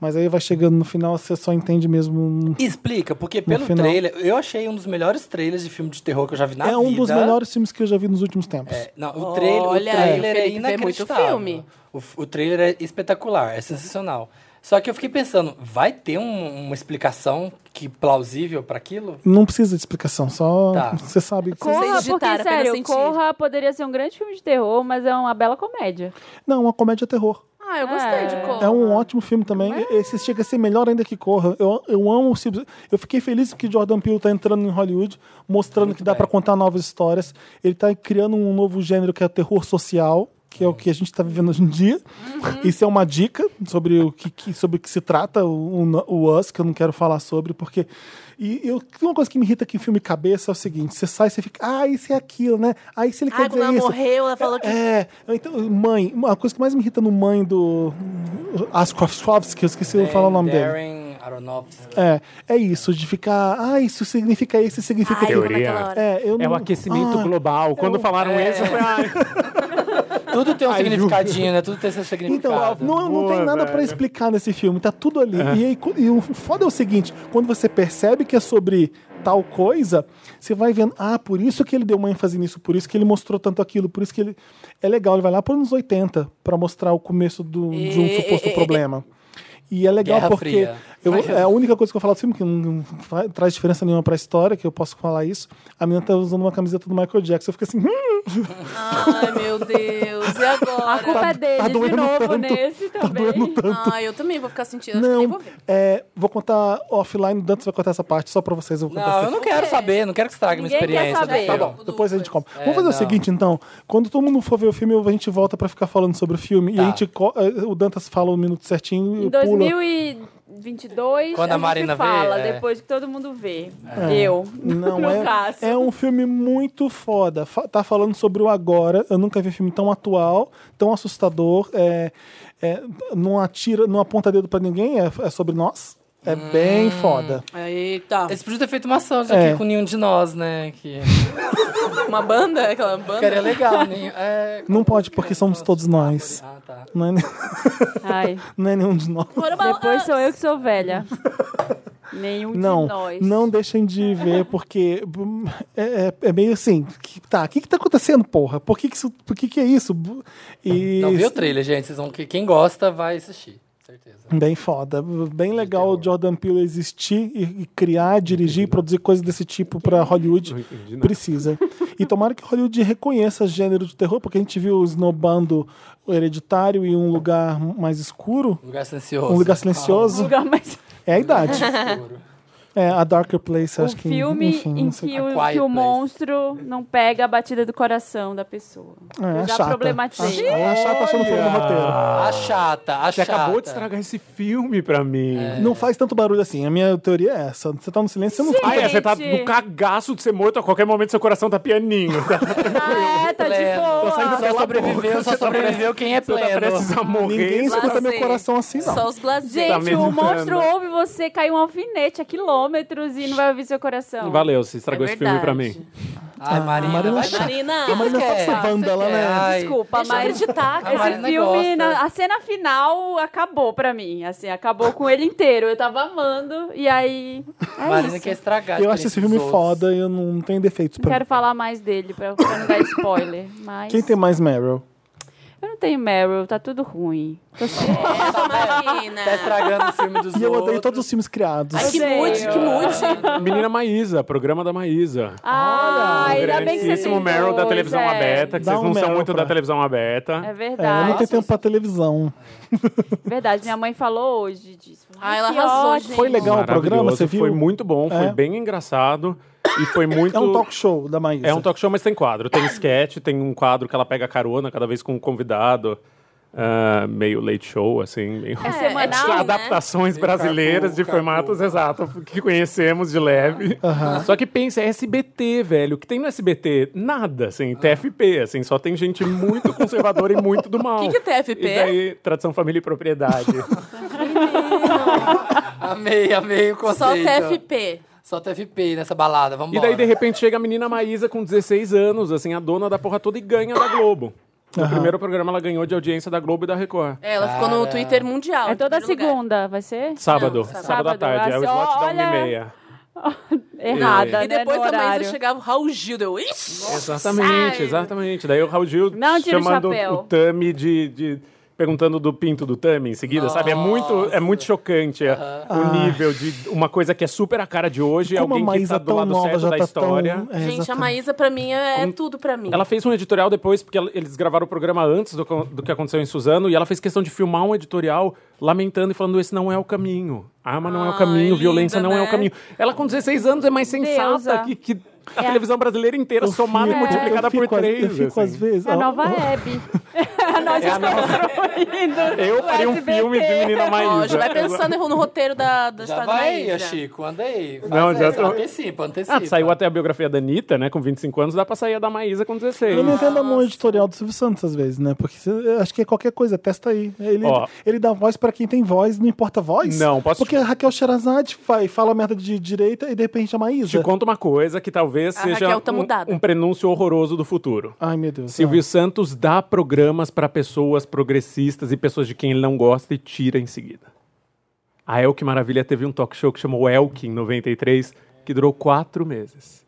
A: Mas aí vai chegando no final, você só entende mesmo... um,
B: Explica, porque pelo
A: final.
B: trailer, eu achei um dos melhores trailers de filme de terror que eu já vi na
A: é
B: vida.
A: um dos melhores filmes que eu já vi nos últimos tempos.
B: É, Não, o, trail- o
E: Olha aí,
B: trailer é
E: Felipe, vê muito
B: inacreditável.
E: filme.
B: O, f- o trailer é espetacular, é sensacional. Só que eu fiquei pensando, vai ter um- uma explicação que plausível pra aquilo?
A: Não precisa de explicação, só
B: Tá.
A: você sabe.
E: Vocês
C: Corra,
E: digitaram,
C: porque,
E: apenas
C: sério,
E: senti.
C: Corra poderia ser um grande filme de terror, mas é uma bela comédia.
A: Não, uma comédia terror.
E: Ah, eu gostei de
C: É.
E: cor.
A: É um ótimo filme também. Esse chega a ser melhor ainda que Corra. Eu, eu amo o Sib- Eu fiquei feliz que Jordan Peele tá entrando em Hollywood, mostrando que dá
B: bem.
A: pra contar novas histórias. Ele tá criando um novo gênero que é terror social, que
E: Uhum.
A: é o que a gente tá vivendo hoje em dia. Isso é uma dica sobre o que, que- sobre o que se trata o, o, o Us, que eu não quero falar sobre, porque. E eu, tem uma coisa que me irrita aqui em filme cabeça é o seguinte: você sai, você fica, ah, isso é aquilo, né? Ah, isso ele quer
E: Ah, quando
A: dizer
E: ela
A: isso.
E: morreu, ela falou que.
A: É, então, mãe, uma coisa que mais me irrita no mãe do Askrovsky, eu esqueci de falar o nome dele.
B: Darren Aronofsky.
A: É, é isso, de ficar, ah, isso significa isso, isso significa
E: Ai,
A: aquilo.
E: eu vou naquela hora.
A: É, eu
D: É o
A: não-
D: aquecimento
A: Ah,
D: global. Quando falaram
B: É.
D: isso, foi ah,
B: Tudo tem um
D: Ai, Ju.
B: significadinho, né? Tudo tem seu
A: Então,
B: significado.
A: não, não
D: Boa,
A: tem nada pra
D: velho.
A: explicar nesse filme, tá tudo ali. E aí, cu- e o foda é o seguinte: quando você percebe que é sobre tal coisa, você vai vendo, ah, por isso que ele deu uma ênfase nisso, por isso que ele mostrou tanto aquilo, por isso que ele. É legal, ele vai lá para anos 80 pra mostrar o começo do- de um suposto problema. E é legal
B: Guerra
A: porque
B: Fria.
A: eu- é a única coisa que eu falo do filme que não, não fa- traz diferença nenhuma pra história, que eu posso falar isso. A menina tá usando uma camiseta do Michael Jackson. Eu fico assim, hum,
E: Ai, meu Deus. E
C: A culpa
E: agora?
C: é dele, de
A: Tá- doendo
C: novo,
A: tanto,
C: nesse
A: tá
C: também.
A: doendo tanto.
E: Ai, eu também vou ficar sentindo. Acho que nem
A: Não,
E: vou ver.
A: é, vou contar offline, o Dantas vai contar essa parte só pra vocês. Eu vou contar
B: Não,
A: essa-
B: eu não quero saber, não quero que estrague minha
C: Ninguém quer
B: experiência. né? do
C: saber.
B: filme.
A: Tá bom, depois a gente come.
B: É,
A: Vamos fazer o
B: não.
A: seguinte, então. Quando todo mundo for ver o filme, a gente volta pra ficar falando sobre o filme. E
B: Tá.
A: a gente, co- eh, o Dantas fala o minuto certinho
C: Em
A: e pula.
C: 2022,
B: Quando a
C: a,
B: Marina
C: gente fala,
B: vê, é.
C: depois que todo mundo vê. Eu,
E: um,
A: Não,
C: no
A: é,
C: caso.
A: é um filme muito foda. Fa- tá falando sobre o agora. Eu nunca vi filme tão atual, tão assustador. É, é, não atira, não aponta dedo pra ninguém. É, é sobre nós. É
B: Hum.
A: bem foda.
E: Eita.
B: Eles podiam ter feito uma ação de
A: É.
B: aqui com nenhum de nós, né? Que
E: é Uma banda? Aquela banda?
B: era legal, né? É,
A: Não pode, porque somos todos nós.
B: Ah, tá.
A: Não é, ne-
C: Ai,
A: não é nenhum de nós.
C: depois sou eu que sou velha. Nenhum
A: Não,
C: de nós. Um
A: não deixem de ver, porque bum, é, é- é meio assim, que- tá, o que que tá acontecendo, porra? Por que que, isso, por que, que é isso? Bu- E
B: Não viu o trailer, gente? Vocês vão... Quem gosta vai assistir, certeza.
A: bem foda, bem legal o Jordan Peele existir e, e criar, dirigir, produzir coisas desse tipo pra Hollywood,
D: entendi nada.
A: precisa. E tomara que Hollywood reconheça gênero de terror, porque a gente viu snobando o Hereditário e Um Lugar Mais Escuro,
B: Um lugar silencioso.
A: Um Lugar
C: O
A: Silencioso,
C: lugar mais...
A: é a idade. É, A Darker Place,
C: O
A: acho que...
C: Um filme
A: enfim, não
C: em
A: sei.
C: que
B: A
C: o,
B: Quiet
C: que o
B: Place.
C: monstro não pega a batida do coração da pessoa.
A: É,
C: Eu
A: a
C: já
A: chata.
C: problematizei.
A: A, a é chata achando fora do roteiro.
B: A chata, a
D: Ah. Você
B: chata.
D: acabou de estragar esse filme pra mim.
A: Não faz tanto barulho assim. A minha teoria é essa. Você tá no silêncio, você não
C: Sim.
A: faz.
D: Ai, é, você tá
C: Gente.
D: do cagaço de ser morto a qualquer momento, seu coração tá pianinho. Tá,
C: Ah, é, tá de
B: Pleno.
C: boa.
B: Só sobreviveu, só sobreveu quem é
D: você tá
B: pleno.
D: prestes a morrer.
A: Ninguém escuta meu
E: Lazer.
A: coração assim, não.
E: Só os blasés.
D: Tá
C: Gente, o
D: meditando.
C: monstro ouve você cair um alfinete a quilômetros e não vai ouvir seu coração.
D: Valeu, você estragou esse filme pra mim.
B: Ai, Marina.
A: Marina
B: vai-
A: Chá.
E: Marina,
A: A Marina sabe ser
B: quer?
A: vândala, né?
B: Ai,
C: Desculpa,
E: deixa eu
C: mas
E: acreditar.
B: A
C: esse
B: Marina
C: filme,
B: gosta.
C: na- a cena final acabou pra mim. Assim, acabou com ele inteiro. Eu tava amando e aí. É
B: Marina
C: isso.
B: quer estragar. a
A: Eu acho esse filme
B: experiência dos outros.
A: foda e eu não tenho defeitos
C: Não
A: pra
C: quero
A: mim.
C: falar mais dele pra, pra não dar spoiler. Mas
A: Quem tem mais Meryl?
C: eu não tenho Meryl, tá tudo ruim. Tô cheia.
E: Marina.
B: Tá estragando o filme dos
A: E eu odeio
B: outros.
A: todos os filmes criados.
E: Ai, que
C: Eu sei,
E: mude,
C: eu-
E: que mude.
D: Menina Maísa, programa da Maísa.
C: Ah, ainda bem que você
D: Grandíssimo
C: tem
D: Meryl da
C: dois,
D: televisão
C: é.
D: aberta, que
A: Dá
D: vocês
A: um
D: não são
A: Meryl
D: muito
A: pra-
D: da televisão aberta.
C: É
A: É, eu não
C: verdade.
A: tenho tempo pra televisão.
C: Verdade, minha mãe falou hoje disso.
E: Ah, ela
C: que
E: arrasou,
C: ótimo.
E: gente.
A: Foi legal o
D: Maravilhoso,
A: programa, você viu?
D: Foi muito bom, foi
A: É.
D: bem engraçado. E foi muito.
A: É um talk show da Maísa.
D: É um talk show, mas tem quadro. Tem sketch, tem um quadro que ela pega carona cada vez com um convidado. ah, meio late show, assim. Meio...
C: É semanal,
D: Tipo,
C: né?
D: adaptações brasileiras de formatos exato que conhecemos de leve. Só que pensa, é SBT, velho. O que tem no SBT? Nada, assim, TFP, assim, só tem gente muito conservadora e muito do mal.
E: Que que é TFP?
D: E daí, tradição, família e propriedade.
B: Amei, amei o
E: Só
B: conceito.
E: TFP.
B: Só TFP nessa balada, vamos
D: e daí, de repente, chega a menina Maísa com 16 anos, assim, a dona da porra toda e ganha da Globo. No primeiro programa ela ganhou de audiência da Globo e da Record.
E: É, ela ficou no Twitter mundial.
C: É
E: em
C: toda
E: primeiro lugar.
C: segunda, vai ser?
D: Sábado, sábado, à
C: Sábado,
D: tarde. É o
C: assim,
D: slot da 1
C: olha.
D: e meia.
C: Errada,
D: É.
E: E
C: né?
E: depois
C: no
E: a Maísa
C: horário.
E: chegava o Raul Gil, deu... Ixi!
D: Exatamente, exatamente. Daí o Raul Gil
C: Não tira o
D: chamando
C: chapéu.
D: o Tami de, de- perguntando do pinto do Tami em seguida, sabe? É muito, é muito chocante é, o nível de uma coisa que é super a cara de hoje,
A: Como a
D: alguém que
A: Maísa
D: tá
A: é
D: do
A: tão
D: lado
A: nova,
D: certo
A: já
D: da
A: tá
D: história.
A: tão... É,
E: Gente, a
A: exatamente.
E: Maísa pra mim é, é tudo pra mim.
D: Ela fez um editorial depois, porque ela- eles gravaram o programa antes do, co- do que aconteceu em Suzano, e ela fez questão de filmar um editorial lamentando e falando: esse não é o caminho. Arma não é o
E: Ai,
D: caminho,
E: linda,
D: violência não é o
E: né?
D: caminho. Ela, com 16 anos, é mais sensata
C: Deusa.
D: que, que a
E: É.
D: televisão brasileira inteira,
A: Eu
D: somada e
A: fico-
D: multiplicada
A: eu fico
D: por
A: às-
D: três.
A: Eu fico às
D: assim.
A: vezes...
C: É a nova Hebe. É Nós desconstruindo.
D: Eu
C: o
D: faria um
C: SBT.
D: filme de menina
E: Lógico,
D: Maísa.
E: vai pensando no roteiro da, da
B: Já
E: história
B: vai,
E: da
B: ô,
E: Maísa.
B: Chico, anda aí. Faz
D: Não, já
B: essa,
D: tô-
B: Antecipa, antecipa.
D: Ah, saiu até a biografia da Anitta, né? Com 25 anos, dá pra sair a da Maísa com 16.
A: Eu não entendo a mão editorial do Silvio Santos às vezes, né? Porque cê- eu acho que é qualquer coisa, testa aí. Ele,
D: Ó.
A: ele dá voz pra quem tem voz, não importa a voz.
D: Não, posso
A: Porque a Raquel Sherazade vai, fala merda de direita e de repente a Maísa.
D: Te conto uma coisa que talvez
E: A
D: seja
E: Raquel tá
D: um-
E: mudada.
D: um prenúncio horroroso do futuro.
A: Ai, meu Deus.
D: Silvio
A: Ah.
D: Santos dá programas para pessoas progressistas e pessoas de quem ele não gosta e tira em seguida. A Elke Maravilha teve um talk show que chamou Elke em 93, que durou quatro meses.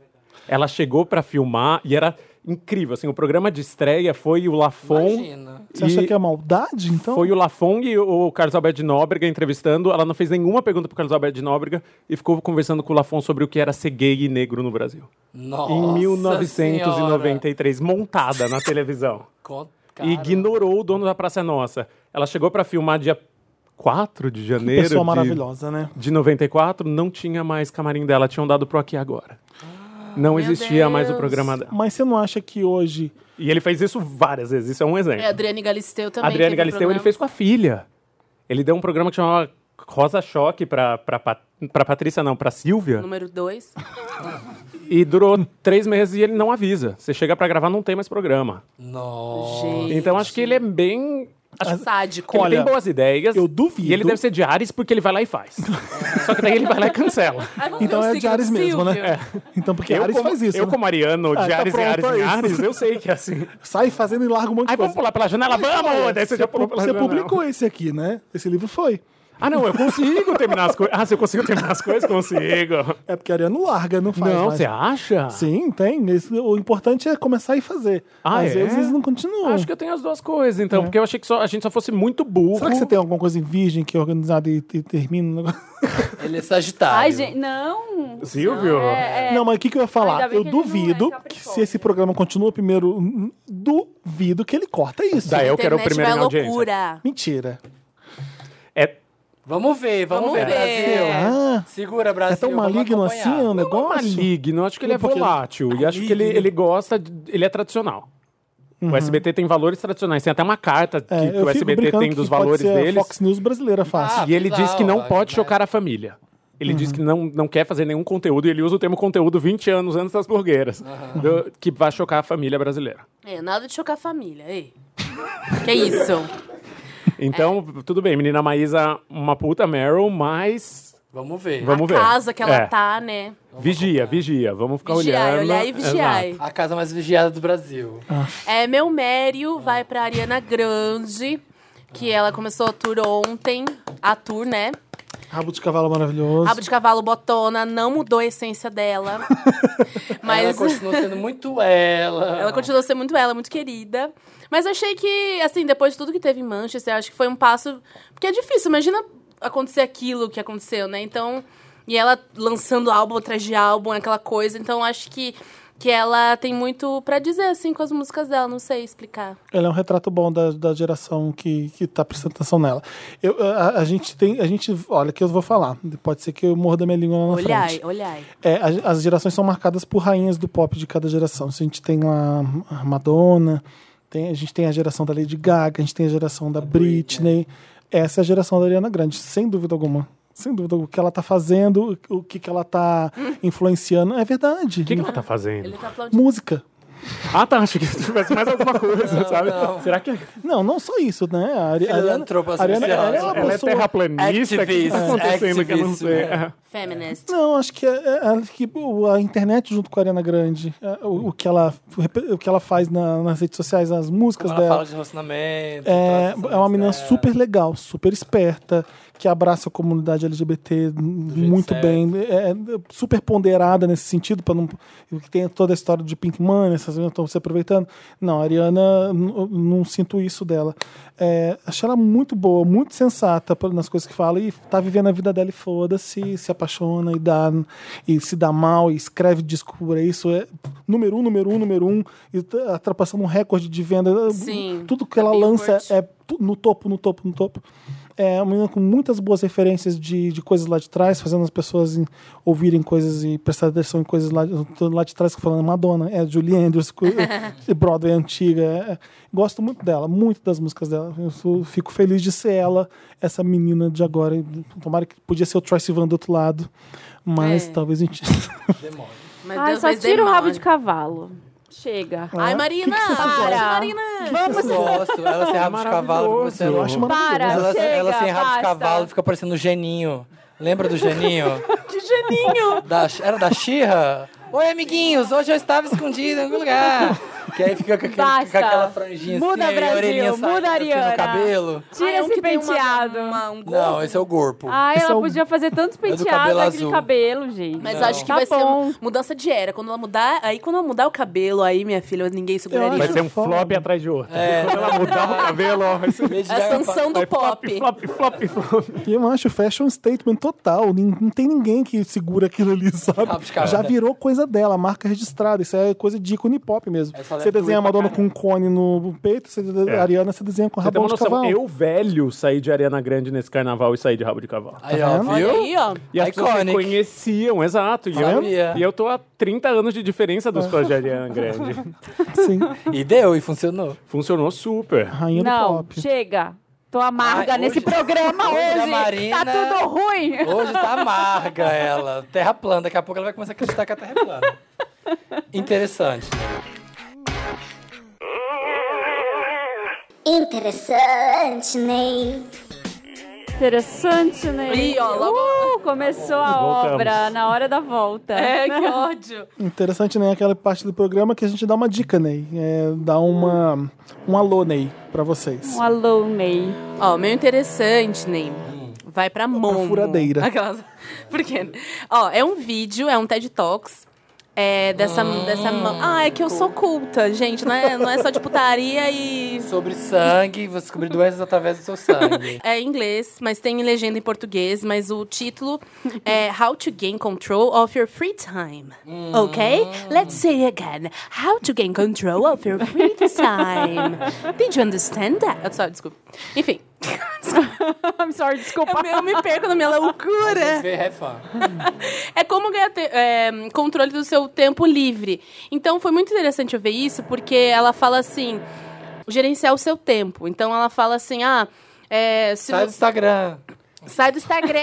D: Ela chegou para filmar e era incrível. Assim, o programa de estreia foi o Lafon.
B: Imagina.
A: Você acha
D: e-
A: que é maldade, então?
D: Foi o Lafon e o Carlos Alberto de Nóbrega entrevistando. Ela não fez nenhuma pergunta pro Carlos Alberto de Nóbrega e ficou conversando com o Lafon sobre o que era ser gay e negro no Brasil.
B: Nossa
D: em
B: 1990.
D: 1993, montada na televisão. E
B: Ignorou.
D: ignorou o dono da Praça é Nossa. Ela chegou pra filmar dia 4 de janeiro
A: Pessoa
D: de,
A: maravilhosa, né?
D: de 94, não tinha mais camarim dela, tinham dado pro Aqui Agora.
E: Ah,
D: não existia mais o programa dela.
A: Mas você não acha que hoje.
D: E ele fez isso várias vezes, isso é um exemplo.
E: É, Adriane Galisteu também.
D: Adriane
E: teve um
D: Galisteu, ele
E: programa.
D: fez com a filha. Ele deu um programa que chamava Rosa Choque pra, pra, Pat- pra Patrícia, não, pra Silvia.
E: Número 2.
D: E durou três meses e ele não avisa. Você chega pra gravar, não tem mais programa.
B: Nossa.
E: Gente,
D: Então acho que ele é bem. Acho
E: sádico.
D: Porque ele
A: Olha,
D: tem boas ideias.
A: eu duvido.
D: E ele deve ser de Ares porque ele vai lá e faz. Só que daí ele vai lá e cancela.
E: Ai, vamos ver
A: Então
E: o
A: é de
E: signo
A: Ares
E: do
A: mesmo, né?
E: Silvio.
A: Então, porque Ares
D: como,
A: faz isso.
D: eu
A: né?
D: como ariano,
A: Ah,
D: de
A: tá
D: Ares e
A: pronto,
D: Ares
A: é
D: em
A: isso.
D: Ares, eu sei que é assim.
A: Sai fazendo e larga um monte
D: Aí
A: de coisa.
D: vamos pular pela janela? Vamos! Daí você já pulou pela
A: você
D: janela.
A: publicou esse aqui, né? Esse livro foi.
D: Ah, não, eu consigo terminar as coisas. Ah, se eu consigo terminar as coisas, consigo.
A: É porque a Ariano larga, não faz.
D: Não,
A: mais.
D: você acha?
A: Sim, tem. Esse- o importante é começar e fazer.
D: Ah,
A: Às
D: é?
A: vezes não continua.
D: Acho que eu tenho as duas coisas, então. Porque eu achei que só- a gente só fosse muito burro.
A: É. Será que você tem alguma coisa em virgem que é organizada e, e termina? o negócio?
B: Ele é sagitário.
C: Ai, gente, não.
D: Silvio?
C: É, é.
A: Não, mas o que, que eu ia
C: Ainda
A: falar?
C: bem
A: Eu
C: que ele não é
A: duvido que
C: Capricórnio.
A: se esse programa continua primeiro, hum, duvido que ele corta isso.
D: Daí eu quero o
E: Internet
D: primeiro
E: vai
D: em
E: à
D: audiência.
E: loucura.
A: Mentira.
D: É,
B: Vamos ver, vamos,
E: Vamos
B: ver,
E: ver.
C: É.
B: Brasil.
A: Ah,
B: Segura, Brasil.
A: é tão
B: vamos
A: maligno
B: acompanhar.
A: assim o
D: Não é
A: negócio?
D: maligno, eu acho que ele é
A: Porque-
D: volátil. E acho que ele, ele gosta, de- ele é tradicional. O SBT tem valores tradicionais. Tem até uma carta que,
A: Uhum. É,
D: que
A: eu
D: o
A: fico
D: SBT
A: brincando
D: tem
A: que
D: dos
A: pode
D: valores
A: ser a
D: deles.
A: Fox News brasileira faz.
B: Ah,
D: e ele diz que não
B: bizarro,
D: pode
B: né?
D: chocar a família. Ele
A: Uhum.
D: diz que não, não quer fazer nenhum conteúdo e ele usa o termo conteúdo 20 anos antes das blogueiras.
A: Uhum.
D: do- que vai chocar a família brasileira.
E: É, nada de chocar a família, ei. que é isso?
D: Então, tudo bem, menina Maísa, uma puta Meryl, mas
B: Vamos ver.
D: Vamos ver.
E: A casa que ela
D: É.
E: tá, né?
D: Vigia, vigia. Vamos ficar
E: Vigiai,
D: olhando.
E: olhar e vigiar.
D: Exato.
B: A casa mais vigiada do Brasil.
E: É, meu mério vai pra Ariana Grande, que ela começou a tour ontem. A tour, né?
A: Rabo de cavalo maravilhoso.
E: Rabo de cavalo botona, não mudou a essência dela. mas
D: é
B: Ela continua sendo muito ela.
E: Ela continuou sendo muito ela, muito querida. Mas achei que, assim, depois de tudo que teve em Manchester, acho que foi um passo. Porque é difícil, imagina acontecer aquilo que aconteceu, né? Então. E ela lançando álbum atrás de álbum, aquela coisa. Então acho que, que ela tem muito pra dizer, assim, com as músicas dela. Não sei explicar.
A: Ela é um retrato bom da, da geração que, que tá prestando atenção nela. Eu, a, a gente tem. A gente. Olha, que eu vou falar. Pode ser que eu morda minha língua lá na frente.
E: Olhai, olhai.
A: É, a- as gerações são marcadas por rainhas do pop de cada geração. Se a gente tem lá a Madonna, tem- a gente tem a geração da Lady Gaga, a gente tem a geração da Britney. Essa é a geração da Ariana Grande, sem dúvida alguma. Sem dúvida, o que ela tá fazendo, o que, que ela tá influenciando. É verdade.
D: O que, que ela tá fazendo?
E: Ele tá aplaudindo.
A: Música.
D: Ah, tá. Achei que tivesse mais alguma coisa, sabe?
B: não.
D: Será que é
A: Não, não só isso, né? A Ari- Ariana,
B: Filantropa
A: Ariana,
B: social.
A: Ariana é uma
D: ela é
A: pessoa-
D: terraplanista? O que
B: Activist,
D: tá acontecendo que eu não
B: activist,
D: sei?
A: Ah,
B: né?
E: Feminist.
A: Não, acho que, é, é- é que o- a internet junto com a Ariana Grande, é, o, o que ela, o que ela faz na- nas redes sociais, as músicas
B: Como ela
A: dela.
B: fala de relacionamento.
A: É,
B: todas essas
A: é uma menina
B: coisas.
A: super legal, super esperta, que abraça a comunidade LGBT muito
B: certo.
A: bem, é, é super ponderada nesse sentido, para não que tem toda a história de Pink Money, essas meninas estão se aproveitando. Não, a Ariana, n- eu não sinto isso dela. É, achei ela muito boa, muito sensata pra- nas coisas que fala e tá vivendo a vida dela e foda-se, se apaixona e dá e se dá mal e escreve disco por isso. É número um, número um, número um, e tá ultrapassando um recorde de venda.
E: Sim.
A: Tudo que ela
E: Da
A: lança
E: Billboard.
A: é tu- no topo, no topo, no topo. É uma menina com muitas boas referências de, de coisas lá de trás, fazendo as pessoas em- ouvirem coisas e prestar atenção em coisas lá, de- lá de trás, falando Madonna, é Julie Andrews, co- é Broadway antiga. é- é. Gosto muito dela, muito das músicas dela. Eu sou- fico feliz de ser ela, essa menina de agora. E Tomara que podia ser o Troy Sivan do outro lado, mas
E: É.
A: talvez a gente.
E: Mas é
C: Ai,
E: Deus
C: só
E: fez
C: tira o rabo
E: demônio.
C: de cavalo. Chega. Ah,
E: Ai,
A: É?
E: Marina!
A: Que que você
E: para,
C: faz?
E: Marina!
B: Eu gosto. Ela sem rabo de cavalo. porque Você
A: Eu acho
B: ela,
C: Para,
A: maravilhoso.
B: ela,
C: chega,
B: ela sem rabo de
C: basta.
B: cavalo fica parecendo o geninho. Lembra do geninho?
E: Que geninho!
B: Da- era da Xirra? Oi, amiguinhos, hoje eu estava escondida em algum lugar. Que aí fica com, aquele-
C: Basta.
B: com aquela franjinha
C: Muda,
B: assim, aí a
C: Brasil,
B: orelhinha saindo
C: muda,
B: assim
C: Ariana.
B: no cabelo.
C: Tira
E: Ai, um
C: esse
E: que tem uma-
C: penteado.
E: uma- um gorro.
B: Não, esse é o corpo.
E: Ah,
C: Ai,
A: Esse
C: ela
A: é o-
C: podia fazer tantos
B: do
C: penteados
B: cabelo
C: naquele
B: azul.
C: cabelo, gente.
E: Mas
B: Não.
E: acho que
C: Tá
E: vai
C: bom.
E: ser um mudança de era. Quando ela mudar, aí quando ela mudar o cabelo, aí, minha filha, ninguém seguraria.
D: Vai
A: acho-
D: ser um
A: Foda.
D: flop atrás de outro.
B: É.
D: Quando ela mudar o cabelo, ó, vai ser
B: Lady
E: É a
B: Gaga
E: sanção do
D: vai flop,
E: pop.
D: flop, flop, flop.
A: E eu acho fashion statement total. Nin- Não tem ninguém que segura aquilo ali, sabe?
B: Rabo de cavalo.
A: Já virou coisa dela, marca registrada. Isso é coisa de ícone pop mesmo.
B: Essa
A: Você
B: é
A: desenha a
B: tudo
A: Madonna com um cone no peito, você
D: É.
A: Ariana você desenha com
D: Você tem
A: rabão
D: uma
A: Tá de
D: noção,
A: cavalo.
D: eu velho saí de Ariana Grande nesse carnaval e saí de rabo de cavalo.
B: Aí, ó,
A: vendo?
E: Olha
B: viu?
E: aí, ó.
D: E as pessoas me
B: Iconic.
D: conheciam, exato. E eu,
B: Sabia.
D: e eu tô há 30 anos de diferença
A: É.
D: dos fãs de Ariana Grande.
A: Sim,
B: E deu, e funcionou.
D: Funcionou super.
A: rainha do
C: Não,
A: pop.
C: chega. Tô amarga
B: Ai,
C: nesse
B: hoje-
C: programa
B: hoje a
C: hoje.
B: Marina-
C: Tá tudo ruim.
B: Hoje tá amarga ela. Terra plana, daqui a pouco ela vai começar a acreditar que a terra é plana. Interessante.
H: Interessante, né? Ney.
C: Interessante, né?
E: Ih, ó, logo-
C: Uh, começou a
D: Voltamos.
C: obra na hora da volta.
E: É, que ódio.
A: Interessante, né? Aquela parte do programa que a gente dá uma dica, Ney. É, dá uma, um alô, Ney, pra vocês.
C: Um alô, Ney.
E: Ó, meio interessante, Ney.
D: Hum.
E: Vai pra Momo.
A: furadeira.
E: Aquelas... Por quê? Ó, é um vídeo, é um TED Talks. É dessa,
D: Hum.
E: dessa mão. Ah, é que eu sou culta, gente. Não é, não é só de putaria e.
B: Sobre sangue, você descobrir doenças através do seu sangue.
E: É em inglês, mas tem legenda em português. Mas o título é How to Gain Control of Your Free Time. Ok? Let's say again. How to Gain Control of Your Free Time. Did you understand that? Ah, Sorry, desculpa. Enfim.
C: I'm sorry, desculpa.
E: É Eu, me- eu me perco na minha loucura.
B: Vê, é fã.
E: É como ganhar te- é, controle do seu tempo livre. Então foi muito interessante eu ver isso, porque ela fala assim: gerenciar o seu tempo. Então ela fala assim: ah, é, se
B: Sai do
E: vo-
B: Tá Instagram.
E: sai do Instagram.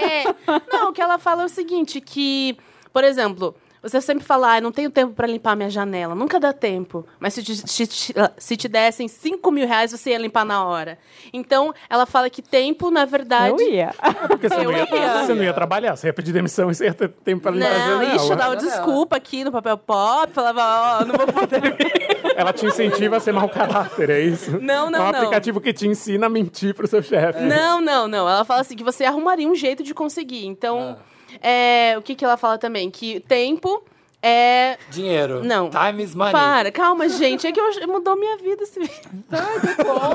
E: Não, o que ela fala é o seguinte: que, por exemplo. Você sempre fala, ah, não tenho tempo pra limpar minha janela. Nunca dá tempo. Mas se te, se te- se te dessem 5 mil reais, você ia limpar na hora. Então, ela fala que tempo, na verdade.
C: Eu ia.
D: Porque você, não ia,
E: Eu ia.
D: você não ia trabalhar, você ia pedir demissão e você ia ter tempo pra limpar a
E: Não,
D: janela.
E: isso eu dava desculpa aqui no papel pop, falava, ó, não vou poder vir.
D: Ela te incentiva a ser mau caráter, é isso?
E: Não, não,
D: É um
E: não.
D: aplicativo É. que te ensina a mentir pro seu chefe.
E: Não, não, não. Ela fala assim que você arrumaria um jeito de conseguir. Então, é, o que, que ela fala também? Que tempo é.
B: Dinheiro.
E: Não.
B: Time is money.
E: Para, calma, gente. É que eu- mudou minha vida esse vídeo.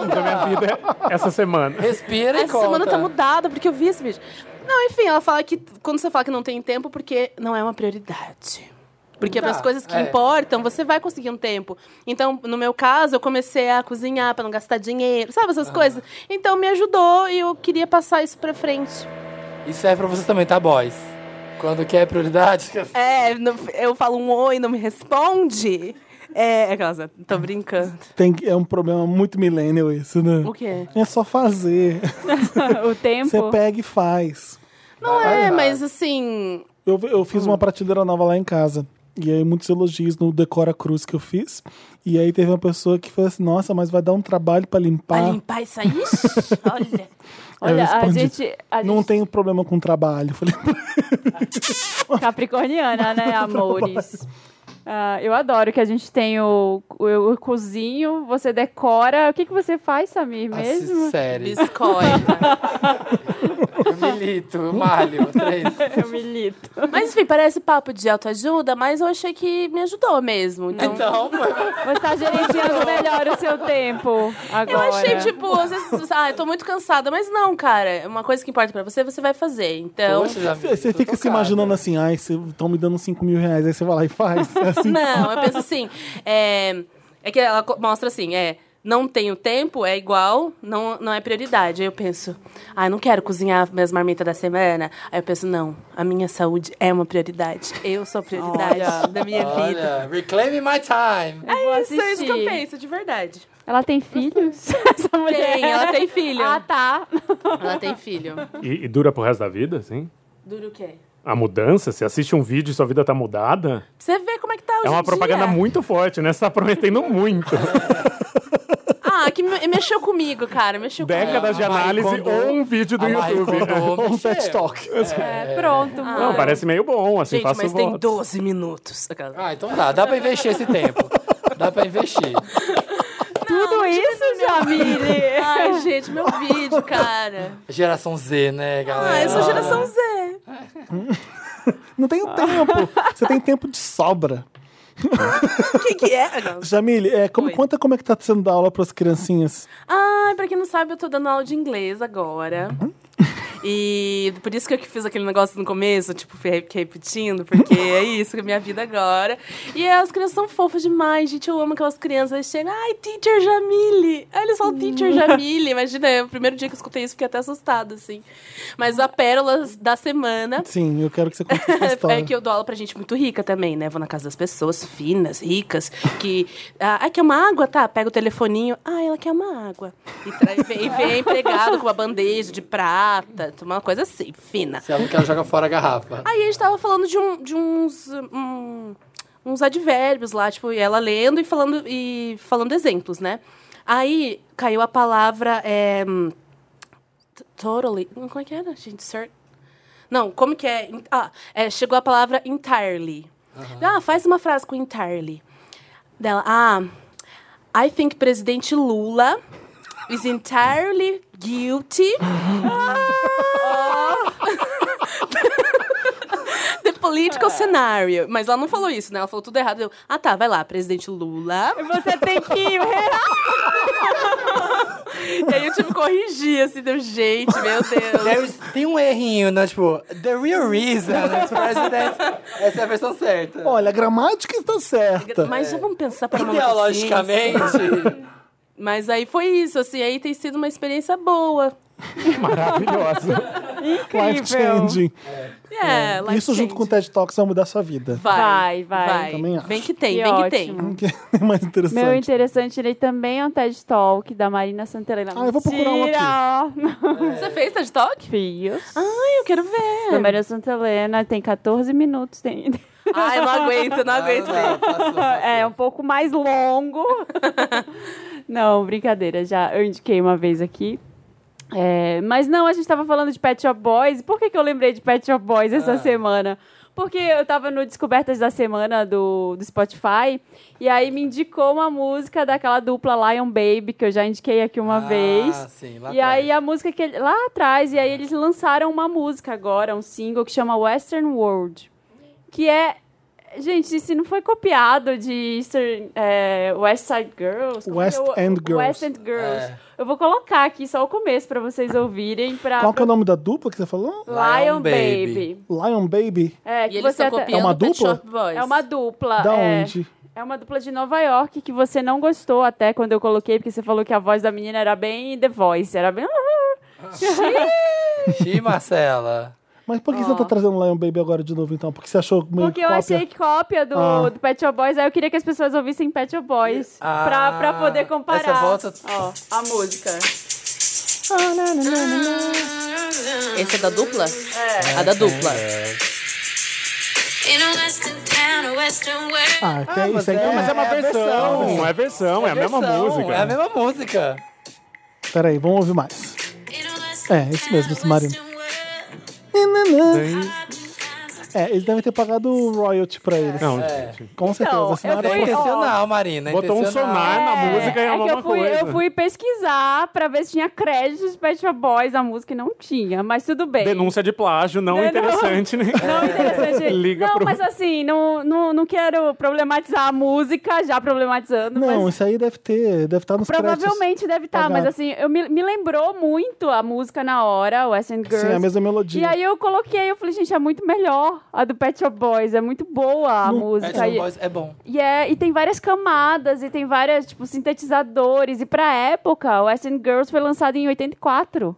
D: Da minha vida é essa semana.
B: Respira e
E: Essa
B: conta.
E: semana tá mudada, porque eu vi esse vídeo. Não, enfim, ela fala que quando você fala que não tem tempo, porque não é uma prioridade. Porque
B: Tá,
E: para as coisas que
B: é.
E: importam, você vai conseguir um tempo. Então, no meu caso, eu comecei a cozinhar para não gastar dinheiro, sabe essas coisas? Então, me ajudou e eu queria passar isso para frente.
B: E serve pra você também, tá, boys? Quando quer prioridade...
E: É, não- eu falo um oi, não me responde. É, aquelas, tô brincando.
A: Tem, que- é um problema muito millennial isso, né?
E: O quê?
A: É só fazer.
C: o tempo.
A: Você pega e faz.
E: Não é, mas assim.
A: Eu, eu fiz uma prateleira nova lá em casa. E aí, muitos elogios no Decora Cruz que eu fiz. E aí, teve uma pessoa que falou assim: Nossa, mas vai dar um trabalho pra limpar.
E: Pra limpar isso aí? Ixi, Olha.
A: Aí eu
C: Olha, a
A: respondi,
C: gente, a gente
A: Não tenho problema com trabalho. Eu Falei,
C: capricorniana, né, amores? Ah, eu adoro que a gente tem o, o, eu cozinho, você decora. O que, que você faz, Samir,
B: Ah,
C: mesmo?
B: Assiste série.
E: Biscoita.
B: Eu milito, eu malho. três.
C: Eu milito.
E: mas enfim, parece papo de autoajuda, mas eu achei que me ajudou mesmo. Então.
B: Então,
C: Você tá gerenciando melhor o seu tempo
E: Eu
C: Então, agora.
E: achei, tipo, às vezes, ah, eu tô muito cansada, mas não, cara, é uma coisa que importa pra você, você vai fazer. Então,
B: poxa, já vi,
A: você
B: tô
A: fica se
B: tocado.
A: imaginando assim: Ai, estão me dando 5 mil reais. Aí você vai lá e faz. É assim.
E: não, eu penso assim, é, é que ela co- mostra assim, é, não tenho tempo, é igual, não, não é prioridade. Aí eu penso, ah, eu não quero cozinhar minhas marmitas da semana. Aí eu penso, não, a minha saúde é uma prioridade. Eu sou a prioridade
C: Olha,
E: da minha vida.
B: Olha, reclaiming my time.
C: Eu vou
E: Isso é isso que eu
C: assistir.
E: penso, de verdade.
C: Ela tem filhos? Essa mulher.
E: Tem, ela tem filho.
C: Ah, tá.
E: Ela tem filho.
D: E, e dura pro resto da vida, assim?
E: Dura o quê?
D: A mudança? Você assiste um vídeo e sua vida tá mudada?
E: Você vê como é que tá hoje
D: é uma
E: em
D: propaganda
E: dia.
D: muito forte, né? Você tá prometendo muito.
E: Ah, que me- mexeu comigo, cara. Mexeu comigo.
D: Décadas de
B: A Marie
D: análise
B: Kondo-
D: ou um vídeo do
B: a Marie
D: YouTube.
B: Kondo
D: Ou um
B: mexeu.
D: TED Talk.
C: É, pronto.
D: Não, parece meio bom, assim,
E: Gente,
D: faço
E: mas tem
D: votos.
E: 12 minutos. Aquela-
B: Ah, então dá. Dá pra investir esse tempo. Dá pra investir.
C: Tudo isso,
E: Ah,
C: Jamile.
E: Ai, gente, meu vídeo, cara.
B: Geração Z, né, galera?
E: Ah, eu sou geração Z.
A: Não tenho
E: Ah.
A: tempo. Você tem tempo de sobra.
E: O que, que é?
A: Jamile, é, como,
E: Oi.
A: conta como é que tá sendo dar aula pras criancinhas.
E: Ai, pra quem não sabe, eu tô dando aula de inglês agora. E por isso que eu que fiz aquele negócio no começo, tipo, fui- fiquei repetindo, porque é isso que é minha vida agora. E as crianças são fofas demais, gente. Eu amo aquelas crianças. Eles chegam, ai, teacher Jamile. Aí eles falam, teacher Jamile. Imagina, é o primeiro dia que eu escutei isso, fiquei até assustada, assim. Mas a pérola da semana
A: Sim, eu quero que você conte essa história.
E: É que eu dou aula pra gente muito rica também, né? Vou na casa das pessoas finas, ricas, que. Ah, ah, quer uma água? Tá, pega o telefoninho. Ah, ela quer uma água. E, tra- e vem, e vem empregado com uma bandeja de prata, uma coisa assim, fina.
B: Se ela não quer, ela joga fora a garrafa.
E: Aí a gente tava falando de, um- de uns. um- uns advérbios lá, tipo, e ela lendo e falando, e falando exemplos, né? Aí caiu a palavra. É, hum, t- totally. Como é que era, gente? Cer- Não, como que é? En- Ah, é, chegou a palavra entirely. Ah, faz uma frase com entirely. Dela, ah, I think presidente Lula is entirely guilty. The political scenario. Mas ela não falou isso, né? Ela falou tudo errado. Eu, ah, tá, vai lá, presidente Lula.
C: Você tem que.
E: e aí eu tive que corrigir, assim, deu gente, meu Deus.
B: There is- tem um errinho, né? Tipo, the real reason is president. Essa é a versão certa.
A: Olha, a gramática está certa.
E: Mas já vamos pensar para uma
B: Ideologicamente,
E: Mas aí foi isso, assim, aí tem sido uma experiência boa.
D: Maravilhosa.
A: Life changing.
E: É, life
A: Isso junto
E: change.
A: com o TED Talks vai mudar sua vida.
E: Vai,
C: Vai, vai.
A: Também acho.
E: Vem que tem,
C: Que
E: vem que
C: ótimo.
A: Que
E: tem.
A: é mais interessante.
C: Meu interessante ele também é um TED Talk da Marina Santelena.
A: Ah, eu vou procurar um
C: Mentira!
E: Você fez TED Talk?
C: Fios.
E: Ai, Ah, eu quero ver.
C: Da Marina Santelena, tem 14 minutos. Tem...
E: Ai, não aguento, não aguento.
C: É um pouco mais longo. não, brincadeira, já eu indiquei uma vez aqui. É, mas não, a gente tava falando de Pet Shop Boys. Por que, que eu lembrei de Pet Shop Boys essa semana? Porque eu tava no Descobertas da Semana do, do Spotify e aí me indicou uma música daquela dupla Lion Baby, que eu já indiquei aqui uma
B: Ah,
C: vez.
B: sim, lá
C: e aí
B: atrás.
C: a música que ele- lá atrás, e aí eles lançaram uma música agora, um single que chama Western World, que é Gente, se não foi copiado de Eastern, é, West Side Girls... como
A: West
C: que é?
A: End
C: West
A: Girls.
C: End Girls.
B: É.
C: Eu vou colocar aqui só o começo pra vocês ouvirem. Pra,
A: Qual que é o nome da dupla que você falou?
C: Lion
B: Lion
C: Baby.
B: Baby.
A: Lion Baby.
C: É,
E: E
C: que
E: eles
C: você
E: estão
C: até...
E: copiando
A: É uma
E: Pet
A: dupla?
E: Shop Boys.
C: É uma dupla.
A: Da
C: é,
A: onde?
C: É uma dupla de Nova York que você não gostou até quando eu coloquei, porque você falou que a voz da menina era bem The Voice, era bem...
B: Xi, Marcela.
A: Mas por que você tá trazendo Lion Baby agora de novo, então? Porque você achou meio
C: Porque eu
A: cópia?
C: achei cópia do,
A: Ah.
C: do Pet Shop Boys, aí eu queria que as pessoas ouvissem Pet Shop Boys pra,
B: Ah,
C: pra poder comparar.
B: essa volta-
C: Ó, a música.
E: Esse é da dupla? É. A da dupla.
A: Ah, tem
B: mas
A: isso aí.
B: é-
A: Não, mas é-
D: uma versão. É versão, é, a mesma
B: Versão,
D: música.
B: É a mesma música.
A: Peraí, vamos ouvir mais. É, esse mesmo, esse Marino. É, eles devem ter pagado royalty pra eles.
D: Não, gente.
A: Com certeza.
C: Então,
A: assinaram
B: É
C: eu
A: a
C: fui-
A: conta.
B: intencional, Marina. é
D: Botou um
B: intencional.
D: sonar na música e
C: é que
D: alguma
C: eu fui,
D: coisa.
C: eu fui pesquisar pra ver se tinha créditos Pet Shop Boys, a música e não tinha, mas tudo bem.
D: Denúncia de plágio, não,
C: É. Não,
D: interessante, né?
C: Não, interessante.
D: Liga
C: não,
D: pro-
C: mas assim, não, não, não quero problematizar a música, já problematizando,
A: Não,
C: mas
A: isso aí deve ter, deve estar nos créditos.
C: provavelmente deve estar, mas
A: Pagado.
C: assim, eu me, me lembrou muito a música na hora, West End Girls.
A: Sim, é a mesma
C: E
A: melodia.
C: aí eu coloquei, eu falei, gente, é muito melhor a do Pet Shop Boys, é muito boa a
B: Pet
C: música.
B: Shop
C: E,
B: Boys é bom.
C: e, é, e tem várias camadas, e tem várias, tipo, sintetizadores. E pra época, o West End Girls foi lançado em 84.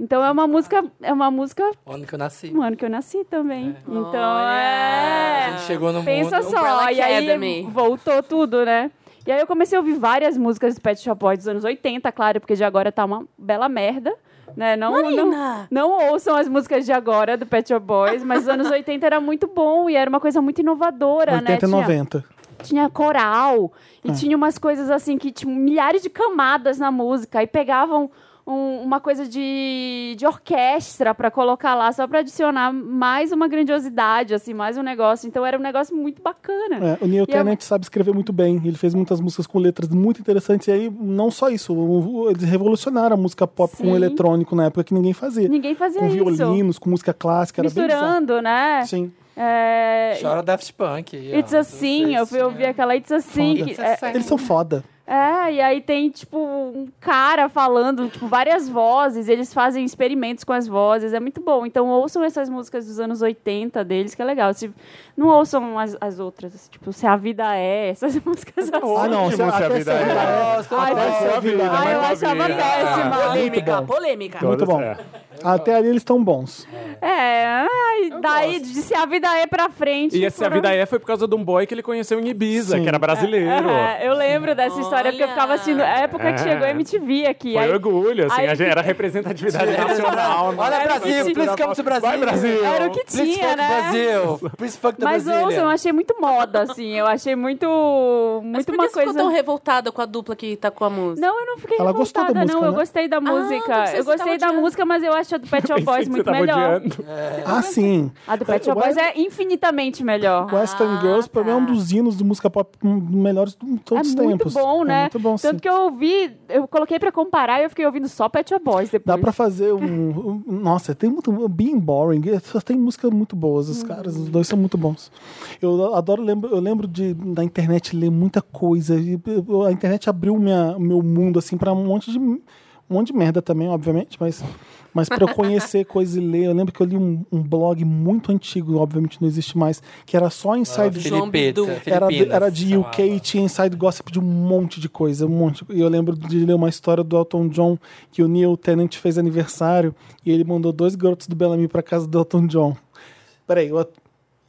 C: Então é uma música, é uma música,
B: O ano que eu nasci.
C: mano, que eu nasci também. Então
E: Olha,
C: é.
E: a
B: A gente chegou no
C: Pensa
B: mundo.
C: só,
E: Um Umbrella
C: e aí
E: Academy.
C: voltou tudo, né? E aí eu comecei a ouvir várias músicas do Pet Shop Boys dos anos 80, claro, porque de agora tá uma bela merda, né? Não, não,
E: Marina!
C: não ouçam as músas de agora do Pet Shop Boys, mas os anos 80 era muito bom e era uma coisa muito inovadora,
A: 80 e É.
C: né? Tinha-
A: 90.
C: tinha coral e tinha umas coisas assim que tinha milhares de camadas na música e pegavam um- uma coisa de, de orquestra pra colocar lá só pra adicionar mais uma grandiosidade assim mais um negócio então era um negócio muito bacana
A: É, o Neil
C: E
A: Tennant sabe escrever muito bem. Ele fez muitas músicas com letras muito interessantes. E aí, não só isso, o- o- eles revolucionaram a música pop com
C: Sim.
A: o eletrônico na época que ninguém fazia.
C: ninguém fazia
A: com
C: isso
A: violinos, com música clássica, era bem
C: misturando né
A: bizarro. Sim.
C: é,
B: Chora Daft Punk. aí, ó.
C: It's assim, eu fui ouvir aquela It's assim.
A: Foda.
C: que- é-
A: Eles são foda.
C: É, e aí tem, tipo, um cara falando, tipo, várias vozes, eles fazem experimentos com as vozes, é muito bom. Então ouçam essas músicas dos anos 80 deles, que é legal. Se, não ouçam as, as outras, tipo, Se a Vida É, essas músicas assim.
A: Ah, não,
D: Ótimo,
A: se a-
D: se a
A: até
D: vida
A: se a
D: é.
A: vida é.
B: Nossa,
C: Ai,
A: Vai ser a vida,
D: Ah,
A: mas
C: Ah, eu
D: vai
C: achava
D: vir.
C: péssima.
E: Polêmica, polêmica.
A: Muito bom.
D: É.
A: Até ali eles estão bons.
C: É, ai, daí de Se a Vida É pra frente. tipo,
D: E essa
C: foram-
D: vida é foi por causa de um boy que ele conheceu em Ibiza,
A: Sim.
D: que era brasileiro.
C: É, eu lembro dessa história, porque eu ficava assistindo. A época que
D: É.
C: chegou MTV aqui.
D: Foi
C: aí-
D: orgulho, assim,
C: aí
D: a gente-
C: eu-
D: era representatividade nacional. né?
B: Olha,
C: Era
B: Brasil,
C: que
B: please come to Brasil.
D: Vai, Brasil!
C: Era o que
B: Please
C: tinha,
B: fuck
C: né?
B: Brasil. Please fuck the
C: Mas
B: Brazilian.
C: ouçam, eu achei muito moda, assim. Eu achei muito.
E: Mas
C: Muito
E: por que
C: uma
E: você
C: coisa.
E: ficou tão revoltada com a dupla que tá com a música?
C: Não, eu não fiquei
A: Ela gostou da
C: revoltada, não.
A: música,
C: Eu
A: né?
C: gostei
D: Ah,
C: da
E: eu
C: música.
E: pensei
C: eu
E: que você
C: gostei
E: tava
C: da
E: odiando.
C: música, mas eu acho a do Pet Shop Boys
D: tá
C: muito melhor. É.
A: Ah, sim.
C: A do Pet Shop Boys é infinitamente melhor.
A: Western Girls, pra mim, é um dos hinos de música pop um, melhores de todos os
C: tá. é muito
A: tempos.
C: bom, né?
A: É muito bom, sim.
C: Tanto que eu ouvi, eu coloquei pra comparar e eu fiquei ouvindo só Pet Shop Boys depois.
A: Dá pra fazer um, um- Nossa, tem muito. Being Boring. Só tem música muito boas, os caras. Os dois são muito bons. Eu adoro. Lembro, eu lembro de na internet ler muita coisa. e eu- a internet abriu minha, meu mundo, assim, pra um monte de. Um monte de merda também, obviamente, mas. Mas pra eu conhecer coisas e ler, eu lembro que eu li um, um blog muito antigo, obviamente não existe mais, que era só Inside
E: João Bidu.
B: Filipeta,
A: era, de-
B: É Filipinas,
A: era de UK
B: chamava.
A: e tinha inside gossip de um monte de coisa, um monte. E eu lembro de ler uma história do Elton John que o Neil Tennant fez aniversário e ele mandou dois garotos do Bellamy pra casa do Elton John. Peraí, o,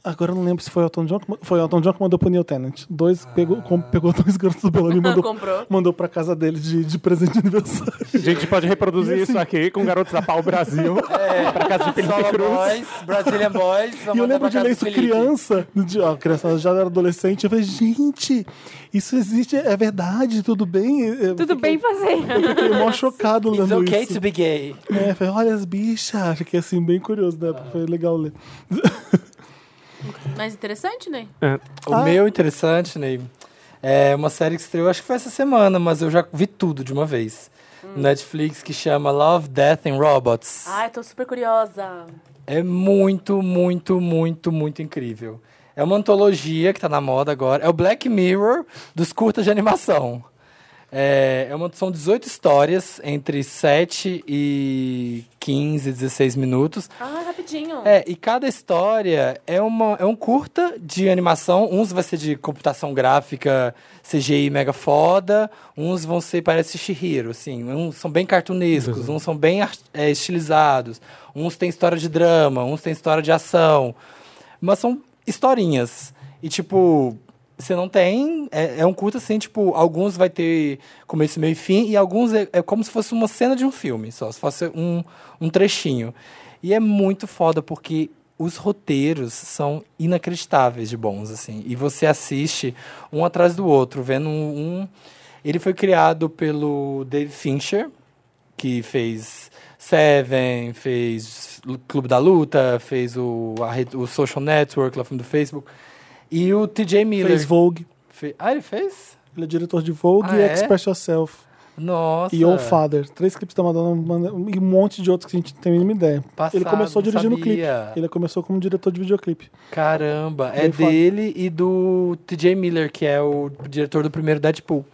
A: Agora eu não lembro se foi o Elton John. que ma- Foi o Elton John que mandou pro Neil Tennant. Dois
B: Ah.
A: pegou, com- pegou dois garotos do Bellamy e mandou,
E: Comprou.
A: mandou pra casa dele de, de presente de aniversário.
D: A gente pode reproduzir isso aqui com garotos da Pau Brasil.
B: É,
D: pra casa de Felipe
B: Solo
D: Cruz.
B: Boys, Brazilian Boys. vamos
A: E eu
B: mandar
A: lembro
B: pra
A: de
B: casa
A: ler
B: do
A: isso
B: Felipe.
A: criança, no dia, ó, criança eu já era adolescente, eu falei, gente, isso existe, é verdade, tudo bem? Eu
C: Tudo bem fazer.
A: Fiquei mó chocado
B: It's
A: lendo
B: okay
A: isso.
B: to be gay.
A: É, falei, olha as bichas, fiquei assim, bem curioso, né? Foi legal ler.
E: Mas interessante, né?
D: É.
B: O meu interessante, Ney, é uma série que estreou, acho que foi essa semana, mas eu já vi tudo de uma vez. No Netflix, que chama Love, Death and Robots.
E: Ai, tô super curiosa.
B: É muito, muito, muito, muito incrível. É uma antologia que tá na moda agora. É o Black Mirror dos curtas de animação. É, é uma, são 18 histórias, entre 7 e 15, 16 minutos.
E: Ah, rapidinho.
B: É, e cada história é, uma, é um curta de animação. Uns vai ser de computação gráfica, CGI mega foda. Uns vão ser, parece Shihiro, assim. Uns são bem cartunescos, uns são bem ar- é, estilizados. Uns têm história de drama, uns têm história de ação. Mas são historinhas. E, tipo, você não tem... É, é um curta, assim, tipo... Alguns vai ter começo, meio e fim. E alguns é, é como se fosse uma cena de um filme, só. Se fosse um, um trechinho. E é muito foda, porque os roteiros são inacreditáveis de bons, assim. E você assiste um atrás do outro, vendo um... um- Ele foi criado pelo Dave Fincher, que fez Seven, fez Lu- Clube da Luta, fez o, a rede- o Social Network, lá filme do Facebook. E o TJ Miller.
A: Fez Vogue,
B: Fe- Ah, ele fez?
A: ele é diretor de Vogue
B: Ah,
A: e
B: é?
A: Express Yourself.
B: Nossa.
A: E All Father, três clipes da Madonna manda- e um monte de outros que a gente não tem a mínima ideia.
B: Passado,
A: ele começou
B: não
A: dirigindo clipe.
B: sabia.
A: Ele começou como diretor de videoclipe.
B: Caramba, é
A: Bem foda.
B: dele e do TJ Miller, que é o diretor do primeiro Deadpool.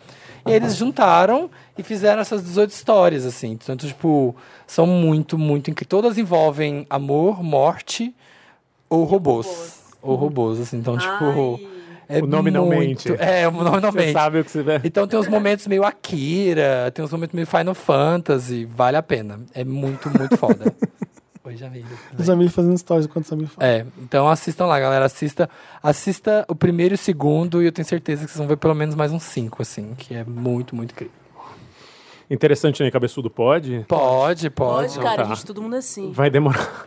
B: E aí eles juntaram e fizeram essas 18 histórias, assim. Tanto, tipo, são muito, muito incríveis. Todas envolvem amor, morte ou robôs. Ou robôs, assim. Então, tipo. É
D: O nome não mente.
B: É, o nome não
D: Você
B: mente.
D: sabe o que você vê.
B: Então tem uns momentos meio Akira, tem uns momentos meio Final Fantasy. Vale a pena. É muito, muito foda. Oi, Jamil.
A: Os amigos fazendo stories enquanto os amigos falam.
B: É, então assistam lá, galera. Assista, assista o primeiro e o segundo, e eu tenho certeza que vocês vão ver pelo menos mais uns cinco, assim, que é muito, muito incrível.
D: Interessante, né? Cabeçudo pode?
B: Pode, pode.
E: Pode, cara,
D: tá.
E: gente, todo mundo assim.
D: Vai demorar.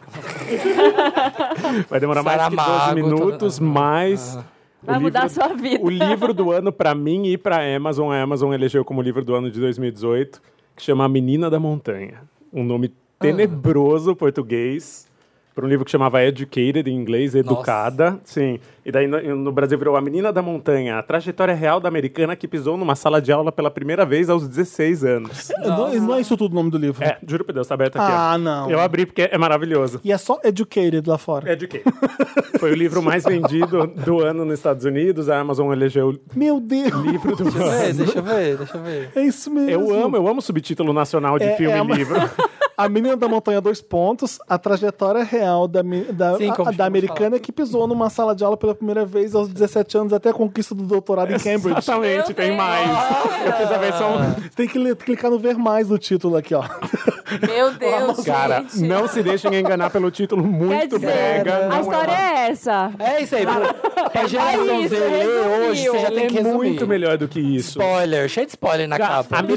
D: Vai demorar mais que 12
B: Saramago, todo-
D: minutos, mas.
C: Vai
D: o
C: mudar a
D: livro-
C: sua vida.
D: O livro do ano pra mim e pra Amazon, a Amazon elegeu como livro do ano de 2018, que chama A Menina da Montanha. Um nome tenebroso português para um livro que chamava Educated em inglês, Educada. Sim. E daí no, no Brasil virou A Menina da Montanha, a trajetória real da americana que pisou numa sala de aula pela primeira vez aos 16 anos.
A: Não, não é isso tudo o nome do livro.
D: É, juro por Deus, tá aberto aqui. ó.
A: Ah, não.
D: Eu É- abri porque é maravilhoso.
A: E é só educated lá fora.
D: Educated. Foi o livro mais vendido do ano nos Estados Unidos. A Amazon elegeu
A: Meu Deus,
D: o livro do
B: Deixa eu ver,
D: ano.
B: deixa eu ver, deixa eu ver.
A: é isso mesmo.
D: Eu amo, eu amo subtítulo nacional de
A: É,
D: filme
A: é
D: e
A: uma-
D: livro.
A: A Menina da Montanha, dois pontos. A trajetória real da, me- da,
B: Sim,
A: a-
B: como
A: da
B: eu
A: americana que pisou numa sala de aula pela primeira vez aos 17 anos, até a conquista do doutorado em Cambridge.
D: Exatamente, tem mais. Eu fiz a versão.
A: Tem que le- clicar no ver mais no título aqui, ó.
E: Meu Deus,
D: Cara,
E: gente.
D: não se deixem enganar pelo título
C: Quer
D: é muito
C: dizer,
D: brega.
C: a
D: não
C: história
D: é,
C: é essa.
B: É isso aí, pra, pra geração
C: isso,
B: Z ler
C: resumiu.
B: hoje, você já tem que
D: é
B: resumir.
D: muito melhor do que isso.
B: Spoiler, cheio de spoiler na
D: Cara,
B: capa.
D: ameri-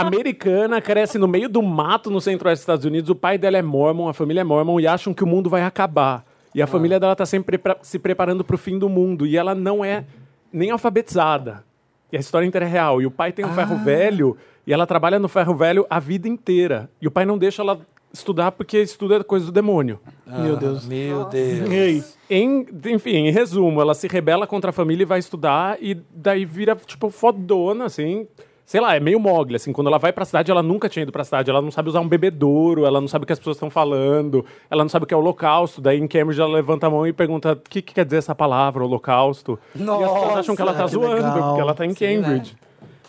D: Americana cresce no meio do mato no centro-oeste dos Estados Unidos. O pai dela é mormon, a família é mormon e acham que o mundo vai acabar. E a família dela tá sempre prepara- se preparando pro fim do mundo. E ela não é nem alfabetizada. E a história inteira é real. E o pai tem um ferro velho e ela trabalha no ferro velho a vida inteira. E o pai não deixa ela estudar porque estuda é coisa do demônio.
A: Meu Deus.
B: Meu Deus.
A: Ei,
D: Em- enfim, em resumo, ela se rebela contra a família e vai estudar, e daí vira, tipo, fodona, assim. Sei lá, é meio mogli, assim. Quando ela vai pra cidade, ela nunca tinha ido pra cidade. Ela não sabe usar um bebedouro, ela não sabe o que as pessoas estão falando, ela não sabe o que é holocausto. Daí em Cambridge ela levanta a mão e pergunta o que, que quer dizer essa palavra, holocausto. e as pessoas acham que ela tá
B: Nossa, que
D: zoando,
A: legal.
D: porque ela tá em Cambridge.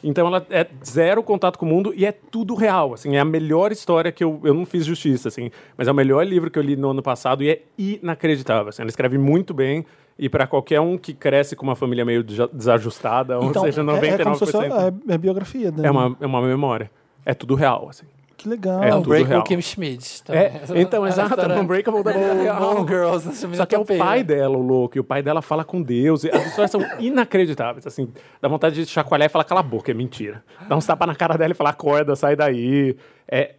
D: Então ela é zero contato com o mundo e é tudo real, assim, é a melhor história que eu, eu não fiz justiça, assim, mas é o melhor livro que eu li no ano passado e é inacreditável, assim, ela escreve muito bem e para qualquer um que cresce com uma família meio deja- desajustada, ou
A: Então,
D: seja, 99%,
A: é, é como se fosse
D: é,
A: a, a biografia, né?
D: uma, é uma memória, é tudo real, assim.
A: Que legal.
D: É, tudo
B: Unbreakable
D: real.
B: um Kim Schmidt. também.
D: É, então,
B: Essa
D: exato,
B: história-
D: Unbreakable da
B: Ball Girls. tá
D: Só que é o pai dela, o louco, e o pai dela fala com Deus. E as histórias são inacreditáveis, assim. Dá vontade de chacoalhar e falar, cala a boca, é mentira. Dá uns tapas na cara dela e falar, acorda, sai daí. É,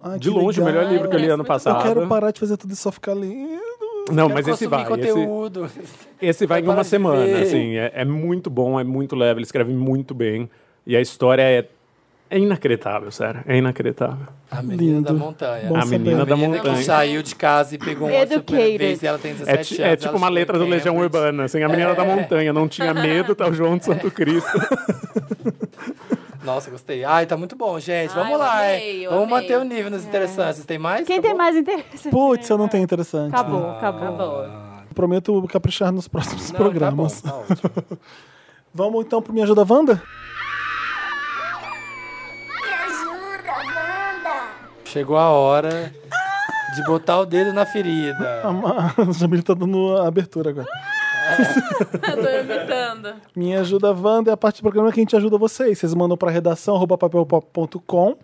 A: Ah,
D: de
A: que
D: longe, o
A: legal.
D: melhor livro que eu li ano
A: Eu
D: passado.
A: quero parar de fazer tudo e só ficar lendo.
D: Não, mas esse vai. Esse,
B: conteúdo.
D: esse vai em
B: Quero
D: uma
B: parar de
D: semana,
B: ver.
D: assim. É, é muito bom, é muito leve, ele escreve muito bem. E a história é, é inacreditável, sério. É inacreditável.
B: A menina
A: Lindo.
B: da montanha.
A: Bom
D: a
A: saber.
D: menina da
B: A menina
D: montanha.
B: que saiu de casa e pegou um ônibus pela primeira
C: Educated.
B: vez e ela tem
D: É,
B: 17
D: ti- é
B: anos.
D: tipo
B: ela
D: uma
B: estudou
D: letra
B: em
D: do Legião
B: Cambridge.
D: Urbana, assim, a menina
B: É.
D: da montanha, não tinha medo, tá o João de Santo Cristo.
B: Nossa, gostei. Ai, tá muito bom, gente.
E: Ai,
B: Vamos
E: eu
B: lá,
E: amei,
B: hein?
E: eu
B: Vamos
E: amei. É.
B: manter o nível nos interessantes. Tem mais?
C: Quem
B: Tá
C: tem
B: bom?
C: mais interesse?
A: Putz, eu não tenho interessante.
C: Acabou,
D: Ah.
C: acabou.
A: Prometo caprichar nos próximos
B: Não,
A: programas.
B: Tá bom, tá ótimo.
A: Vamos então pro Me Ajuda Wanda?
H: Me ajuda, Wanda!
B: Chegou a hora de botar o dedo na ferida.
A: A Jamil tá dando a abertura agora.
E: Eu tô imitando.
A: Me Ajuda Wanda é a parte do programa que a gente ajuda vocês. Vocês mandam para redação arroba papelpop.com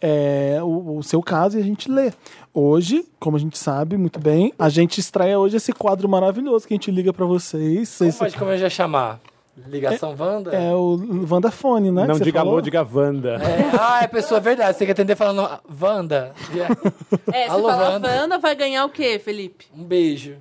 A: é, o, o seu caso e a gente lê. Hoje, como a gente sabe muito bem, a gente estreia hoje esse quadro maravilhoso que a gente liga para vocês.
B: Como
A: Vocês-
B: pode como eu já chamar? Ligação Wanda?
A: É o Wandafone, né?
D: Não
A: que você
D: diga
A: falou?
D: alô, diga Wanda.
B: É, Ah, é pessoa verdade. Você tem que atender falando "Ah, Wanda.
E: É, se
B: Alô,
E: falar
B: Wanda.
E: Wanda, vai ganhar o quê, Felipe?
B: Um beijo.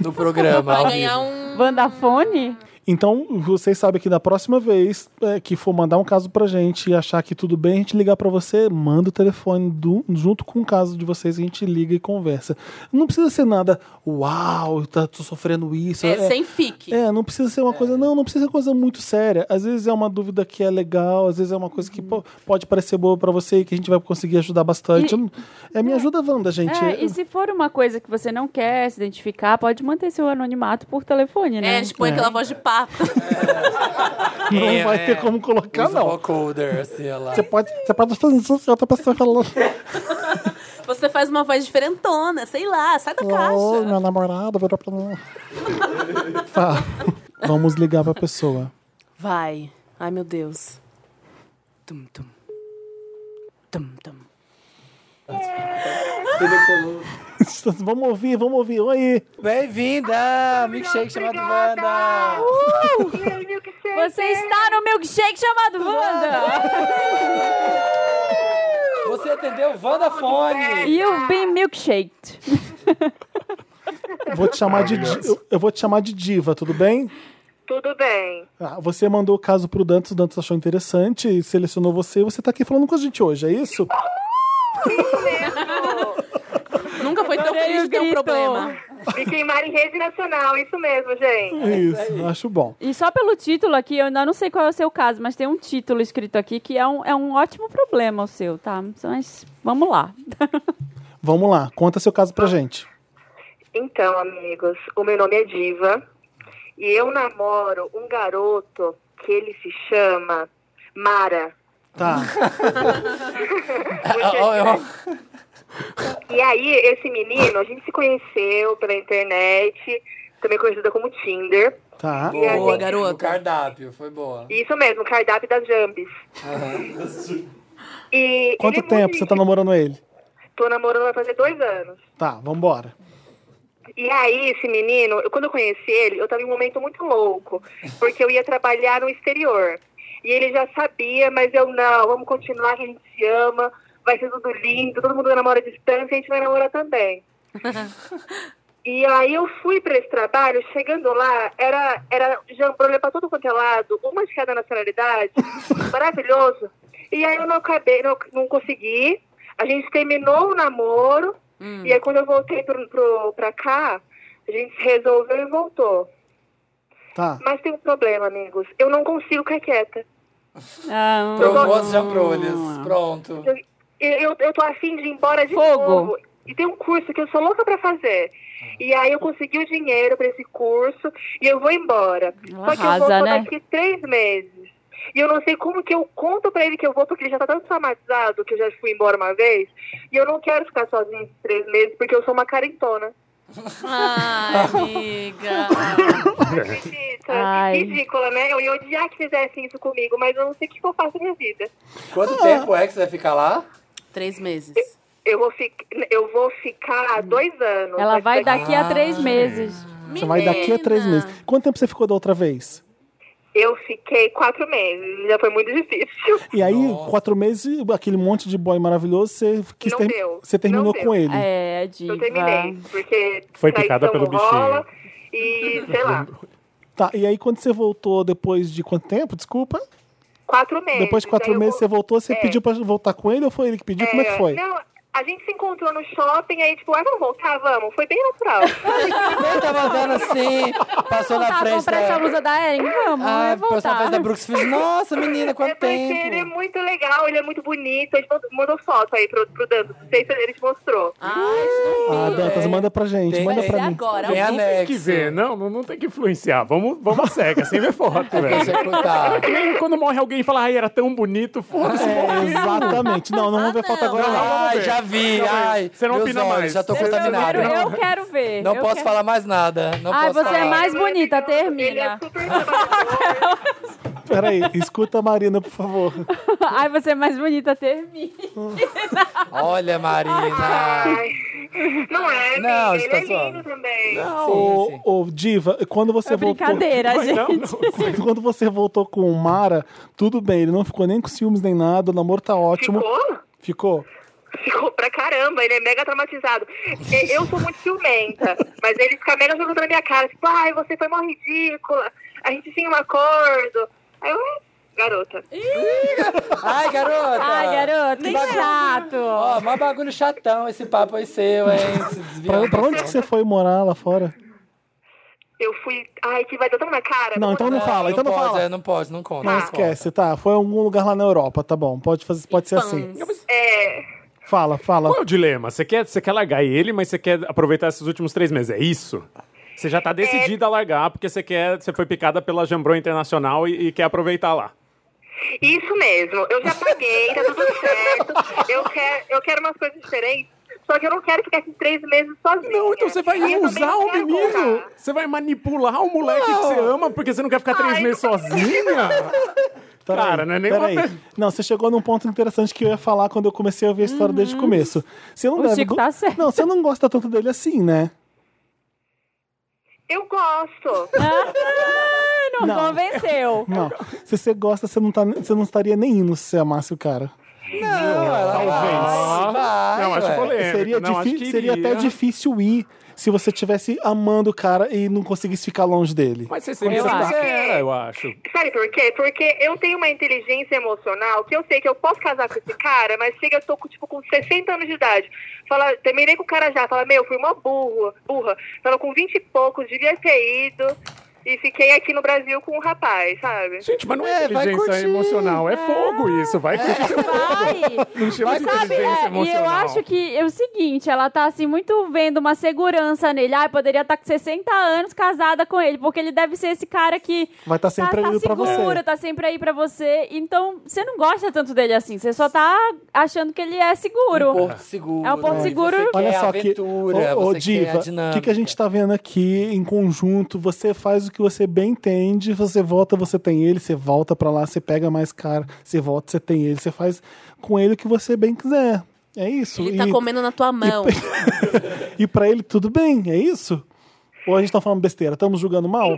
B: No programa.
E: Vai
B: ao
E: ganhar
B: vivo.
E: um.
C: Vandafone?
A: Então, vocês sabem que da próxima vez é, que for mandar um caso pra gente e achar que tudo bem, a gente ligar pra você, manda o telefone do- junto com o caso de vocês, a gente liga e conversa. Não precisa ser nada, uau, eu tá, tô sofrendo isso.
E: É, sem fique.
A: É, não precisa ser uma coisa, não, não precisa ser coisa muito séria. Às vezes é uma dúvida que é legal, às vezes é uma coisa que pô, pode parecer boa pra você e que a gente vai conseguir ajudar bastante.
C: E-
A: Eu não- é, me ajuda, Wanda, gente.
C: É, e se for uma coisa que você não quer se identificar, pode manter seu anonimato por telefone, né?
E: É, a gente põe aquela voz de pato.
A: não
B: É,
A: vai
B: é.
A: ter como
E: um.
A: colocar,
D: Tá
B: Usa
A: não.
B: vocoder, assim, olha lá.
A: Você pode, você pode fazer isso se outra pessoa falando.
E: Você faz uma voz diferentona, sei lá, sai da
A: Oi,
E: caixa.
A: meu namorado virou pra mim. Fala. Vamos ligar pra pessoa.
E: Vai. Ai, meu Deus. Tum, tum. Tum, tum.
A: Vamos ouvir, vamos ouvir. Oi.
B: Bem-vinda! Milkshake chamado Wanda!
C: Você está no milkshake chamado Wanda!
B: Você atendeu Wanda Fone!
C: You've been milkshaked.
A: Eu Vou te chamar de di- eu, eu vou te chamar de diva, tudo bem?
I: Tudo bem.
A: Ah, você mandou o caso pro Dantas, o Dantas achou interessante, e selecionou você e você tá aqui falando com a gente hoje, é isso?
E: Nunca foi tão feliz de ter um
C: grito.
E: problema.
I: Fiquei Mari Rede Nacional, isso mesmo, gente.
A: Isso, acho bom.
C: E só pelo título aqui, eu ainda não sei qual é o seu caso, mas tem um título escrito aqui que é um, é um ótimo problema o seu, tá? Mas vamos lá.
A: Vamos lá, conta seu caso pra gente.
I: Então, amigos, o meu nome é Diva e eu namoro um garoto que ele se chama Mara.
A: Tá.
B: Ó, ó,
I: E aí, esse menino, a gente se conheceu pela internet, também conhecida como Tinder.
A: Tá.
I: E a
B: Boa,
I: gente-
B: garota. O cardápio, foi boa.
I: Isso mesmo, cardápio das Jambes.
B: Uhum.
I: E
A: Quanto
I: ele é
A: tempo
I: muito
A: você tá namorando ele?
I: Tô namorando vai fazer dois anos.
A: Tá, vambora.
I: E aí, esse menino, eu- quando eu conheci ele, eu tava em um momento muito louco, porque eu ia trabalhar no exterior. E ele já sabia, mas eu não, vamos continuar que a gente se ama, vai ser tudo lindo, todo mundo namora à distância, a gente vai namorar também. e aí eu fui pra esse trabalho, chegando lá, era, era jambrolha pra todo quanto é lado, uma de cada nacionalidade, maravilhoso. E aí eu não acabei, não, não consegui. A gente terminou o namoro, e aí quando eu voltei pro, pro, pra cá, a gente se resolveu e voltou.
A: Tá.
I: Mas tem um problema, amigos. Eu não consigo ficar quieta.
C: Ah,
B: Provou as jambrolhas. Pronto.
I: Eu, eu, eu tô afim de ir embora de
C: Fogo.
I: novo. E tem um curso que eu sou louca pra fazer. E aí eu consegui o dinheiro pra esse curso e eu vou embora.
C: Ela
I: Só que eu
C: arrasa,
I: volto
C: né?
I: daqui três meses. E eu não sei como que eu conto pra ele que eu vou, porque ele já tá tão traumatizado que eu já fui embora uma vez. E eu não quero ficar sozinha esses três meses, porque eu sou uma carentona.
E: Ai, amiga.
I: Acredita?
C: Ai.
I: Ridícula, né? Eu ia odiar que fizessem isso comigo, mas eu não sei o que eu faço na minha vida.
B: Ah. Quanto tempo é que você vai ficar lá?
E: Três meses.
I: Eu vou, fi- eu vou ficar dois anos.
C: Ela
I: Mas
C: vai daqui a três
B: Ah,
C: meses.
A: Você vai daqui a três
E: Menina.
A: meses. Quanto tempo você ficou da outra vez?
I: Eu fiquei quatro meses, já foi muito difícil.
A: E aí, quatro meses, aquele monte de boy maravilhoso, você quis
I: Não
A: ter-
I: deu.
A: Você terminou
I: Não deu.
A: com ele.
C: É, diva.
I: Eu terminei, porque
D: Foi picada
I: traição
D: pelo
I: não rola, E, sei lá,
A: Tá, e aí quando você voltou depois de quanto tempo? Desculpa.
I: quatro meses.
A: Depois de quatro
I: É, Aí eu
A: meses você
I: vou-
A: voltou, você
I: é.
A: pediu pra voltar com ele ou foi ele que pediu? Como é que foi?
I: Não, a gente se encontrou no shopping, aí tipo, ah, vamos voltar, vamos. Foi bem natural.
A: Ah,
B: Eu tava andando assim, passou na
C: Tá,
B: frente
C: comprei essa
B: da...
C: blusa da Ering, vamos,
B: Ah,
C: eu
B: passou na
C: vou voltar.
B: frente da Brooks e fiz, nossa, menina,
I: é
B: quanto
I: porque ele é
B: tempo.
I: muito legal, ele é muito bonito. Ele mandou- mandou foto aí pro, pro Dantas, não sei se ele te mostrou.
E: Ai, gente,
A: Ah, Dantas, manda pra gente,
B: Tem-
A: manda
E: vai
B: é
E: ser
A: pra mim.
E: agora.
B: Tem
E: alguém-
D: Tem que
B: anexo.
D: ver, não, não, não tem que influenciar. Vamos, vamos à cega, sem ver foto, velho. É
B: Executar.
D: Nem Quando morre alguém e fala, ai, era tão bonito, foda-se,
A: É,
D: morreu.
A: exatamente. Não, não vamos ver foto agora não.
D: vamos
B: Ai,
D: ver.
B: já vi.
D: Vamos ver.
B: Ai,
D: Você não
B: meus
D: opina
B: olhos,
D: mais.
B: Já tô
D: Você não
B: contaminado.
C: Eu,
D: opina
B: Não,
C: eu quero ver.
B: não
C: eu
B: posso
C: quero-
B: falar mais nada. Não
C: Ai,
B: posso
C: você é
B: falar.
C: mais bonita,
I: Ele é
C: termina.
I: super trabalhador.
A: Peraí, escuta a Marina, por favor.
C: Ai, você é mais bonita, termina.
B: Olha, Marina.
I: Ai, Não é,
B: Não,
I: amiga,
B: você
I: ele
B: tá
I: é lindo
B: zoando.
I: também.
A: Ô,
B: sim.
A: ô, Diva, quando você
C: É
A: voltou.
C: brincadeira, gente.
A: Quando você voltou com o Mara, tudo bem, ele não ficou nem com ciúmes nem nada, o namoro tá ótimo.
I: Ficou?
A: Ficou?
I: Ficou pra caramba, ele é mega traumatizado. E- Eu sou muito ciumenta, mas ele fica mega jogando na minha cara, tipo, ai, você foi mó ridícula, a gente tinha um acordo. Aí eu, "Ah, garota.
B: Ai, garota.
C: Ai, garoto, que chato.
B: Ó, mó bagulho chatão esse papo aí seu, hein? Se um desviando.
A: Pra, pra onde que você foi morar lá fora?
I: Eu fui, ai, que vai dar tão na cara.
A: Não, então não fala, então não
B: pode,
A: fala.
B: é, não pode, não conta.
A: Não
B: conta.
A: esquece, tá? Foi em algum lugar lá na Europa, tá bom. Pode, fazer, pode ser assim.
I: É,
A: Fala, fala.
D: Qual é o dilema? Você quer, você quer largar ele, mas você quer aproveitar esses últimos três meses, é isso? Você já tá decidida a largar porque você quer, você foi picada pela Jambrô Internacional e, e quer aproveitar lá.
I: isso mesmo, eu já paguei, tá tudo certo. Eu quero, eu quero umas coisas diferentes, só que eu não quero ficar esses três meses sozinha.
D: Não, então você vai
I: E eu também
D: usar
I: não
D: o
I: quero
D: menino?
I: voltar.
D: Você vai manipular o moleque que você ama porque você não quer ficar três
I: Ai,
D: meses sozinha?
A: Peraí,
D: Cara, não é nem uma
A: peraí.
D: pe-
A: Não, você chegou num ponto interessante que eu ia falar quando eu comecei a ouvir a história desde o começo. Você não
C: Hum. O
A: deve
C: Chico
A: go-
C: tá certo.
A: Não, você não gosta tanto dele assim, né?
I: Eu gosto.
C: Ah, não,
A: Não.
C: convenceu.
A: Não. Se você gosta, você não, tá, você não estaria nem indo se você amasse o cara.
B: Não, ela
D: Talvez.
B: Vai,
D: não, acho
B: ué.
D: polêmico.
A: seria,
D: É, não, acho
A: difí-
D: que
A: seria
D: iria.
A: até difícil ir se você tivesse amando o cara e não conseguisse ficar longe dele.
D: Mas você seria
C: Eu acho.
D: sincera, eu acho.
I: Sabe por quê? Porque eu tenho uma inteligência emocional que eu sei que eu posso casar com esse cara, mas chega, eu tô com, tipo, com 60 anos de idade. Fala, terminei com o cara já, fala, meu, fui uma burra, burra. Tava com 20 e poucos, devia ter ido. E fiquei aqui no Brasil com um rapaz, sabe?
D: Gente, mas não é,
B: É, vai
D: inteligência
B: curtir.
D: emocional, é, fogo isso, vai curtir.
C: Vai.
D: Não chama de
C: Sabe,
D: inteligência
C: é, e
D: emocional.
C: eu acho que é o seguinte, ela tá assim muito vendo uma segurança nele. Ai, poderia estar com 60 anos casada com ele, porque ele deve ser esse cara que
A: Vai estar sempre
C: tá,
A: aí pra
C: tá segura,
A: você.
C: tá sempre aí pra você. Então, você não gosta tanto dele assim, você só tá achando que ele é
B: Um
C: seguro.
B: porto seguro. né?
C: É um porto
B: Você
C: seguro.
B: quer
A: Olha só
B: aventura,
A: que. Ô, ô,
B: você quer
A: Diva,
B: a dinâmica.
A: o que, que a gente tá vendo aqui em conjunto? Você faz o que você bem entende, você volta, você tem ele, você volta pra lá, você pega mais cara, você volta, você tem ele, você faz com ele o que você bem quiser. É isso.
E: Ele tá
A: e,
E: comendo na tua mão.
A: e pra ele tudo bem, é isso? Ou a gente tá falando besteira? Estamos julgando mal?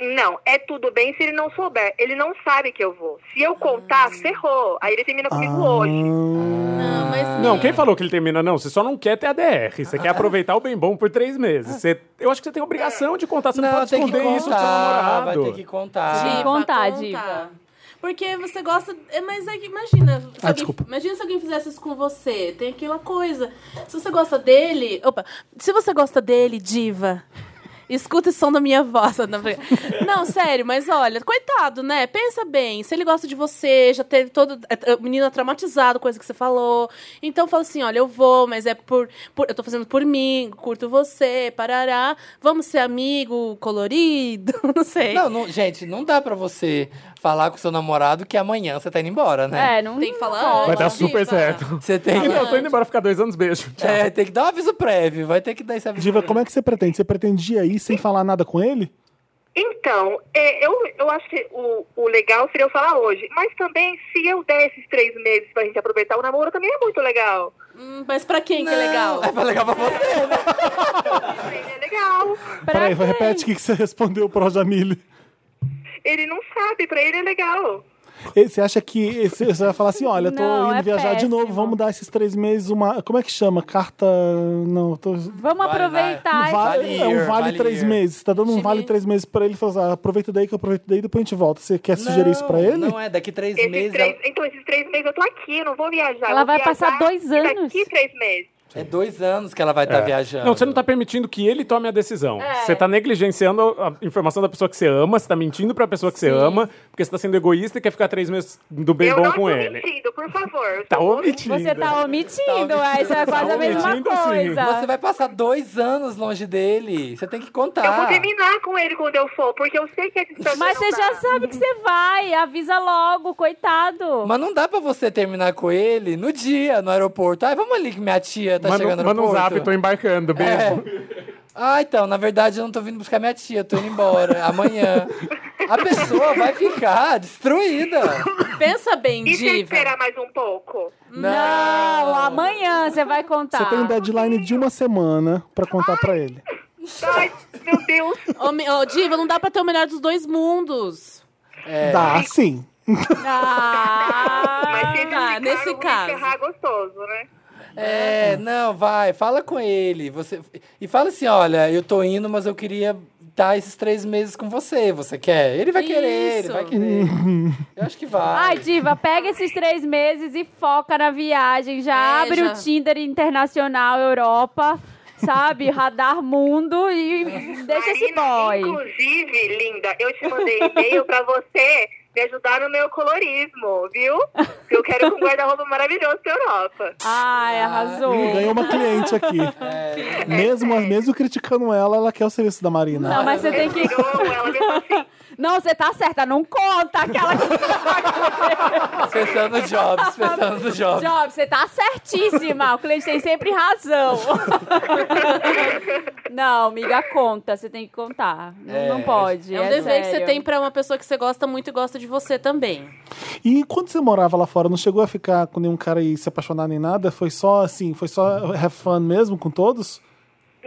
I: Não, é tudo bem se ele não souber. Ele não sabe que eu vou. Se eu contar, ferrou. Aí ele termina comigo hoje.
E: Não, mas.
D: Não, quem falou que ele termina? Não, você só não quer ter ADR. Você quer aproveitar o bem bom por três meses. Você- eu acho que você tem obrigação de contar. Você não,
B: Não,
D: pode
B: tem que
D: esconder isso do seu
B: contar.
D: namorado.
B: Vai ter que
C: Sim.
B: contar.
E: Diva,
C: contar,
E: conta.
C: diva.
E: Porque você gosta. é, Mas é que imagina. se alguém-
A: desculpa.
E: imagina se alguém fizesse isso com você. Tem aquela coisa. Se você gosta dele. Opa! Se você gosta dele, diva. Escuta o som da minha voz. Não, brinca- Não, sério, mas olha, coitado, né? Pensa bem. Se ele gosta de você, já teve todo. é, é, O menino é traumatizado, coisa que você falou. Então fala assim: olha, eu vou, mas é por, por- Eu tô fazendo por mim, curto você, parará. Vamos ser amigo colorido, não sei.
B: Não, não, gente, não dá pra você falar com seu namorado que amanhã você tá indo embora, né?
C: É, não
E: Tem que falar
C: rola.
D: Vai dar
E: Hum, Diva.
D: super certo.
B: Você tem que.
D: Não, Então, tô indo embora ficar dois anos, beijo. Tchau.
B: É, tem que dar um aviso prévio, vai ter que dar esse aviso
A: Diva, como é que você pretende? Você pretendia ir sem falar nada com ele?
I: Então, é, eu, eu acho que o, o legal seria eu falar hoje. Mas também, se eu der esses três meses pra gente aproveitar o namoro, também é muito legal.
E: Hum, mas pra quem que é legal?
B: É pra legal pra você, né?
I: Ele é legal.
C: Pra
A: Peraí,
C: quem?
A: repete o que que você respondeu pro Jamile.
I: Ele não sabe, pra ele é legal.
A: E Você acha que esse- você vai falar assim, olha, eu tô
C: Não,
A: indo
C: é
A: viajar de novo,
C: péssimo.
A: vamos dar esses três meses uma... Como é que chama? Carta... Não, eu tô...
C: Vamos
B: Vai,
C: aproveitar.
A: Um vale,
B: vale
A: é um
B: year,
A: vale,
B: vale
A: três
B: year.
A: meses. Tá dando um
E: Jimmy.
A: vale três meses pra ele. Fala assim, ah, aproveita daí que eu aproveito daí, depois a gente volta. Você quer sugerir isso pra ele?
B: Não é, daqui três
I: Esses
B: meses.
I: três,
B: ela-
I: Então, esses três meses eu tô aqui, eu não vou viajar.
C: Ela
I: Eu vou
C: vai passar
I: viajar
C: dois anos.
I: Daqui três meses.
B: É dois anos que ela vai estar viajando.
D: Não, você não tá permitindo que ele tome a decisão. Você tá negligenciando a informação da pessoa que você ama, você tá mentindo pra pessoa que você ama, porque você tá sendo egoísta e quer ficar três meses do bem
I: eu
D: bom
I: não
D: com
I: tô
D: ele.
I: mentindo, por favor. Eu
D: Tá
I: só vou-
D: omitindo.
C: Você tá omitindo, é, isso é quase a mesma
D: omitindo, sim.
C: coisa.
I: Tá.
B: Você vai passar dois anos longe dele. Você tem que contar.
I: Eu vou terminar com ele quando eu for, porque eu sei que a distância
C: Mas
I: não
C: você já
I: dá.
C: sabe que você vai, avisa logo, coitado.
B: Mas não dá pra você terminar com ele no dia, no aeroporto. Ai, vamos ali que minha tia tá
D: Manda,
B: chegando no
D: manda um
B: aeroporto.
D: zap, tô embarcando. Beijo.
B: É. Ah, então, na verdade eu não tô vindo buscar minha tia, tô indo embora amanhã. A pessoa vai ficar destruída.
E: Pensa bem,
I: E se eu
E: diva.
I: esperar mais um pouco?
C: Não, amanhã você vai contar.
A: Você tem um deadline de uma semana pra contar pra ele.
I: Ai, meu Deus.
E: Ô, me- ô, diva, não dá pra ter o melhor dos dois mundos.
B: é.
A: Dá, sim.
E: Ah,
I: Mas se eles
E: tá,
I: ficaram,
E: nesse
I: vão
E: caso.
I: encerrar gostoso, né?
B: É, não, vai, fala com ele. Você... E fala assim: olha, eu tô indo, mas eu queria estar esses três meses com você. Você quer? Ele vai querer, ele
E: Isso.
B: vai querer. Eu acho que vai.
C: Ai, Diva, pega esses três meses e foca na viagem. Já
E: É,
C: abre
E: já.
C: o Tinder Internacional Europa, sabe? Radar Mundo e deixa esse boy.
I: Inclusive, linda, eu te mandei e-mail pra você me ajudar no meu colorismo, viu? Que eu quero com um guarda-roupa maravilhoso pra Europa.
C: Ai, arrasou.
A: Ih, Ganhou uma cliente aqui. Mesmo, mesmo criticando ela, ela quer o serviço da Marina.
C: Não, mas você tem que.
I: Eu amo É, ela mesmo assim.
C: Não, você tá certa, não conta aquela
B: Pensando no Jobs, pensando no Jobs.
C: Job, você tá certíssima. O cliente tem sempre razão. não, amiga, conta. Você tem que contar. Não,
B: É.
C: não pode.
E: É um dever que você
C: sério.
E: tem pra uma pessoa que você gosta muito e gosta de você também.
A: E quando você morava lá fora, não chegou a ficar com nenhum cara e se apaixonar nem nada? Foi só assim, foi só have fun mesmo com todos?
I: assim,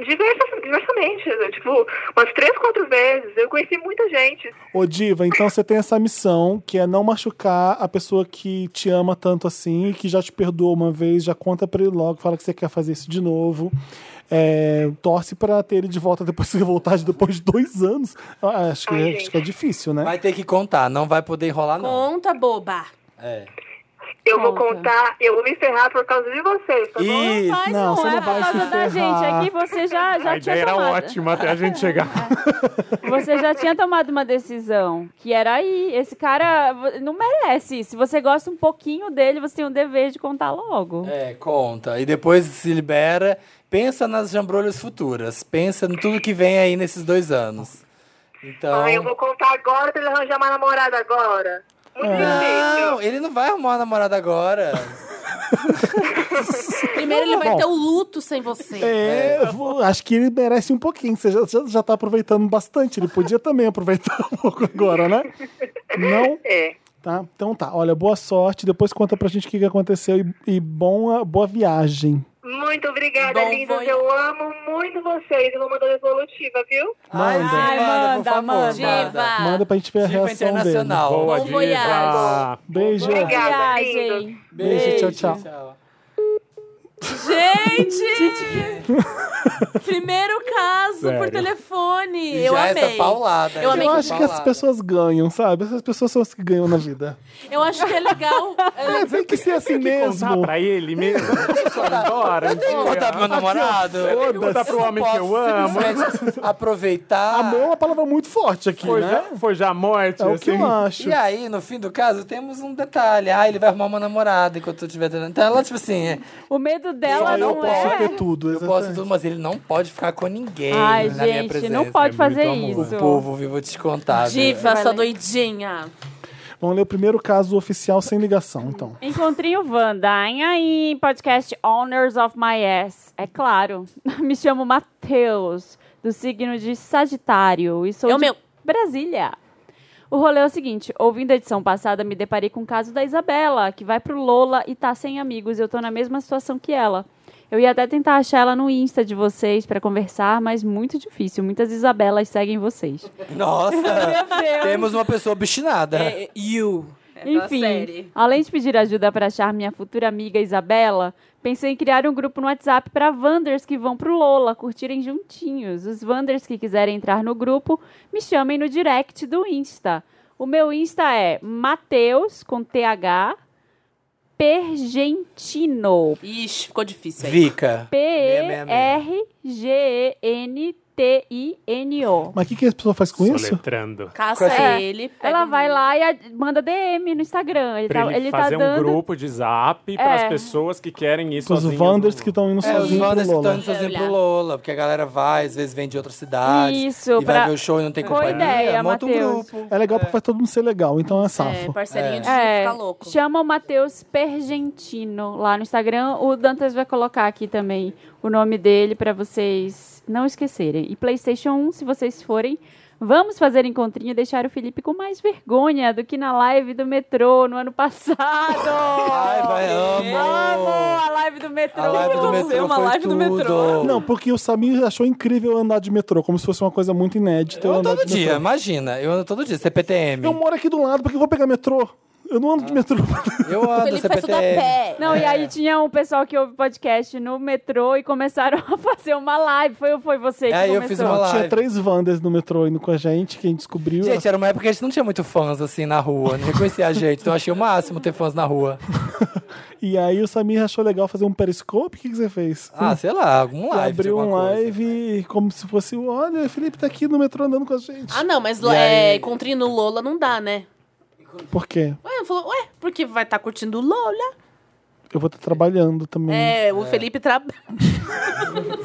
I: Diversas, diversamente, né? tipo, umas três, quatro vezes. Eu conheci muita gente.
A: Ô Diva, então você tem essa missão que é não machucar a pessoa que te ama tanto assim e que já te perdoou uma vez, já conta pra ele logo, fala que você quer fazer isso de novo. É, torce pra ter ele de volta depois que você voltar de depois de dois anos. Ah, Acho que,
I: Ai,
A: acho que é difícil, né?
B: Vai ter que contar, não vai poder enrolar, não.
E: Conta, boba.
B: É.
I: Eu vou
C: Conta.
I: contar, eu vou me ferrar por causa de vocês, tá bom?
B: Isso.
C: Mas
A: Não,
C: não,
A: você
C: é
A: não vai
C: por causa
A: se
C: da gente.
A: ferrar.
C: Aqui você já, já tinha
D: A ideia era
C: tomado.
D: ótima até a gente chegar.
C: Você já tinha tomado uma decisão. Que era aí. Esse cara vo- não merece. Se você gosta um pouquinho dele, você tem o dever de contar logo.
B: É, conta. E depois se libera. Pensa nas jambrolhas futuras. Pensa em tudo que vem aí nesses dois anos. Então.
I: Ai, eu vou contar agora pra ele arranjar uma namorada agora. Muito
B: É.
I: difícil.
B: Não, ele não vai arrumar uma namorada agora.
E: Primeiro ele vai
A: Bom.
E: ter o luto sem você.
A: É, eu vou- acho que ele merece um pouquinho. Você já, já, já tá aproveitando bastante. Ele podia também aproveitar um pouco agora, né? Não?
I: É.
A: Tá? Então tá. Olha, boa sorte. Depois conta pra gente o que, que aconteceu e, e bom, boa viagem.
I: Muito obrigada,
E: Bom,
I: lindas.
E: foi-
I: Eu amo muito vocês. Eu vou mandar devolutiva, viu?
B: Ai,
A: Manda.
B: sim,
C: Ai, manda, manda.
E: Diva.
A: Manda pra gente ver a
B: Diva
A: reação dele.
B: Tipo internacional.
D: Boa, Ah,
E: Bom
D: diva.
E: voyage.
A: Beijo.
I: Obrigada.
C: Viagem.
I: lindos.
A: Beijo, tchau, tchau.
E: Gente! Primeiro caso por
D: Sério.
E: telefone.
B: E
E: eu
B: já
E: amei.
B: essa paulada.
E: Eu
B: hein?
E: amei
A: Eu
E: Bem
A: acho que
B: Paulada.
A: as pessoas ganham, sabe? Essas pessoas são as que ganham na vida.
E: Eu acho que é legal. é,
A: É, tem que ser assim
D: Contar
A: mesmo.
D: pra ele mesmo. Agora, um
B: Tem que
D: dia.
B: contar pro meu namorado.
D: Contar pro homem que eu amo.
B: Simplesmente aproveitar.
A: Amor é uma palavra muito forte aqui,
D: Foi
A: né?
D: já, foi já a morte,
A: É o que
D: assim.
A: eu acho.
B: E aí, no fim do caso, temos um detalhe. Ah, ele vai arrumar uma namorada enquanto eu estiver treinando. Então ela, tipo assim, é,
C: O medo
A: Só
C: dela
A: eu
C: não
A: posso
C: é.
A: ter tudo.
B: eu
A: exatamente.
B: posso tudo, mas ele não pode ficar com ninguém
C: Ai,
B: na minha
C: gente,
B: presença.
C: não pode
D: é muito
C: fazer
D: amor.
C: isso.
B: O povo, viu? Vou te contar. viu?
E: Diva, sua doidinha.
A: Vamos ler o primeiro caso oficial sem ligação, então.
C: Encontrinho Wanda, em aí, podcast Owners of My Ass. É claro, me chamo Matheus, do signo de Sagitário. E sou
E: É o
C: de-
E: meu.
C: Brasília. O rolê é o seguinte, ouvindo a edição passada, me deparei com o caso da Isabela, que vai pro Lola e tá sem amigos. Eu tô na mesma situação que ela. Eu ia até tentar achar ela no Insta de vocês pra conversar, mas muito difícil. Muitas Isabelas seguem vocês.
B: Nossa! temos uma pessoa obstinada.
J: É, you.
C: Enfim, além de pedir ajuda para achar minha futura amiga Isabela, pensei em criar um grupo no WhatsApp para Wanders que vão pro Lola curtirem juntinhos. Os Wanders que quiserem entrar no grupo, me chamem no direct do Insta. O meu Insta é Mateus com TH Pergentino.
J: Ixi, ficou difícil aí.
B: Vica.
C: P E R G E N T I N O.
A: Mas o que, que as pessoas fazem com isso?
D: Soletrando.
E: Caça
C: É.
E: ele. pega
C: Ela
E: um-
C: vai lá e a- manda DM no Instagram. Ele,
D: Pra
C: tá,
D: ele,
C: ele tá
D: fazer
C: dando.
D: um grupo de zap para as
C: É.
D: pessoas que querem ir
A: Os
D: sozinhas.
A: Wanders que estão indo
B: É, os
A: sozinhos
B: Wanders
A: pro
B: que estão
A: Lola.
B: indo sozinhos
J: olhar.
B: pro Lola, porque a galera vai, às vezes vem de outras cidades.
C: Isso,
B: e
C: pra-
B: vai ver o show e não tem
C: Boa
B: companhia.
C: ideia,
B: monta um
C: Matheus.
B: grupo.
A: É legal porque faz todo mundo ser legal, então é
E: É,
A: safo.
E: parceirinho de
C: É,
E: ficar louco.
C: chama o Matheus Pergentino lá no Instagram. O Dantas vai colocar aqui também o nome dele pra vocês não esquecerem. E PlayStation 1, se vocês forem, vamos fazer encontrinho e deixar o Felipe com mais vergonha do que na live do metrô no ano passado.
B: Ai, vai, amo.
C: Amo a live do metrô.
B: A live do
J: aconteceu?
B: metrô
J: Uma
B: foi
J: live do
B: tudo.
J: metrô.
A: Não, porque o Samir achou incrível andar de metrô, como se fosse uma coisa muito inédita.
B: Eu ando
A: andar
B: todo
A: de
B: dia,
A: metrô.
B: imagina. Eu ando todo dia, CPTM.
A: Eu moro aqui do lado, por que eu vou pegar metrô? Eu não ando
B: Ah.
A: de metrô.
B: Eu
E: O
B: ando
E: Felipe faz tudo a
B: CPTM.
E: pé.
C: Não, e aí tinha um pessoal que ouve podcast no metrô e começaram a fazer uma live. Foi, foi você que
B: É, eu
C: começou.
B: fiz uma live.
A: Tinha três Wanders no metrô indo com a gente, quem descobriu.
B: Gente, era uma época que a gente não tinha muito fãs assim na rua, não reconhecia a gente, então eu achei o máximo ter fãs na rua.
A: E aí o Samir achou legal fazer um periscope. O que, que você fez?
B: Ah, sei lá, algum
A: Ele
B: live. de
A: abriu um
B: alguma coisa. né?
A: live como se fosse, olha, o Felipe tá aqui no metrô andando com a gente.
E: Ah, não, mas
B: E aí?
E: é, encontrinho no Lola não dá, né?
A: Por quê?
E: Ué, ele falou, ué, porque vai estar curtindo o Lola.
A: Eu vou estar trabalhando também.
E: É, o Felipe trabalha.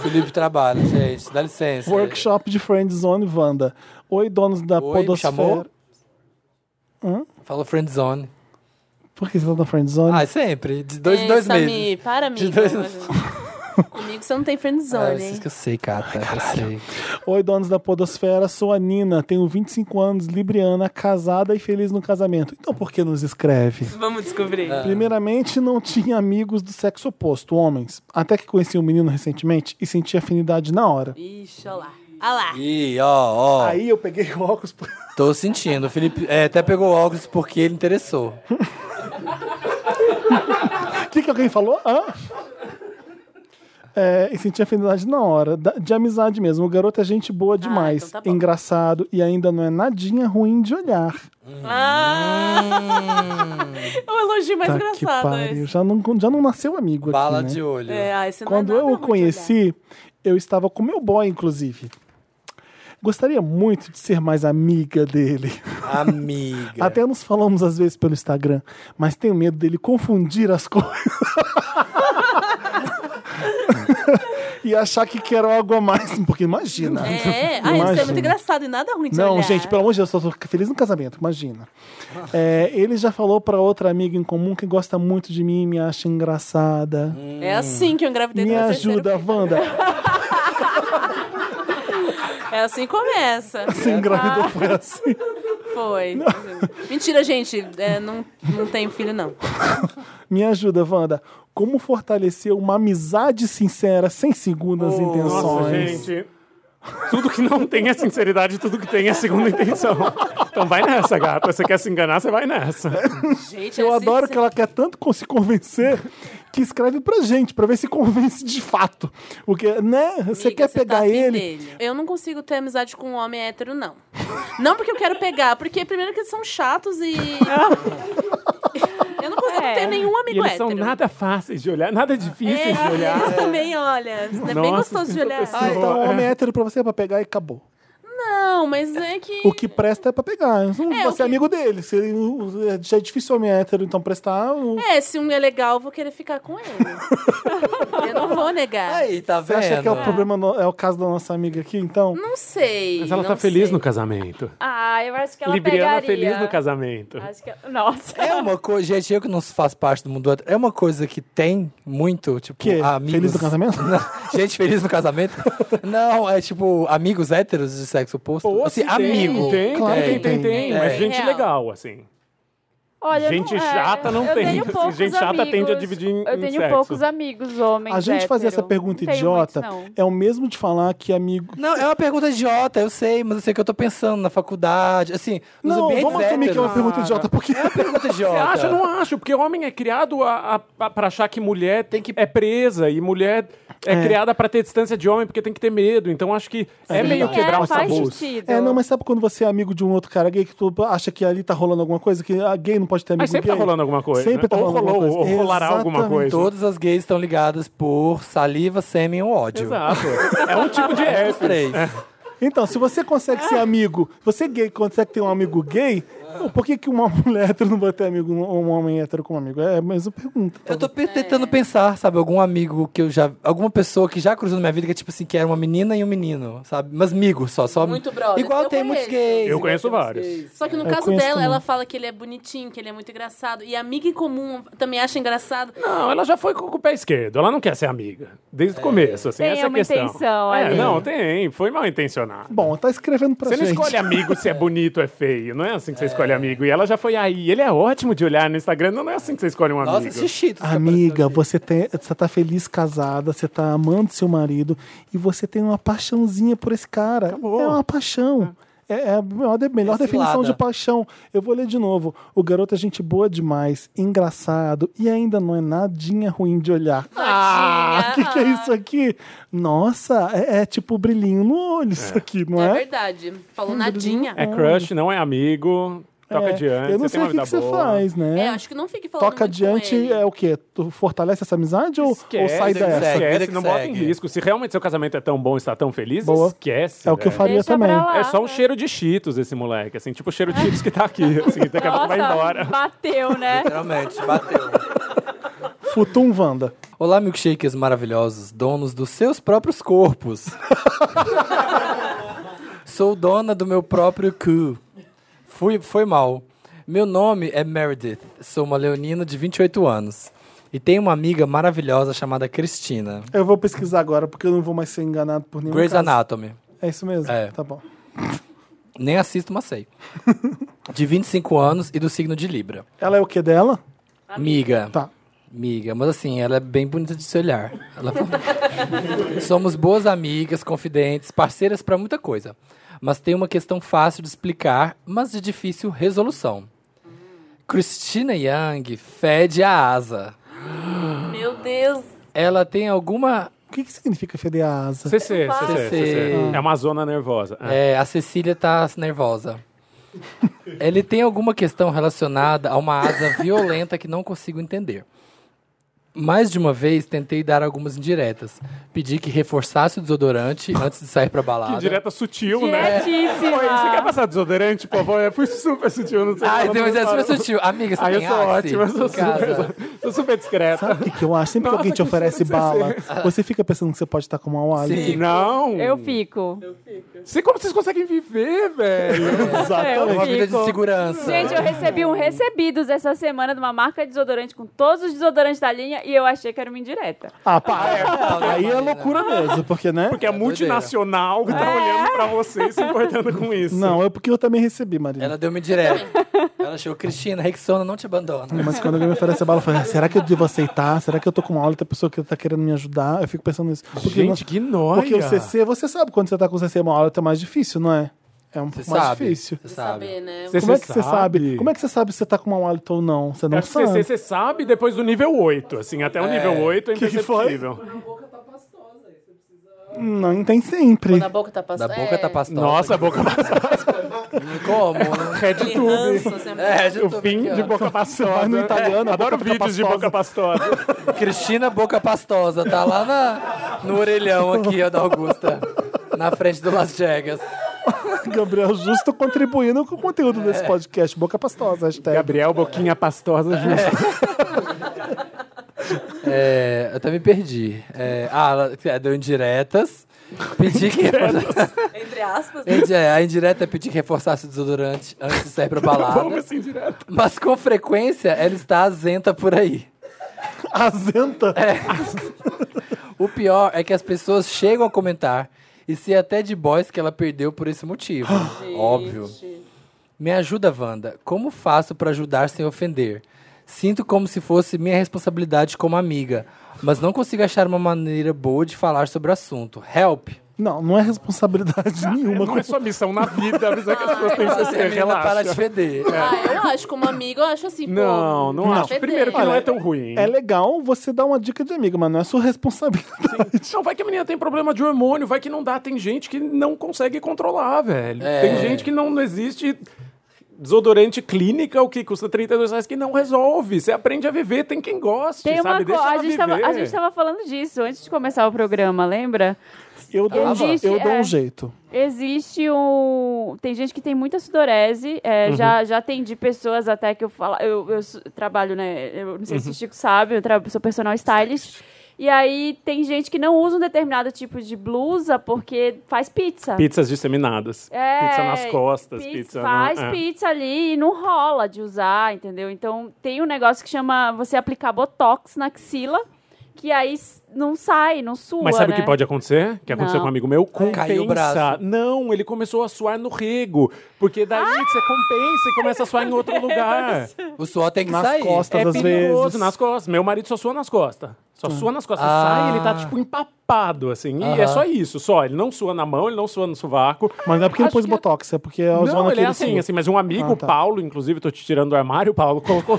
B: Felipe trabalha, gente, dá licença.
A: Workshop de Friend Zone Wanda. Oi, donos da
B: Oi, me chamou?
A: Podosfera.
B: Falou friendzone.
A: Por que você tá na Friend Zone?
B: Ah, sempre, de dois em dois
E: É, Samir,
B: meses.
E: para, amigo.
B: De dois-
E: Comigo você não tem
B: Ah,
E: friendzone,
B: isso
E: hein?
B: que eu sei, Cata, eu sei.
A: Oi, donos da Podosfera. Sou a Nina, tenho 25 anos, libriana, casada e feliz no casamento. Então por que nos escreve?
J: Vamos descobrir.
B: É.
A: Primeiramente, não tinha amigos do sexo oposto, homens. Até que conheci um menino recentemente e senti afinidade na hora.
E: Ixi, olha lá. Olha lá.
B: Ih, ó, ó.
A: Aí eu peguei o óculos. pra-
B: Tô sentindo. O Felipe é, até pegou o óculos porque ele interessou.
A: O que, que alguém falou? Hã? É, e senti afinidade na hora, da- de amizade mesmo. O garoto é gente boa demais,
E: então tá bom.
A: engraçado e ainda não é nadinha ruim de olhar.
E: É um elogio mais
A: Tá que
E: engraçado
A: pariu.
E: esse.
A: Já não, já não nasceu amigo
B: Bala
A: aqui, né?
B: de olho.
E: É, ah, esse não é
A: Quando
E: nada
A: eu o
E: muito
A: conheci, eu estava com meu boy, inclusive. Gostaria muito de ser mais amiga dele.
B: Amiga.
A: Até nos falamos às vezes pelo Instagram, mas tenho medo dele confundir as coisas. e achar que quero algo a mais, porque imagina.
E: olhar. É, ah, isso é
A: Imagina.
E: muito engraçado né? e nada ruim de
A: Não,
E: olhar.
A: gente, pelo amor de Deus, eu tô feliz no casamento, imagina. É, ele já falou pra outra amiga em comum que gosta muito de mim, me acha engraçada.
E: É assim que eu engravidei do
A: me
E: meu terceiro
A: ajuda,
E: filho.
A: Wanda.
E: É assim que começa.
A: Você engravidou,
E: tá.
A: foi assim.
E: Foi. Mentira, gente. é, não, não tenho filho, não.
A: Me ajuda, Wanda. Como fortalecer uma amizade sincera, sem segundas intenções?
D: Nossa, gente. Tudo que não tem é sinceridade, tudo que tem é segunda intenção. Então vai nessa, gata. Você quer se enganar, você vai nessa.
E: Gente,
A: Eu
E: é
A: adoro
E: sincero.
A: que ela quer tanto con- se convencer que escreve pra gente, pra ver se convence de fato. Porque, né? Você
E: Amiga,
A: quer
E: você
A: pegar
E: tá afim
A: ele.
E: dele. Eu não consigo ter amizade com um homem hétero, não. Não porque eu quero pegar, porque primeiro que eles são chatos e. eu não consigo
C: É.
E: ter nenhum
D: E
E: amigo
D: eles
E: hétero.
D: são nada fáceis de olhar, nada difíceis de
E: É,
D: olhar.
E: eles também, olha. É bem
D: Nossa,
E: gostoso de olhar.
A: Ah, então o homem hétero pra você é pra pegar e acabou.
E: Não, mas é que.
A: O que presta é pra pegar. Não,
E: É, o
A: você
E: que-
A: é amigo dele. Se ele- o- já é difícil o homem hétero, então prestar. o-
E: É, se um é legal, eu vou querer ficar com ele. eu não vou negar.
B: Aí, tá
A: Você
B: vendo?
A: acha que é o problema, no- é o caso da nossa amiga aqui, então?
E: Não sei.
D: Mas ela
E: não
D: tá feliz
E: sei.
D: no casamento.
C: Ah, eu acho que ela
D: Libriana
C: pegaria. Assim,
D: feliz no casamento.
C: Acho que... Nossa.
B: É uma coisa, gente, eu que não faço parte do mundo hétero, é uma coisa que tem muito, tipo,
A: Que?
B: amigos.
A: Feliz do casamento?
B: Não, Gente feliz no casamento? Não, é tipo amigos héteros de sexo oposto. assim,
D: tem,
B: amigo.
D: Tem,
B: Claro
D: tem,
B: que
D: tem, tem. Mas gente
C: É. Real.
D: legal, assim.
C: Olha, eu
D: gente
C: não- é,
D: chata não
C: eu
D: tem.
C: tenho
D: Assim,
C: poucos
D: gente chata
C: amigos-
D: tende a dividir em-
C: Eu
D: em
C: tenho
D: sexo.
C: poucos amigos homens.
A: A gente fazer essa
C: hétero.
A: pergunta
C: Não tenho
A: idiota
C: muitos, não.
A: é o mesmo de falar que amigo.
B: Não, é uma pergunta idiota, eu sei, mas eu sei o que eu tô pensando na faculdade, assim, nos
A: Não,
B: ambientes
A: vamos assumir que é uma
B: héteros.
A: pergunta idiota, porque.
B: É uma pergunta idiota.
D: Você acha? Eu Não acho, porque homem é criado a, a- a- pra achar que mulher tem que é presa e mulher é,
A: É.
D: criada pra ter distância de homem porque tem que ter medo. Então acho que é
C: Sim,
D: meio quebrar
C: é,
D: os
C: faz
D: tabus.
C: sentido.
A: É, não, mas sabe quando você é amigo de um outro cara gay que tu acha que ali tá rolando alguma coisa? Que a gay não pode ter amigo
D: Mas sempre
A: gay?
D: tá rolando alguma coisa,
A: Sempre
D: né?
A: tá
D: Ou
A: rolando
D: rolou,
A: alguma coisa.
D: ou rolará alguma
A: Exatamente.
D: coisa.
B: Todas as gays estão ligadas por saliva, sêmen ou ódio.
D: Exato. É um tipo de
B: Os três.
D: herpes.
A: Então, se você consegue ser amigo, você gay consegue ter um amigo gay, por que, que uma mulher hétero não vai ter amigo, um homem hétero como amigo? É a mesma pergunta.
B: Eu tô pe-
E: É.
B: tentando pensar, sabe, algum amigo que eu já. Alguma pessoa que já cruzou na minha vida que é tipo assim, que era uma menina e um menino, sabe? Mas amigo só, só.
E: Muito brother.
B: Igual
E: Eu
B: tem muitos
E: conheço.
B: gays.
D: Eu
B: igual
D: conheço
B: tem muitos
D: vários.
B: gays.
E: Só que no
A: Eu
E: caso
A: conheço
E: dela,
A: também.
E: ela fala que ele é bonitinho, que ele é muito engraçado. E amiga em comum também acha engraçado.
D: Não, ela já foi com com o pé esquerdo. Ela não quer ser amiga. Desde o começo, assim,
C: Tem
D: essa é a
C: uma
D: questão.
C: intenção
D: é,
C: ali.
D: não, tem. Foi mal intencionado.
A: Bom, tá escrevendo pra
D: Você não
A: gente.
D: escolhe amigo se é bonito ou é feio. Não é assim que você escolhe amigo. E ela já foi aí. Ele é ótimo de olhar no Instagram. Não é assim que você escolhe um
B: Nossa,
D: amigo.
B: esses
E: tá
B: cheetos. que
A: Amiga,
B: apareceram
A: você, tem, você tá feliz casada, você tá amando seu marido e você tem uma paixãozinha por esse cara. É uma paixão. É, é a melhor, de- melhor
B: Cilada.
A: definição de paixão. Eu vou ler de novo. O garoto é gente boa demais, engraçado e ainda não é nadinha ruim de olhar. Ah, o que, que é isso aqui? Nossa, é, é tipo brilhinho no olho isso aqui, não
E: É,
A: é?
E: verdade. Falou nadinha.
D: É crush, não é amigo. Toca
A: É,
D: adiante.
A: Eu não
D: você
A: sei
D: tem
A: o
D: uma
A: que,
D: vida
A: que você
D: boa.
A: faz,
E: É,
A: né?
E: acho que não fique falando
A: Toca
E: muito com
A: adiante
E: ele.
A: é o quê? Tu fortalece essa amizade ou, ou
D: Esquece,
A: sai dessa?
B: segue,
D: esquece,
B: vida que
D: não bota em
B: segue.
D: risco. Se realmente seu casamento é tão bom e está tão feliz,
A: Boa.
D: esquece.
A: É o que eu
D: velho.
A: faria
C: Deixa pra
A: também.
C: lá,
D: É só um
C: né?
D: cheiro de Cheetos esse moleque, assim, tipo o cheiro de Cheetos que tá aqui, assim, daqui a pouco vai
C: Nossa,
D: embora.
C: Bateu, né?
B: Literalmente, bateu.
A: Futum Wanda.
B: Olá, milkshakers maravilhosos, donos dos seus próprios corpos. Sou dona do meu próprio cu. Fui, foi mal. Meu nome é Meredith. Sou uma leonina de 28 anos. E tenho uma amiga maravilhosa chamada Cristina.
A: Eu vou pesquisar agora, porque eu não vou mais ser enganado por nenhum
B: Grey's
A: caso.
B: Anatomy.
A: É isso mesmo?
B: É.
A: Tá bom.
B: Nem assisto, mas sei. De 25 anos e do signo de Libra.
A: Ela é o que dela?
B: Amiga.
A: Tá.
B: Amiga, mas assim, ela é bem bonita de se olhar. Ela- Somos boas amigas, confidentes, parceiras pra muita coisa. Mas tem uma questão fácil de explicar, mas de difícil resolução. Christina Young fede a asa.
E: Meu Deus.
B: Ela tem alguma.
A: O que, que significa feder a asa?
D: CC, CC,
B: CC.
D: É uma zona nervosa. É.
B: É, a Cecília tá nervosa. Ele tem alguma questão relacionada a uma asa violenta que não consigo entender. Mais de uma vez tentei dar algumas indiretas. Pedi que reforçasse o desodorante antes de sair pra balada.
D: Que direta sutil, né?
C: Quietíssima.
D: Oi, você quer passar desodorante, por favor? Eu fui super sutil, não sei
B: Ai,
D: como
B: Deus,
D: eu
B: é super
D: falo.
B: sutil. Amiga, você
D: Ai, eu
B: tem
D: sou
B: Axe
D: ótima, eu sou
B: em casa?
D: super, sou super discreta.
A: Sabe o que, que eu acho? Sempre que
D: Nossa,
A: alguém te
D: que
A: oferece
D: cheiro de
A: bala, você fica pensando que você pode estar com mau hálito.
B: Sim.
D: Não!
C: Eu fico.
D: Sei como vocês conseguem viver, velho.
C: Eu
B: É uma vida de
C: fico.
B: segurança.
C: Gente, eu recebi um recebidos essa semana de uma marca de desodorante com todos os desodorantes da linha e eu achei que era uma indireta.
A: Ah, pá.
B: Não, não,
A: Aí é
B: não,
A: loucura mesmo, porque, né?
D: Porque a multinacional tá olhando pra você e se importando com isso.
A: Não, é porque eu também recebi, Marina.
B: Ela deu-me direto. Ela achou, Cristina, Rexona não te abandona.
A: Mas quando alguém me oferece a bala, eu falo, será que eu devo aceitar? Será que eu tô com mau hálito? A pessoa que tá querendo me ajudar? Eu fico pensando nisso. Porque
D: Gente, que noia.
A: Porque o CC, você sabe quando você tá com CC mau hálito é mais difícil, não é? É um
B: Você
A: pouco mais
B: sabe.
A: difícil.
B: Você sabe.
E: Saber, né?
A: Como é que você sabe? Como é que você sabe se você tá com mau hálito ou não? Você não
D: Acho que
A: sabe.
D: você, você sabe depois do nível 8, assim, até o nível 8 é
A: Que que foi?
D: imperceptível.
A: Não, não tem sempre.
E: Na boca tá
B: Da
E: passando.
B: boca
C: É.
B: tá pastosa.
D: Nossa, boca
B: Como?
D: é de tudo.
E: assim,
B: É, já
D: O
B: tô
D: fim
B: aqui, ó.
D: de boca pastosa.
A: Vai no italiano, a
D: Adoro
A: boca fica
D: vídeos de boca pastosa.
B: Cristina Boca Pastosa, tá lá na, no orelhão aqui, ó, da Augusta. Na frente do Las Vegas.
A: Gabriel Justo contribuindo com o conteúdo
D: É.
A: desse podcast. Boca pastosa, hashtag.
D: Gabriel, boquinha pastosa justa.
B: É, eu até me perdi. É, ah, ela é, deu indiretas. Pedi que.
E: Entre aspas.
B: Indi- é, A indireta é pedir que reforçasse o desodorante antes de sair pra balada.
D: Vamos assim direto.
B: Mas com
D: É.
B: frequência ela está azenta por aí.
A: Azenta.
B: O pior é que as pessoas chegam a comentar e ser até de boys que ela perdeu por esse motivo. Óbvio. Me ajuda, Wanda. Como faço pra ajudar sem ofender? Sinto como se fosse minha responsabilidade como amiga, mas não consigo achar uma maneira boa de falar sobre o assunto. Help.
A: Não, não é responsabilidade nenhuma.
D: Não é sua missão na vida avisar que as pessoas têm que
B: Essa
D: ser,
B: menina
D: relaxa. É.
B: para de feder.
E: Ah, eu acho, como amigo, eu acho assim, pô.
D: Não, não acho.
E: feder.
D: Primeiro que não é tão ruim.
A: É legal você dar uma dica de amiga, mas não é sua responsabilidade.
D: Não, vai que a menina tem problema de hormônio, vai que não dá. Tem gente que não consegue controlar, velho.
B: É.
D: Tem gente que não, não existe desodorante clínica, o que custa 32 reais, que não resolve. Você aprende a viver, tem quem goste,
C: Tem uma
D: sabe?
C: coisa.
D: Deixa
C: A,
D: ela
C: gente tava-
D: viver.
C: a gente tava falando disso antes de começar o programa, lembra?
A: Eu dou, um-
C: Existe,
A: eu dou
C: é.
A: um jeito.
C: Existe um. Tem gente que tem muita sudorese.
D: Uhum.
C: é, já, já atendi pessoas até que eu falo. Eu, eu su- trabalho, né? Eu não sei
D: Uhum.
C: se o Chico sabe, eu tra- sou personal stylist. E aí tem gente que não usa um determinado tipo de blusa porque faz pizza.
D: Pizzas disseminadas.
C: É,
D: pizza nas costas, pizza... no-
C: faz
D: é.
C: pizza ali e não rola de usar, entendeu? Então tem um negócio que chama você aplicar botox na axila, que aí s- não sai, não sua.
D: Mas sabe o
C: né?
D: que pode acontecer? Que aconteceu
C: Não.
D: com um amigo meu?
B: Caiu o braço.
D: Compensa. Não, ele começou a suar no rego. Porque daí
C: Ah!
D: você compensa e começa a suar em outro lugar. É
B: O suor tem que
A: Nas
B: sair.
A: costas, às
D: perigoso
A: vezes.
D: nas costas. Meu marido só sua nas costas. Só sua nas costas.
B: Ah.
D: Sai, ele tá tipo empapado, assim. E
B: Aham.
D: é só isso, só. Ele não sua na mão, ele não sua no sovaco.
A: Mas não é porque ele
D: Acho
A: pôs
D: que-
A: botox, é porque é a
D: Não,
A: zona
D: ele
A: que
D: é
A: ele
D: assim,
A: sua.
D: assim, mas um amigo,
A: Ah, tá.
D: Paulo, inclusive, tô te tirando do armário, Paulo, colocou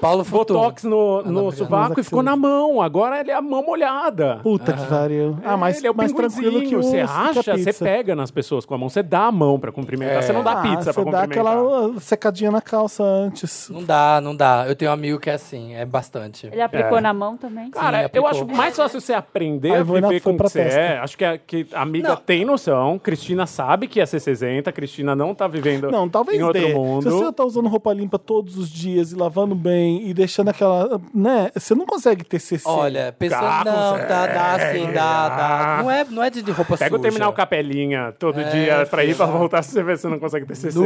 B: Paulo Futum.
D: botox no, no sovaco e
A: Nas
D: ficou na
A: axilas.
D: mão. Agora ele é a mão molhada.
A: Puta que pariu. Ah, mas
D: Ele é o
A: mais tranquilo que o
D: Você
A: Sica
D: acha, você
A: Pizza.
D: pega nas pessoas com a mão, você dá a mão pra cumprimentar, você não dá
A: Ah,
D: pizza pra
A: Você dá
D: cumprimentar.
A: aquela secadinha na calça antes.
B: Não dá, não dá. Eu tenho um amigo que é assim, é bastante.
C: Ele aplicou
D: É.
C: na mão também?
D: Cara,
B: Sim,
D: eu
B: aplicou.
D: acho mais fácil você aprender
A: Aí
D: a
A: vou na-
D: viver
A: foi
D: com o
A: pra
D: que você
A: testa.
D: é. Acho que a, que a amiga
B: Não.
D: tem noção, Cristina sabe que é C60, Cristina não tá vivendo
A: Não, talvez
D: em outro
A: dê. Se você
D: mundo.
A: tá usando roupa limpa todos os dias e lavando bem e deixando aquela, né? Você não consegue ter CC.
B: Olha, pensando,
D: Ah,
B: não,
D: consegue.
B: dá, dá sim, dá, dá. Não é, não é de, de roupa
D: é, Pega
A: tá
B: suja.
D: o terminal capelinha todo dia pra ir pra voltar, você vê se você não consegue ter CC.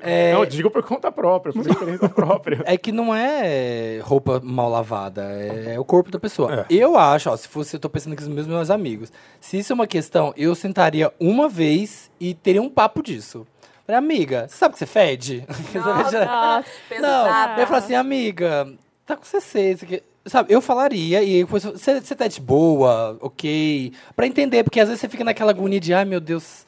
B: É,
D: Não, eu digo por conta própria, por experiência própria.
B: É que não é roupa mal lavada, é, é o corpo da pessoa. Eu acho, ó, se fosse, eu tô pensando aqui nos meus, meus amigos. Se isso é uma questão, eu sentaria uma vez e teria um papo disso. Falei, amiga, você sabe que você fede? né?
C: Nossa,
B: não,
E: pesada.
B: eu ia falar assim, amiga, tá com CC, isso aqui. Sabe, eu falaria e depois, você você tá de boa, ok? Pra entender, porque às vezes você fica naquela agonia de, ai meu Deus,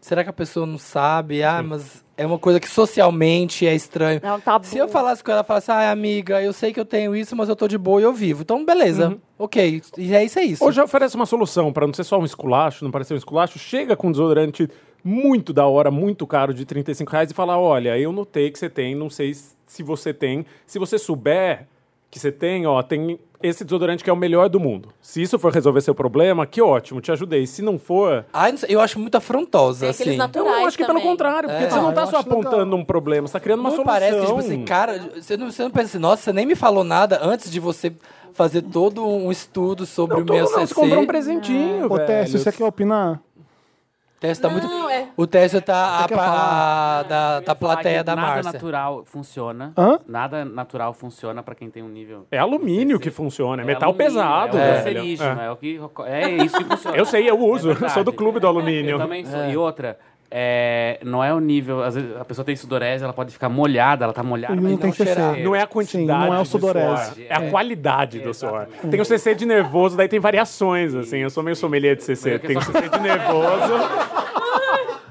B: será que a pessoa não sabe? Ah, mas é uma coisa que socialmente é estranho.
C: É um tabu.
B: Se eu falasse com ela, falasse, ai, amiga, eu sei que eu tenho isso, mas eu tô de boa e eu vivo. Então, beleza. Ok. E é isso, é isso.
D: Hoje oferece uma solução pra não ser só um esculacho, não parecer um esculacho. Chega com um desodorante muito da hora, muito caro, de 35 reais e fala: Olha, eu notei que você tem, não sei s- se você tem. Se você souber que você tem, ó, tem esse desodorante que é o melhor do mundo. Se isso for resolver seu problema, que ótimo, te ajudei. Se não for.
B: Ai, não sei, eu acho muito afrontosa,
E: Tem aqueles
B: assim.
E: naturais
D: Então, eu acho que pelo
E: também.
D: contrário, porque
B: É,
D: você não
A: Ah,
D: tá
A: eu
D: só
A: acho legal.
D: apontando um problema, você tá criando uma
B: não me
D: solução.
B: parece que, tipo assim, cara, você não, você não pensa assim, nossa, você nem me falou nada antes de você fazer todo um estudo sobre
D: não,
B: o
D: todo
B: meu
D: não,
B: CC.
D: você comprou um presentinho,
A: Ô,
D: velho.
A: Tess, você
B: é um
A: quer opinar?
B: O Tess tá muito...
E: Não, é.
B: O Tess tá a,
A: quer falar?
B: a- da, da plateia da
F: nada
B: Márcia.
F: natural funciona.
A: Hã?
F: Nada natural funciona pra quem tem um nível.
D: É alumínio
F: CC.
D: que funciona, é,
F: É
D: metal
F: alumínio,
D: pesado,
F: É, o
D: velho.
F: cancerígeno, é. o que, é isso que funciona.
D: Eu sei, eu uso.
F: É
D: eu
F: verdade.
D: sou do clube do alumínio.
F: Eu também sou. E outra, é, não é o nível. Às vezes a pessoa tem sudorese, ela pode ficar molhada, ela tá molhada,
A: E
F: mas
A: não tem CC.
F: cheirar.
D: Não é a
A: Sim,
D: quantidade
A: não é o
D: de
A: sudorese.
D: suor, É a qualidade do suor. Tem o CC de nervoso, daí tem variações, assim. Eu sou meio sommelier de CC.
F: Melhor é que
D: Tem o
F: só
D: CC de nervoso.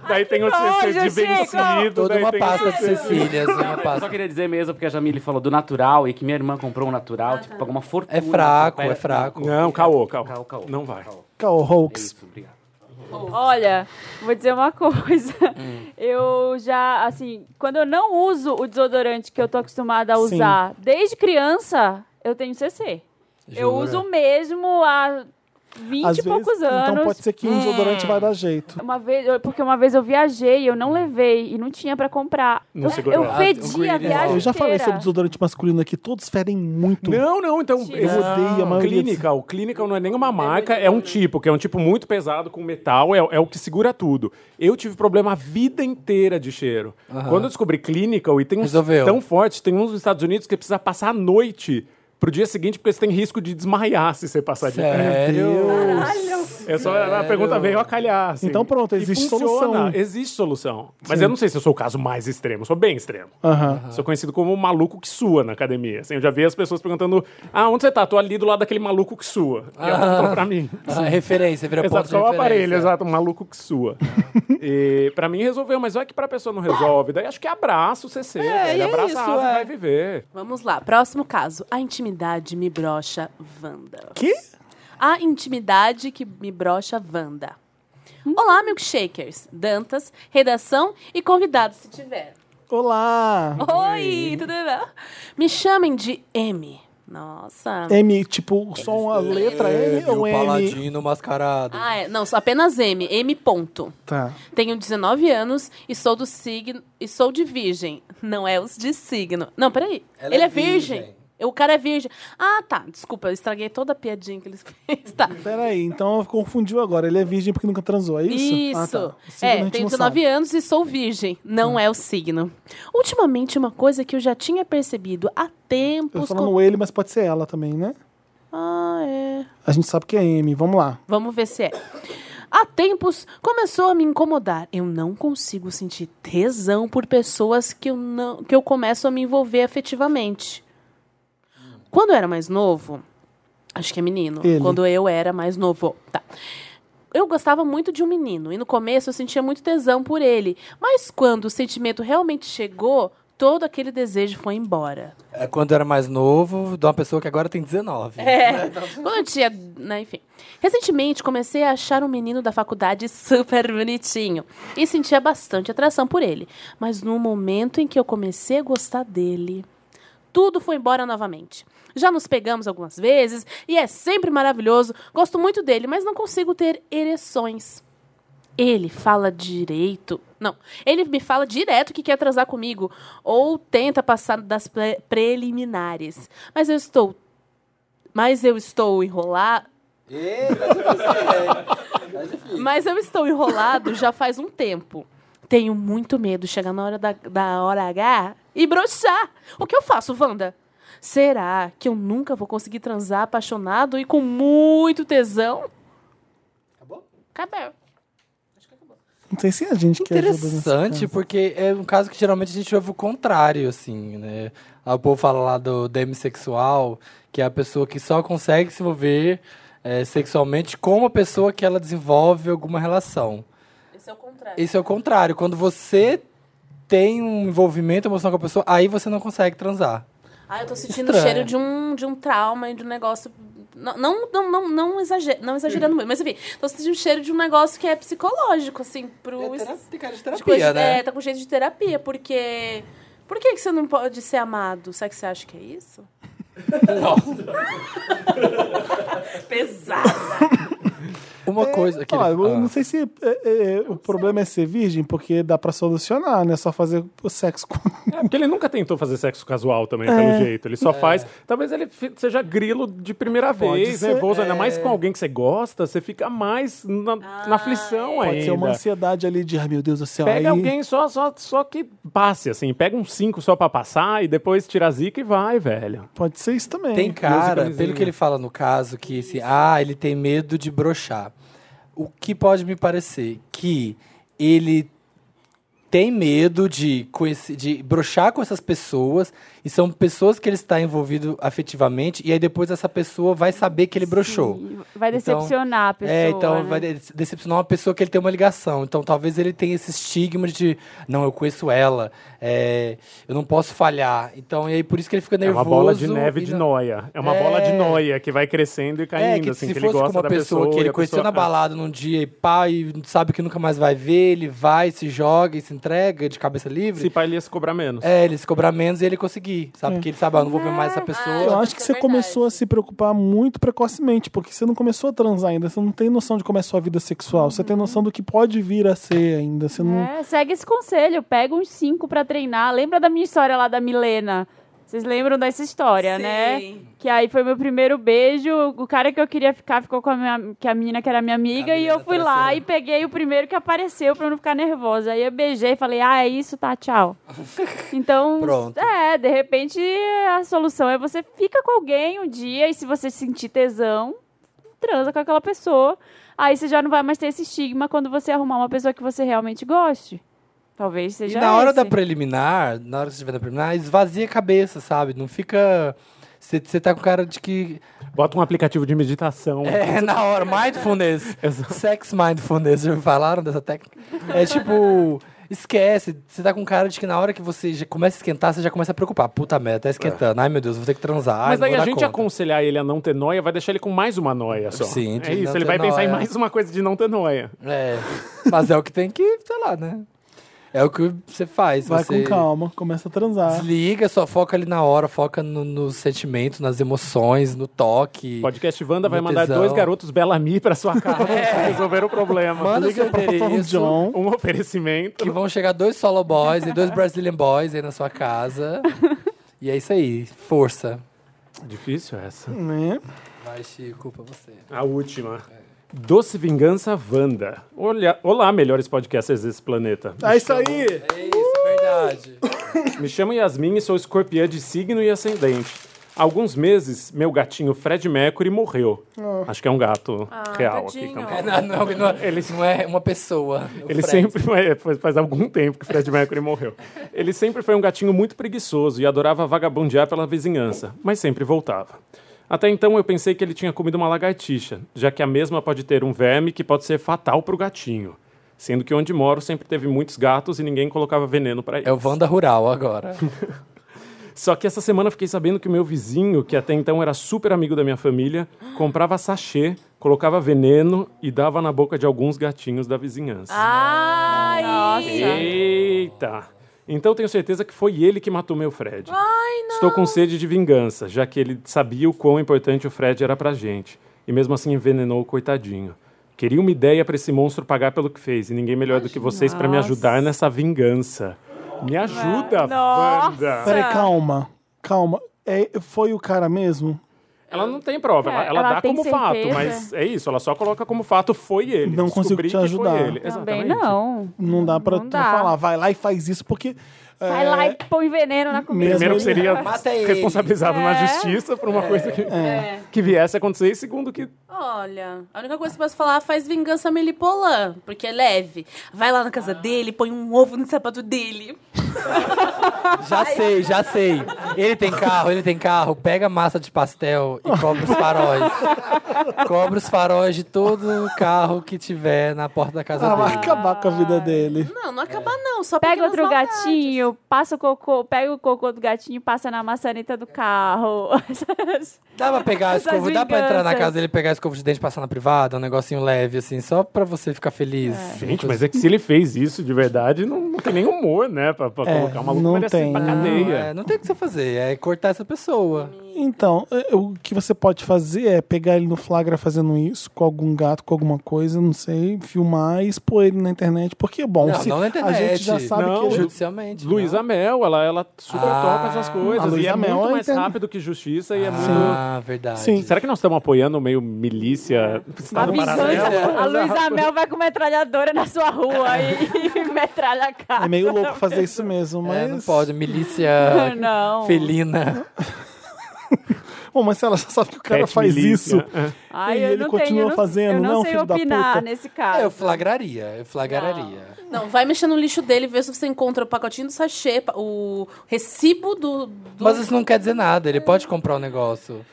D: daí tem o CC de
C: nojo, Chico!
D: vencido.
B: Toda
D: daí
B: uma
D: tem o
B: pasta de
D: CC
B: Cecílias, uma
F: Eu só
B: pasta.
F: queria dizer mesmo, porque a Jamile falou do natural e que minha irmã comprou um natural, tipo, pagou uma fortuna.
B: É fraco,
F: Péssimo.
B: é fraco.
D: Não, caô, caô.
F: Caô, caô.
D: Não vai.
A: Cal
F: É
A: Hoax.
F: isso, obrigado.
C: Olha, vou dizer uma coisa.
A: Hum.
C: Eu já, assim, quando eu não uso o desodorante que eu tô acostumada a
A: Sim.
C: usar desde criança, eu tenho CC. Eu
B: Jura?
C: uso mesmo há 20
A: Às
C: e
A: vezes,
C: poucos anos.
A: então pode ser que um
D: É.
A: desodorante vai dar jeito.
C: Uma vez, eu- porque uma vez eu viajei, eu
A: Hum.
C: não levei e não tinha pra comprar.
D: Não
C: eu,
D: segurou.
C: eu
D: Ah,
C: fedi a
B: um
C: viagem.
A: Eu já falei
C: inteira.
A: sobre desodorante masculino aqui, todos ferem muito.
D: Não, não, então.
C: Sim.
A: Eu
D: esse-
A: odeio a maioria.
D: Clinical. O Clinical não é nenhuma marca, é um tipo, que é um tipo muito pesado com metal, é, é o que segura tudo. Eu tive problema a vida inteira de cheiro. Quando eu descobri Clinical, e tem uns
B: Resolveu.
D: tão fortes, tem uns nos Estados Unidos que precisa passar a noite pro dia seguinte, porque você tem risco de desmaiar se você passar de
B: Sério?
D: É só a pergunta veio a calhar. assim.
A: Então pronto,
D: E
A: existe
D: funciona,
A: solução.
D: Existe solução. Mas
A: Sim.
D: eu não sei se eu sou o caso mais extremo, eu sou bem extremo.
A: Aham.
D: Sou conhecido como o maluco que sua na academia. Assim, eu já vi as pessoas perguntando: ah, onde você tá? Tô ali do lado daquele maluco que sua. E elas apontam pra mim.
B: Ah, referência, vira ponto
D: Exato,
B: de
D: só o
B: referência.
D: aparelho, exato, um maluco que sua. e pra mim resolveu, mas olha que pra pessoa não resolve. Daí acho que é abraça o CC,
J: e
D: velho.
J: é
D: abraça
J: isso,
D: a asa
J: é.
D: e vai viver.
E: Vamos lá, próximo caso. A intimidade me brocha Wanda.
A: Que?
E: A intimidade que me brocha Wanda. Olá, milkshakers, Dantas, redação e convidados, se tiver.
A: Olá!
E: Oi, tudo bem? Me chamem de M. Nossa.
A: M, tipo, só uma
D: É,
A: letra M
B: É, o
D: um
A: ou M?
B: paladino mascarado.
E: Ah, é. Não, só apenas M. M ponto.
A: Tá.
E: Tenho 19 anos e sou do signo e sou de virgem. Não é os de signo. Não, peraí.
B: Ela
E: Ele
B: é
E: é virgem.
B: virgem.
E: O cara é virgem. Ah, tá. Desculpa, eu estraguei toda a piadinha que ele fez. Tá.
A: Peraí, então confundiu agora. Ele é virgem porque nunca transou, é isso?
E: Isso.
A: Ah, tá. O signo Hum. a
E: É,
A: gente
E: tenho
A: não
E: 19
A: sabe.
E: anos e sou virgem. Não é o signo. Ultimamente, uma coisa que eu já tinha percebido há
A: Eu tô
E: tempos.
A: falando
E: com-
A: ele, mas pode ser ela também, né?
E: Ah, é.
A: A gente sabe que é M, vamos lá.
E: Vamos ver se é. Há tempos começou a me incomodar. Eu não consigo sentir tesão por pessoas que eu, não, que eu começo a me envolver afetivamente. Quando eu era mais novo, acho que é menino.
A: Ele.
E: Quando eu era mais novo, tá. Eu gostava muito de um menino e no começo eu sentia muito tesão por ele, mas quando o sentimento realmente chegou, todo aquele desejo foi embora.
B: É quando eu era mais novo, de uma pessoa que agora tem 19.
E: É. Quando eu tinha. Né, enfim. Recentemente comecei a achar um menino da faculdade super bonitinho. E sentia bastante atração por ele. Mas no momento em que eu comecei a gostar dele, tudo foi embora novamente. Já nos pegamos algumas vezes e é sempre maravilhoso. Gosto muito dele, mas não consigo ter ereções. Ele fala direito. Não, ele me fala direto que quer transar comigo ou tenta passar das pre- preliminares. Mas eu estou mas eu estou enrolado. Mas eu estou enrolado já faz um tempo. Tenho muito medo de chegar na hora da, da hora H e broxar. O que eu faço, Wanda? Será que eu nunca vou conseguir transar apaixonado e com muito tesão? Acabou? Acabou.
A: Não sei se é a gente que ajuda nesse
B: Interessante,
A: caso.
B: porque é um caso que geralmente a gente ouve o contrário, assim, né? Aí O povo fala lá do demissexual, que é a pessoa que só consegue se envolver eh, sexualmente com uma pessoa que ela desenvolve alguma relação.
E: Esse é o contrário.
B: Isso é o contrário. Quando você tem um envolvimento emocional com a pessoa, aí você não consegue transar.
E: Ah, eu tô sentindo o
B: Estranho.
E: cheiro de um, de um trauma e de um negócio. Não, não, não, não, não, exager, não exagerando muito, mas enfim, tô sentindo o cheiro de um negócio que é psicológico, assim,
B: É
A: É
E: pro.
B: cara de
E: De
B: né?
E: coisa-
A: né?
E: É, tá com jeito de terapia, porque. Por que, que você não pode ser amado? Será que você acha que é isso? Pesado.
B: Uma coisa que. ele-
A: Olha, É, eu
B: ah.
A: não sei se é, é, é, o problema é ser virgem, porque dá pra solucionar, né? Só fazer o sexo com. um.
D: É, porque ele nunca tentou fazer sexo casual também, pelo jeito. Ele só faz. Talvez ele fi- seja grilo de primeira
A: Pode
D: vez,
A: ser.
D: nervoso, ainda mais com alguém que você gosta, você fica mais na, na aflição
A: Pode
D: ainda.
A: ser uma ansiedade ali de, ai meu Deus do
B: Então,
A: céu.
D: Pega
A: aí...
D: alguém só, só, só que passe, assim. Pega um 5 só pra passar e depois tira a zica e vai, velho.
A: Pode ser isso também.
B: Tem cara,
D: camisinha.
B: pelo que ele fala no caso, que assim, ah, ele tem medo de brochar. O que pode me parecer que ele tem medo de, conhecer, de brochar com essas pessoas e são pessoas que ele está envolvido afetivamente e aí depois essa pessoa vai saber que ele brochou.
C: Sim, Vai
B: Então,
C: decepcionar a pessoa.
B: É, então
C: né?
B: vai de- decepcionar uma pessoa que ele tem uma ligação. Então talvez ele tenha esse estigma de não, eu conheço ela, é, eu não posso falhar. Então e aí por isso que ele fica
D: É
B: nervoso.
D: uma bola de neve
B: e
D: de
B: não-
D: noia. É uma
B: É.
D: bola de noia que vai crescendo e caindo,
B: é, que
D: assim,
B: se
D: que ele
B: fosse
D: gosta
B: com uma
D: da
B: pessoa, que
D: e
B: ele
D: a
B: conheceu
D: pessoa-
B: na
D: Ah,
B: balada num dia e pá, e sabe que nunca mais vai ver, ele vai, se joga e se entrega de cabeça livre.
D: Se pai, ele ia se cobrar menos.
B: É, ele se cobrar menos e ele conseguir, sabe? Porque ele sabe, ah, eu não vou ver mais essa
A: Eu
B: pessoa.
A: acho que
E: Isso
A: você
E: é
A: começou
E: verdade.
A: a se preocupar muito precocemente, porque você não começou a transar ainda, você não tem noção de como é a sua vida sexual, você
E: Uhum.
A: tem noção do que pode vir a ser ainda, você não...
C: É, segue esse conselho, pega uns cinco pra treinar. Lembra da minha história lá da Milena? Vocês lembram dessa história,
E: Sim.
C: né? Que aí foi meu primeiro beijo. O cara que eu queria ficar ficou com a, minha, que a menina que era minha amiga. e eu fui lá e peguei o primeiro que apareceu pra eu não ficar nervosa. Aí eu beijei e falei, ah, é isso, tá, tchau. então,
B: Pronto.
C: é, de repente a solução é você fica com alguém um dia e se você sentir tesão, transa com aquela pessoa. Aí você já não vai mais ter esse estigma quando você arrumar uma pessoa que você realmente goste. Talvez
B: E
C: seja
B: na hora da
C: é esse.
B: preliminar, na hora que você estiver na preliminar, esvazia a cabeça, sabe? Não fica. Você você tá com cara de que.
D: Bota um aplicativo de meditação.
B: É, na hora, mindfulness. Sex mindfulness, já me falaram dessa técnica? É tipo. Esquece, você tá com cara de que na hora que você já começa a esquentar, você já começa a preocupar. Puta merda, tá esquentando. Ai meu Deus, vou ter que transar.
D: É. Mas
B: não
D: daí
B: vou
D: a
B: dar
D: gente
B: conta.
D: aconselhar ele a não ter noia, vai deixar ele com mais uma noia só.
B: Sim, de
D: é
B: não
D: isso,
B: ter
D: ele vai pensar em
B: noia.
D: mais uma coisa de não ter noia.
B: É. Mas é o que tem que, sei lá, né? É o que você faz.
A: Vai
B: você
A: com calma, começa a transar.
B: Desliga, só foca ali na hora, foca no, no sentimento, nas emoções, no toque.
D: Podcast Wanda vai
B: No
D: mandar
B: tesão.
D: dois garotos Bellamy pra sua casa pra resolver o problema.
B: É. Manda o seu
D: Liga pra
B: endereço.
A: John.
D: um oferecimento.
B: Que vão chegar dois solo boys e dois Brazilian boys aí na sua casa. e é isso aí. Força.
D: Difícil essa.
A: Né?
B: Vai, Chico, pra você.
D: Hum. A última. É. Doce Vingança Wanda. Olha, olá, melhores podcasters desse planeta.
A: É isso aí!
B: É isso, verdade.
D: Me chamo Yasmin e sou escorpiã de signo e ascendente. Há alguns meses, meu gatinho Fred Mercury morreu. Acho que é um gato real aqui. que é um
E: tadinho.
D: gato.
B: não, não, não, não é uma pessoa. O
D: Ele
B: Fred.
D: sempre é, faz, faz algum tempo que o Fred Mercury morreu. Ele sempre foi um gatinho muito preguiçoso e adorava vagabundear pela vizinhança, mas sempre voltava. Até então eu pensei que ele tinha comido uma lagartixa, já que a mesma pode ter um verme que pode ser fatal para o gatinho. Sendo que onde moro sempre teve muitos gatos e ninguém colocava veneno para eles.
B: É o Wanda Rural agora.
D: Só que essa semana eu fiquei sabendo que o meu vizinho, que até então era super amigo da minha família, comprava sachê, colocava veneno e dava na boca de alguns gatinhos da vizinhança.
E: Ai!
D: Eita! Então tenho certeza que foi ele que matou meu Fred. Estou com sede de vingança, já que ele sabia o quão importante o Fred era pra gente. E mesmo assim envenenou o coitadinho. Queria uma ideia pra esse monstro pagar pelo que fez. E ninguém melhor do que vocês pra me ajudar nessa vingança. Me ajuda,
C: Nossa!
D: Wanda!
A: Peraí, calma. Calma. É, foi o cara mesmo?
D: Ela não tem prova, ela,
C: É,
D: ela
C: ela
D: dá
C: tem
D: como fato,
C: certeza?
D: mas é isso, ela só coloca como fato foi ele.
A: Não consigo
D: Descobri
A: te
D: que foi
A: ajudar.
D: ele.
C: Também
D: Exatamente.
C: não.
A: Não dá pra
C: Não
A: tu
C: dá.
A: falar, vai lá e faz isso, porque.
C: Vai
A: é,
C: lá e põe veneno na comida.
A: Mesmo né?
D: Primeiro que
A: ele-
D: seria
B: Mata ele.
D: responsabilizado na
C: É.
D: justiça por uma coisa que, que viesse a acontecer, e segundo que
E: Olha, a única coisa que eu posso falar é faz vingança melipolã, porque é leve. Vai lá na
C: Ah.
E: casa dele, põe um ovo no sapato dele.
B: Já sei, já sei. Ele tem carro, ele tem carro. Pega a massa de pastel e cobra os faróis. Cobra os faróis de todo o carro que tiver na porta da casa
A: Ah, vai
B: dele.
A: acabar com a vida dele.
E: Não, não acaba não, só
C: É. Pega
E: pequenas
C: outro
E: maldades.
C: gatinho, passa o cocô, pega o cocô do gatinho e passa na maçaneta do carro.
B: Dá pra pegar a
C: Essas
B: escova, dá pra entrar na
C: vinganças.
B: casa dele, pegar a escova de dente e passar na privada, um negocinho leve, assim, só pra você ficar feliz.
D: Gente, mas é que se ele fez isso de verdade, não, não tem nem humor, né? Pra, pra
A: É,
D: colocar o maluco
A: não
D: merece ir
A: tem,
D: pra
A: né?
B: Não,
D: cadeia.
B: é, não tem o que você fazer, é cortar essa pessoa.
A: Então, é, o que você pode fazer é pegar ele no flagra fazendo isso com algum gato, com alguma coisa, não sei, filmar e expor ele na internet, porque é bom.
B: Não,
A: se-
B: não na
A: A
B: internet.
A: gente já sabe
D: Não,
A: que.
B: Judicialmente.
D: Luísa Mel, ela, ela super
B: Ah.
D: topa essas
A: A
D: coisas. E
A: Luísa
D: é
A: Mel
D: muito
A: é
D: mais
A: inter-
D: rápido que justiça e é muito.
B: Ah, verdade.
A: Sim.
D: Será que nós estamos apoiando meio milícia? Tá
C: A
D: Estado paralelo?
C: É.
A: É,
C: vingança. A Luísa Mel vai com metralhadora na sua rua e, e metralha a casa.
A: É meio louco fazer isso mesmo, mas.
B: É, não pode, milícia
C: Não.
B: felina.
A: Bom, mas se ela já sabe que o cara
D: Pet
A: faz
D: milícia.
A: isso.
D: É.
C: Ai,
A: E
C: eu
A: ele
C: não
A: continua
C: tenho, eu não-
A: fazendo,
C: eu não,
A: não,
C: sei
A: filho da
C: opinar
A: puta.
C: nesse
B: É,
C: caso.
B: eu flagraria, eu flagraria.
E: Não, vai mexer no lixo dele, ver se você encontra o pacotinho do sachê, pa- o recibo do... do-
B: Mas isso não quer dizer nada, ele pode comprar o negócio.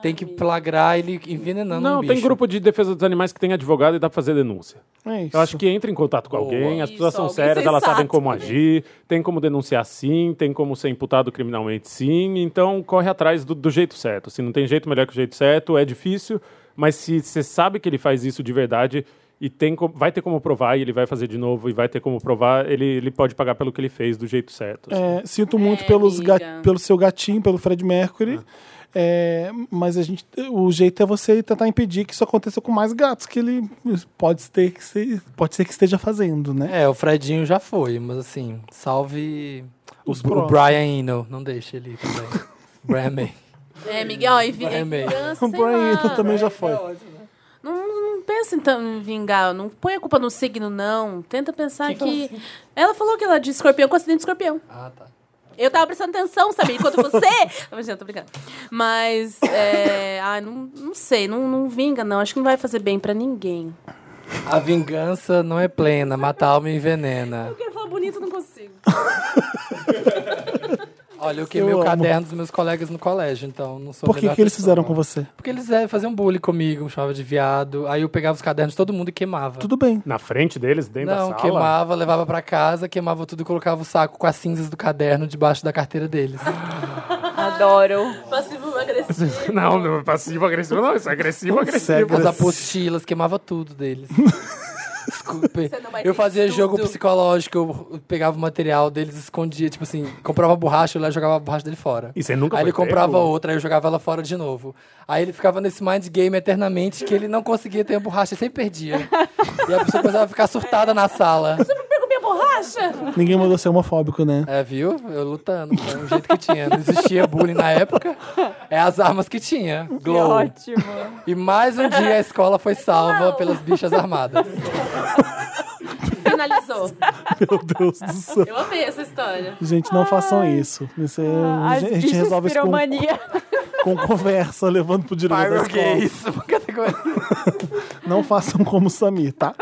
B: Tem que flagrar ele envenenando um
D: Não,
B: bicho.
D: tem grupo de defesa dos animais que tem advogado e dá pra fazer denúncia.
A: É isso.
D: Eu acho que entra em contato com
B: Boa.
D: alguém, as
E: Isso,
D: pessoas são
E: alguém né?
D: sérias, elas
E: sensato.
D: sabem como agir, tem como denunciar sim, tem como ser imputado criminalmente sim, então corre atrás do, do jeito certo. Se não tem jeito melhor que o jeito certo, é difícil, mas se você sabe que ele faz isso de verdade e tem co- vai ter como provar, e ele vai fazer de novo e vai ter como provar, ele, ele pode pagar pelo que ele fez do jeito certo.
A: É, sinto muito
E: É,
A: pelos
E: amiga.
A: ga- pelo seu gatinho, pelo Fred Mercury. É, mas a gente, o jeito é você tentar impedir que isso aconteça com mais gatos que ele pode ter que
E: É,
A: se, pode ser que esteja fazendo, né?
B: É, o Fredinho já foi, mas assim, salve o O,
A: Os
B: Br- o
A: próximos.
B: Brian Eno, não deixa ele também. Brian May.
E: É, Miguel, ó, e vi-
B: Brian
E: é
B: May.
E: vingança,
A: O
E: sei
A: Brian
E: lá.
A: Eno também já foi.
E: Não, não pensa então em vingar, não põe a culpa no signo, não. Tenta pensar que. Ela falou que ela é de escorpião com acidente de escorpião.
B: Ah, tá.
E: Eu tava prestando atenção, sabe? Enquanto você. Imagina, tô brincando. Mas. É... Ai, não, não sei, não, não vinga, não. Acho que não vai fazer bem pra ninguém.
B: A vingança não é plena, mata a alma e envenena.
E: Eu quero falar bonito, não consigo.
B: Olha, eu
A: Eu
B: queimei o
A: amo.
B: caderno dos meus colegas no colégio, então não sou a
A: Por que,
B: melhor né?
A: que eles
B: pessoa.
A: fizeram com você?
B: Porque eles é, faziam bullying comigo, me chamava de viado. Aí eu pegava os cadernos de todo mundo e queimava.
A: Tudo bem.
D: Na frente deles, dentro
B: não,
D: da sala?
B: queimava, levava pra casa, queimava tudo e colocava o saco com as cinzas do caderno debaixo da carteira deles.
D: Ah,
C: Adoro.
E: Passivo agressivo.
D: Não, não, passivo agressivo não, isso é agressivo agressivo.
A: Cego.
B: As apostilas, queimava tudo deles. Desculpe.
E: Você não vai
B: Eu
E: ter
B: fazia
E: estudo.
B: jogo psicológico, eu pegava o material deles, escondia, tipo assim, comprava uma borracha, eu lá jogava a borracha dele fora.
D: E você nunca
B: Aí
D: foi
B: ele comprava
D: pego?
B: outra, aí eu jogava ela fora de novo. Aí ele ficava nesse mind game eternamente que ele não conseguia ter a borracha, ele sempre perdia. e a pessoa começava a ficar surtada na sala.
E: Pegou minha borracha!
A: Ninguém mandou ser homofóbico, né?
B: É, viu? Eu lutando, foi um jeito que tinha. Não existia bullying na época, é as armas que tinha.
C: Que
B: Glow.
C: ótimo.
B: E mais um dia a escola foi salva pelas bichas armadas.
E: Finalizou.
A: Meu Deus do céu.
E: Eu amei essa história.
A: Gente, não façam isso. Isso é- a
C: As
A: gente- a gente
C: bichas
A: resolve isso com,
C: piromania.
A: com conversa, levando pro direito da escola.
B: isso? uma categoria.
A: Não façam como o Samir, tá?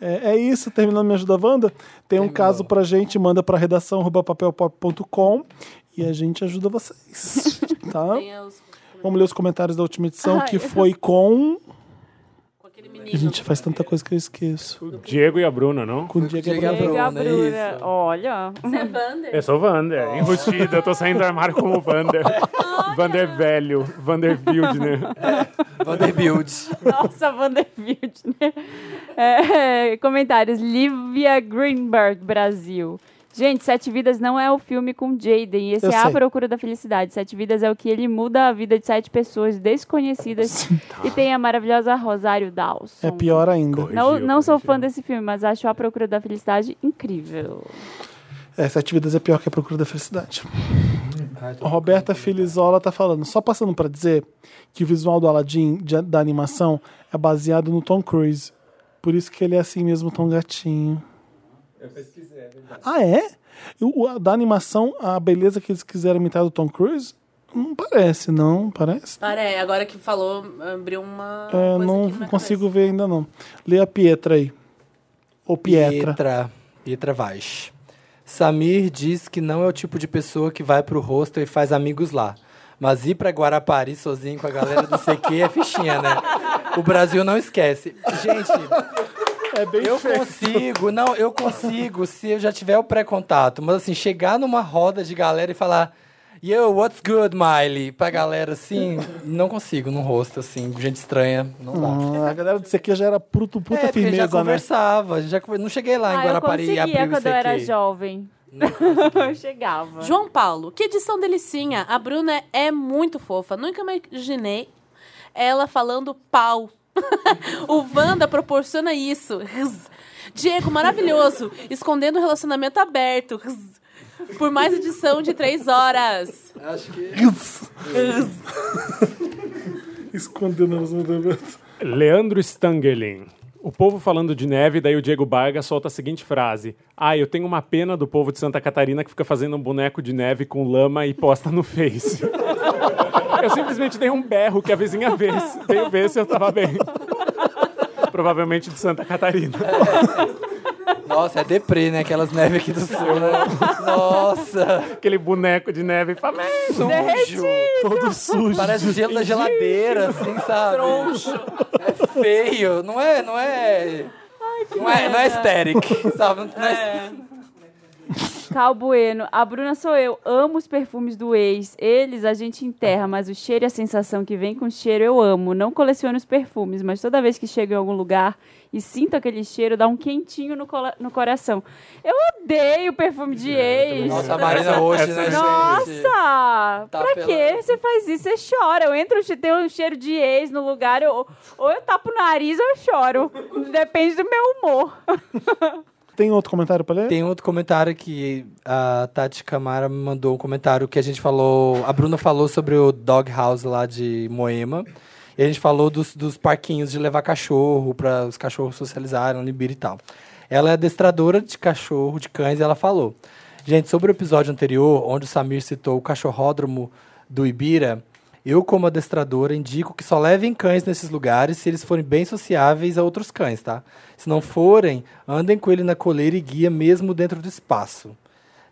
A: É, é isso, terminando Me Ajuda Wanda. Tem um caso pra gente, manda pra redação arroba papelpop.com e a gente ajuda vocês, tá?
E: Deus,
A: Vamos ler os comentários da última edição,
C: Ai.
A: que foi com...
E: com aquele
A: A
E: menino.
A: gente faz tanta coisa que eu esqueço.
D: O Diego e a Bruna, não?
A: Com o Diego
B: Diego
A: Abreu.
B: Abreu.
C: Pega a
B: Bruna,
C: Bruna.
B: isso.
C: Olha.
E: Você é Vander?
D: Eu sou Vander, enrustido, eu tô saindo do armário como Vander. Vander velho, Vander Wildner.
B: Vanderbilt.
C: Nossa, Vanderbilt, né? É, comentários. Livia Greenberg, Brasil. Gente, Sete Vidas não é o filme com Jaden. Esse
A: Eu
C: é A
A: sei.
C: Procura da Felicidade. Sete Vidas é o que ele muda a vida de sete pessoas desconhecidas. E tem a maravilhosa Rosário Dawson.
A: tá. É pior ainda.
C: Não,
D: Corrigiu,
C: não sou
D: corrigiu.
C: fã desse filme, mas acho A Procura da Felicidade incrível.
A: É, Sete Vidas é pior que a Procura da Felicidade. A Roberta Filizola tá falando, só passando pra dizer que o visual do Aladdin, de- da animação, é baseado no Tom Cruise. Por isso que ele é assim mesmo, tão gatinho. Eu pesquisei, é verdade. Ah, é? O, o- da animação, a beleza que eles quiseram imitar do Tom Cruise? Não parece, não. Parece?
E: Para, é, agora que falou, abriu uma.
A: É,
E: coisa
A: não
E: aqui na
A: consigo ver ainda, não. Lê a Pietra aí. Ou Pietra.
B: Pietra. Pietra Vaz. Samir diz que não é o tipo de pessoa que vai pro hostel e faz amigos lá. Mas ir pra Guarapari sozinho com a galera do CQ é fichinha, né? O Brasil não esquece. Gente,
A: É bem
B: Eu consigo, não, eu consigo se eu já tiver o pré-contato. Mas assim, chegar numa roda de galera e falar, yo, what's good, Miley? Pra galera assim, não consigo num rosto, assim, gente estranha, não dá.
A: Ah, a galera do CQ já era puto, puta
B: é, porque já
A: firmeza, né?
B: conversava, já conver- não cheguei lá em
C: ah, eu
B: Guarapari e abri
C: conseguia
B: o
C: quando eu era
B: ICQ.
C: jovem. eu chegava.
E: João Paulo, que edição delicinha. A Bruna é muito fofa. Nunca imaginei ela falando pau. o Wanda proporciona isso. Diego, maravilhoso. Escondendo o relacionamento aberto. Por mais edição de três horas.
A: Escondendo elas no deserto.
D: Leandro Stangelin. O povo falando de neve, daí o Diego Barga solta a seguinte frase: Ah, eu tenho uma pena do povo de Santa Catarina que fica fazendo um boneco de neve com lama e posta no Face. eu simplesmente dei um berro que a vizinha vê, se- veio ver se eu tava bem. Provavelmente de Santa Catarina.
B: Nossa, é deprê, né? Aquelas neves aqui do sul, né? Nossa,
D: Aquele boneco de neve. Fala, "Mas
B: Né, sujo.
A: Todo sujo.
B: Parece gelo da geladeira, assim, sabe? Troncho. É feio, não é, não é... não é, não é estéril, sabe? Não é,
C: Cal Bueno, a Bruna sou eu. Amo os perfumes do ex. Eles a gente enterra, mas o cheiro e a sensação que vem com o cheiro eu amo. Não coleciono os perfumes, mas toda vez que chego em algum lugar e sinto aquele cheiro, dá um quentinho no, cola- no coração. Eu odeio perfume de ex.
B: Nossa, a Marina hoje, né, gente?
C: Nossa!
B: Tá
C: pra
B: pela-
C: quê? Você faz isso? Você chora. Eu entro, che- tem um cheiro de ex no lugar, eu- ou eu tapo o nariz ou eu choro. Depende do meu humor.
A: tem outro comentário pra ler?
B: Tem outro comentário que a Tati Camara me mandou um comentário que a gente falou. A Bruna falou sobre o dog house lá de Moema. E a gente falou dos, dos parquinhos de levar cachorro para os cachorros socializarem, libir e tal. Ela é adestradora de cachorro, de cães, e ela falou. Gente, sobre o episódio anterior, onde o Samir citou o cachorródromo do Ibira, eu, como adestradora, indico que só levem cães nesses lugares se eles forem bem sociáveis a outros cães, tá? Se não forem, andem com ele na coleira e guia mesmo dentro do espaço.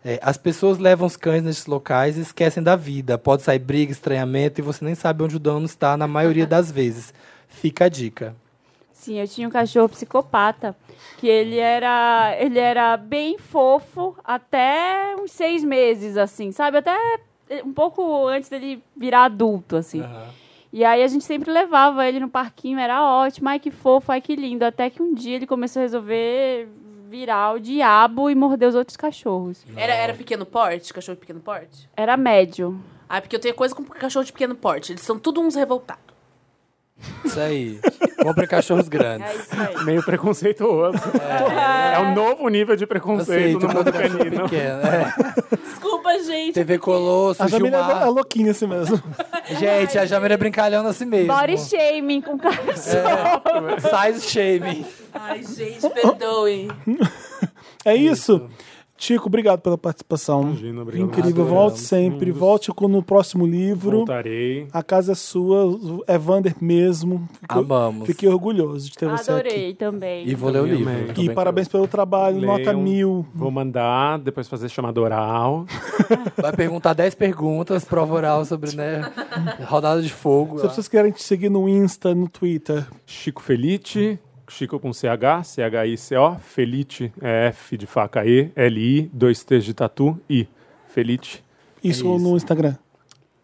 B: É, as pessoas levam os cães nesses locais e esquecem da vida. Pode sair briga, estranhamento e você nem sabe onde o dono está na maioria das vezes. Fica a dica.
C: Sim, eu tinha um cachorro psicopata, que ele era, ele era bem fofo até uns seis meses, assim, sabe? Até eh, um pouco antes dele virar adulto, assim. E aí a gente sempre levava ele no parquinho, era ótimo, ai que fofo, ai que lindo. Até que um dia ele começou a resolver virar o diabo e morder os outros cachorros.
E: Era, era pequeno porte? Cachorro de pequeno porte?
C: Era médio.
E: Ah, porque eu tenho coisa com cachorro de pequeno porte. Eles são tudo uns revoltados.
B: Isso aí. Compre cachorros grandes.
D: Meio preconceituoso. É. um novo nível de preconceito
B: Aceito
D: no mundo
B: quando o cachorro é
D: canino.
B: pequeno. É.
E: Desculpa, gente.
B: TV Colosso,
A: A Jamila é lou- é
B: Gilmar.
A: louquinha assim mesmo.
B: Gente, a Jamila é brincalhona assim mesmo.
C: Body shaming com cachorro.
B: Size shaming.
E: Ai, gente, perdoem.
A: É isso. Tico, obrigado pela participação.
D: Imagina, obrigado.
A: Incrível,
B: Adoramos.
A: volte sempre. Volte com- no próximo livro.
D: Voltarei.
A: A casa é sua, é Vander mesmo. Fico-
B: Amamos.
A: Fiquei orgulhoso de ter É você aqui.
C: Adorei também.
B: E vou ler o
D: Também
B: livro.
D: amei.
B: tô
A: E
B: bem
A: parabéns pelo trabalho,
D: Leiam.
A: nota mil.
D: Vou mandar, depois fazer chamada oral.
B: curioso. Vai perguntar 10 perguntas, prova oral sobre, né? Rodada de fogo.
A: Se
B: lá.
A: as pessoas quiserem te seguir no Insta, no Twitter,
D: Chico Felite, Chico com CH, C-H-I-C-O, Felite é F de faca E, L-I, dois T's de tatu, I. Felite.
A: isso,
B: isso.
A: no Instagram.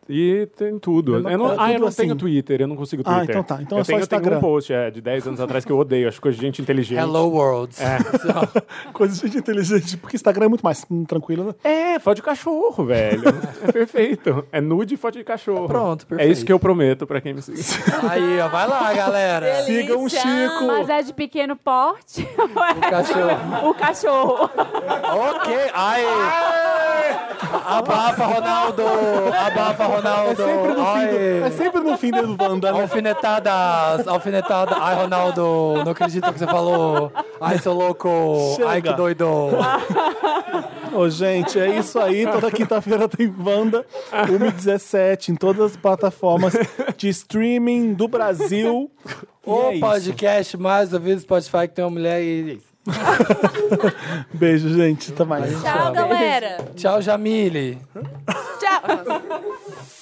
D: E tem tudo.
A: Eu não-
D: Eu não-
A: é
D: ah, eu
A: tudo
D: não
A: assim.
D: tenho Twitter, eu não consigo
A: Ah,
D: Twitter.
A: então tá. Então
D: eu
A: é só
D: tenho, eu tenho
A: Instagram.
D: um post é, de 10 anos atrás que eu odeio, acho coisa de gente inteligente.
B: Hello World.
A: É. Coisa de inteligente, porque Instagram é muito mais hum, tranquilo, né?
D: É, foto de cachorro, velho. é perfeito. É nude e foto de cachorro.
B: Pronto,
D: É isso
B: perfeito.
D: que eu prometo pra quem me segue.
B: Aí, ó, vai lá, galera.
E: Delícia.
A: Sigam o um Chico.
C: Mas é de pequeno porte? ou é de-
B: cachorro.
C: o cachorro.
B: ok. Aí. Abafa, Ronaldo. Abafa, Ronaldo.
A: É sempre no fim do,
B: Aê.
A: é sempre no fim do Wanda, né?
B: Alfinetadas, alfinetadas. Ai, Ronaldo, não acredito que você falou. Ai, seu louco. Ai,
A: Chega.
B: que doido.
A: Ô, gente, é isso aí. Toda quinta-feira tem Wanda, 1h17, em todas as plataformas de streaming do Brasil. E
B: O
A: é isso.
B: podcast mais ouvido do Spotify que tem uma mulher e...
A: Beijo, Tá
C: é.
A: gente. Até mais.
E: Tchau, galera.
B: Tchau, Jamile.
E: Tchau.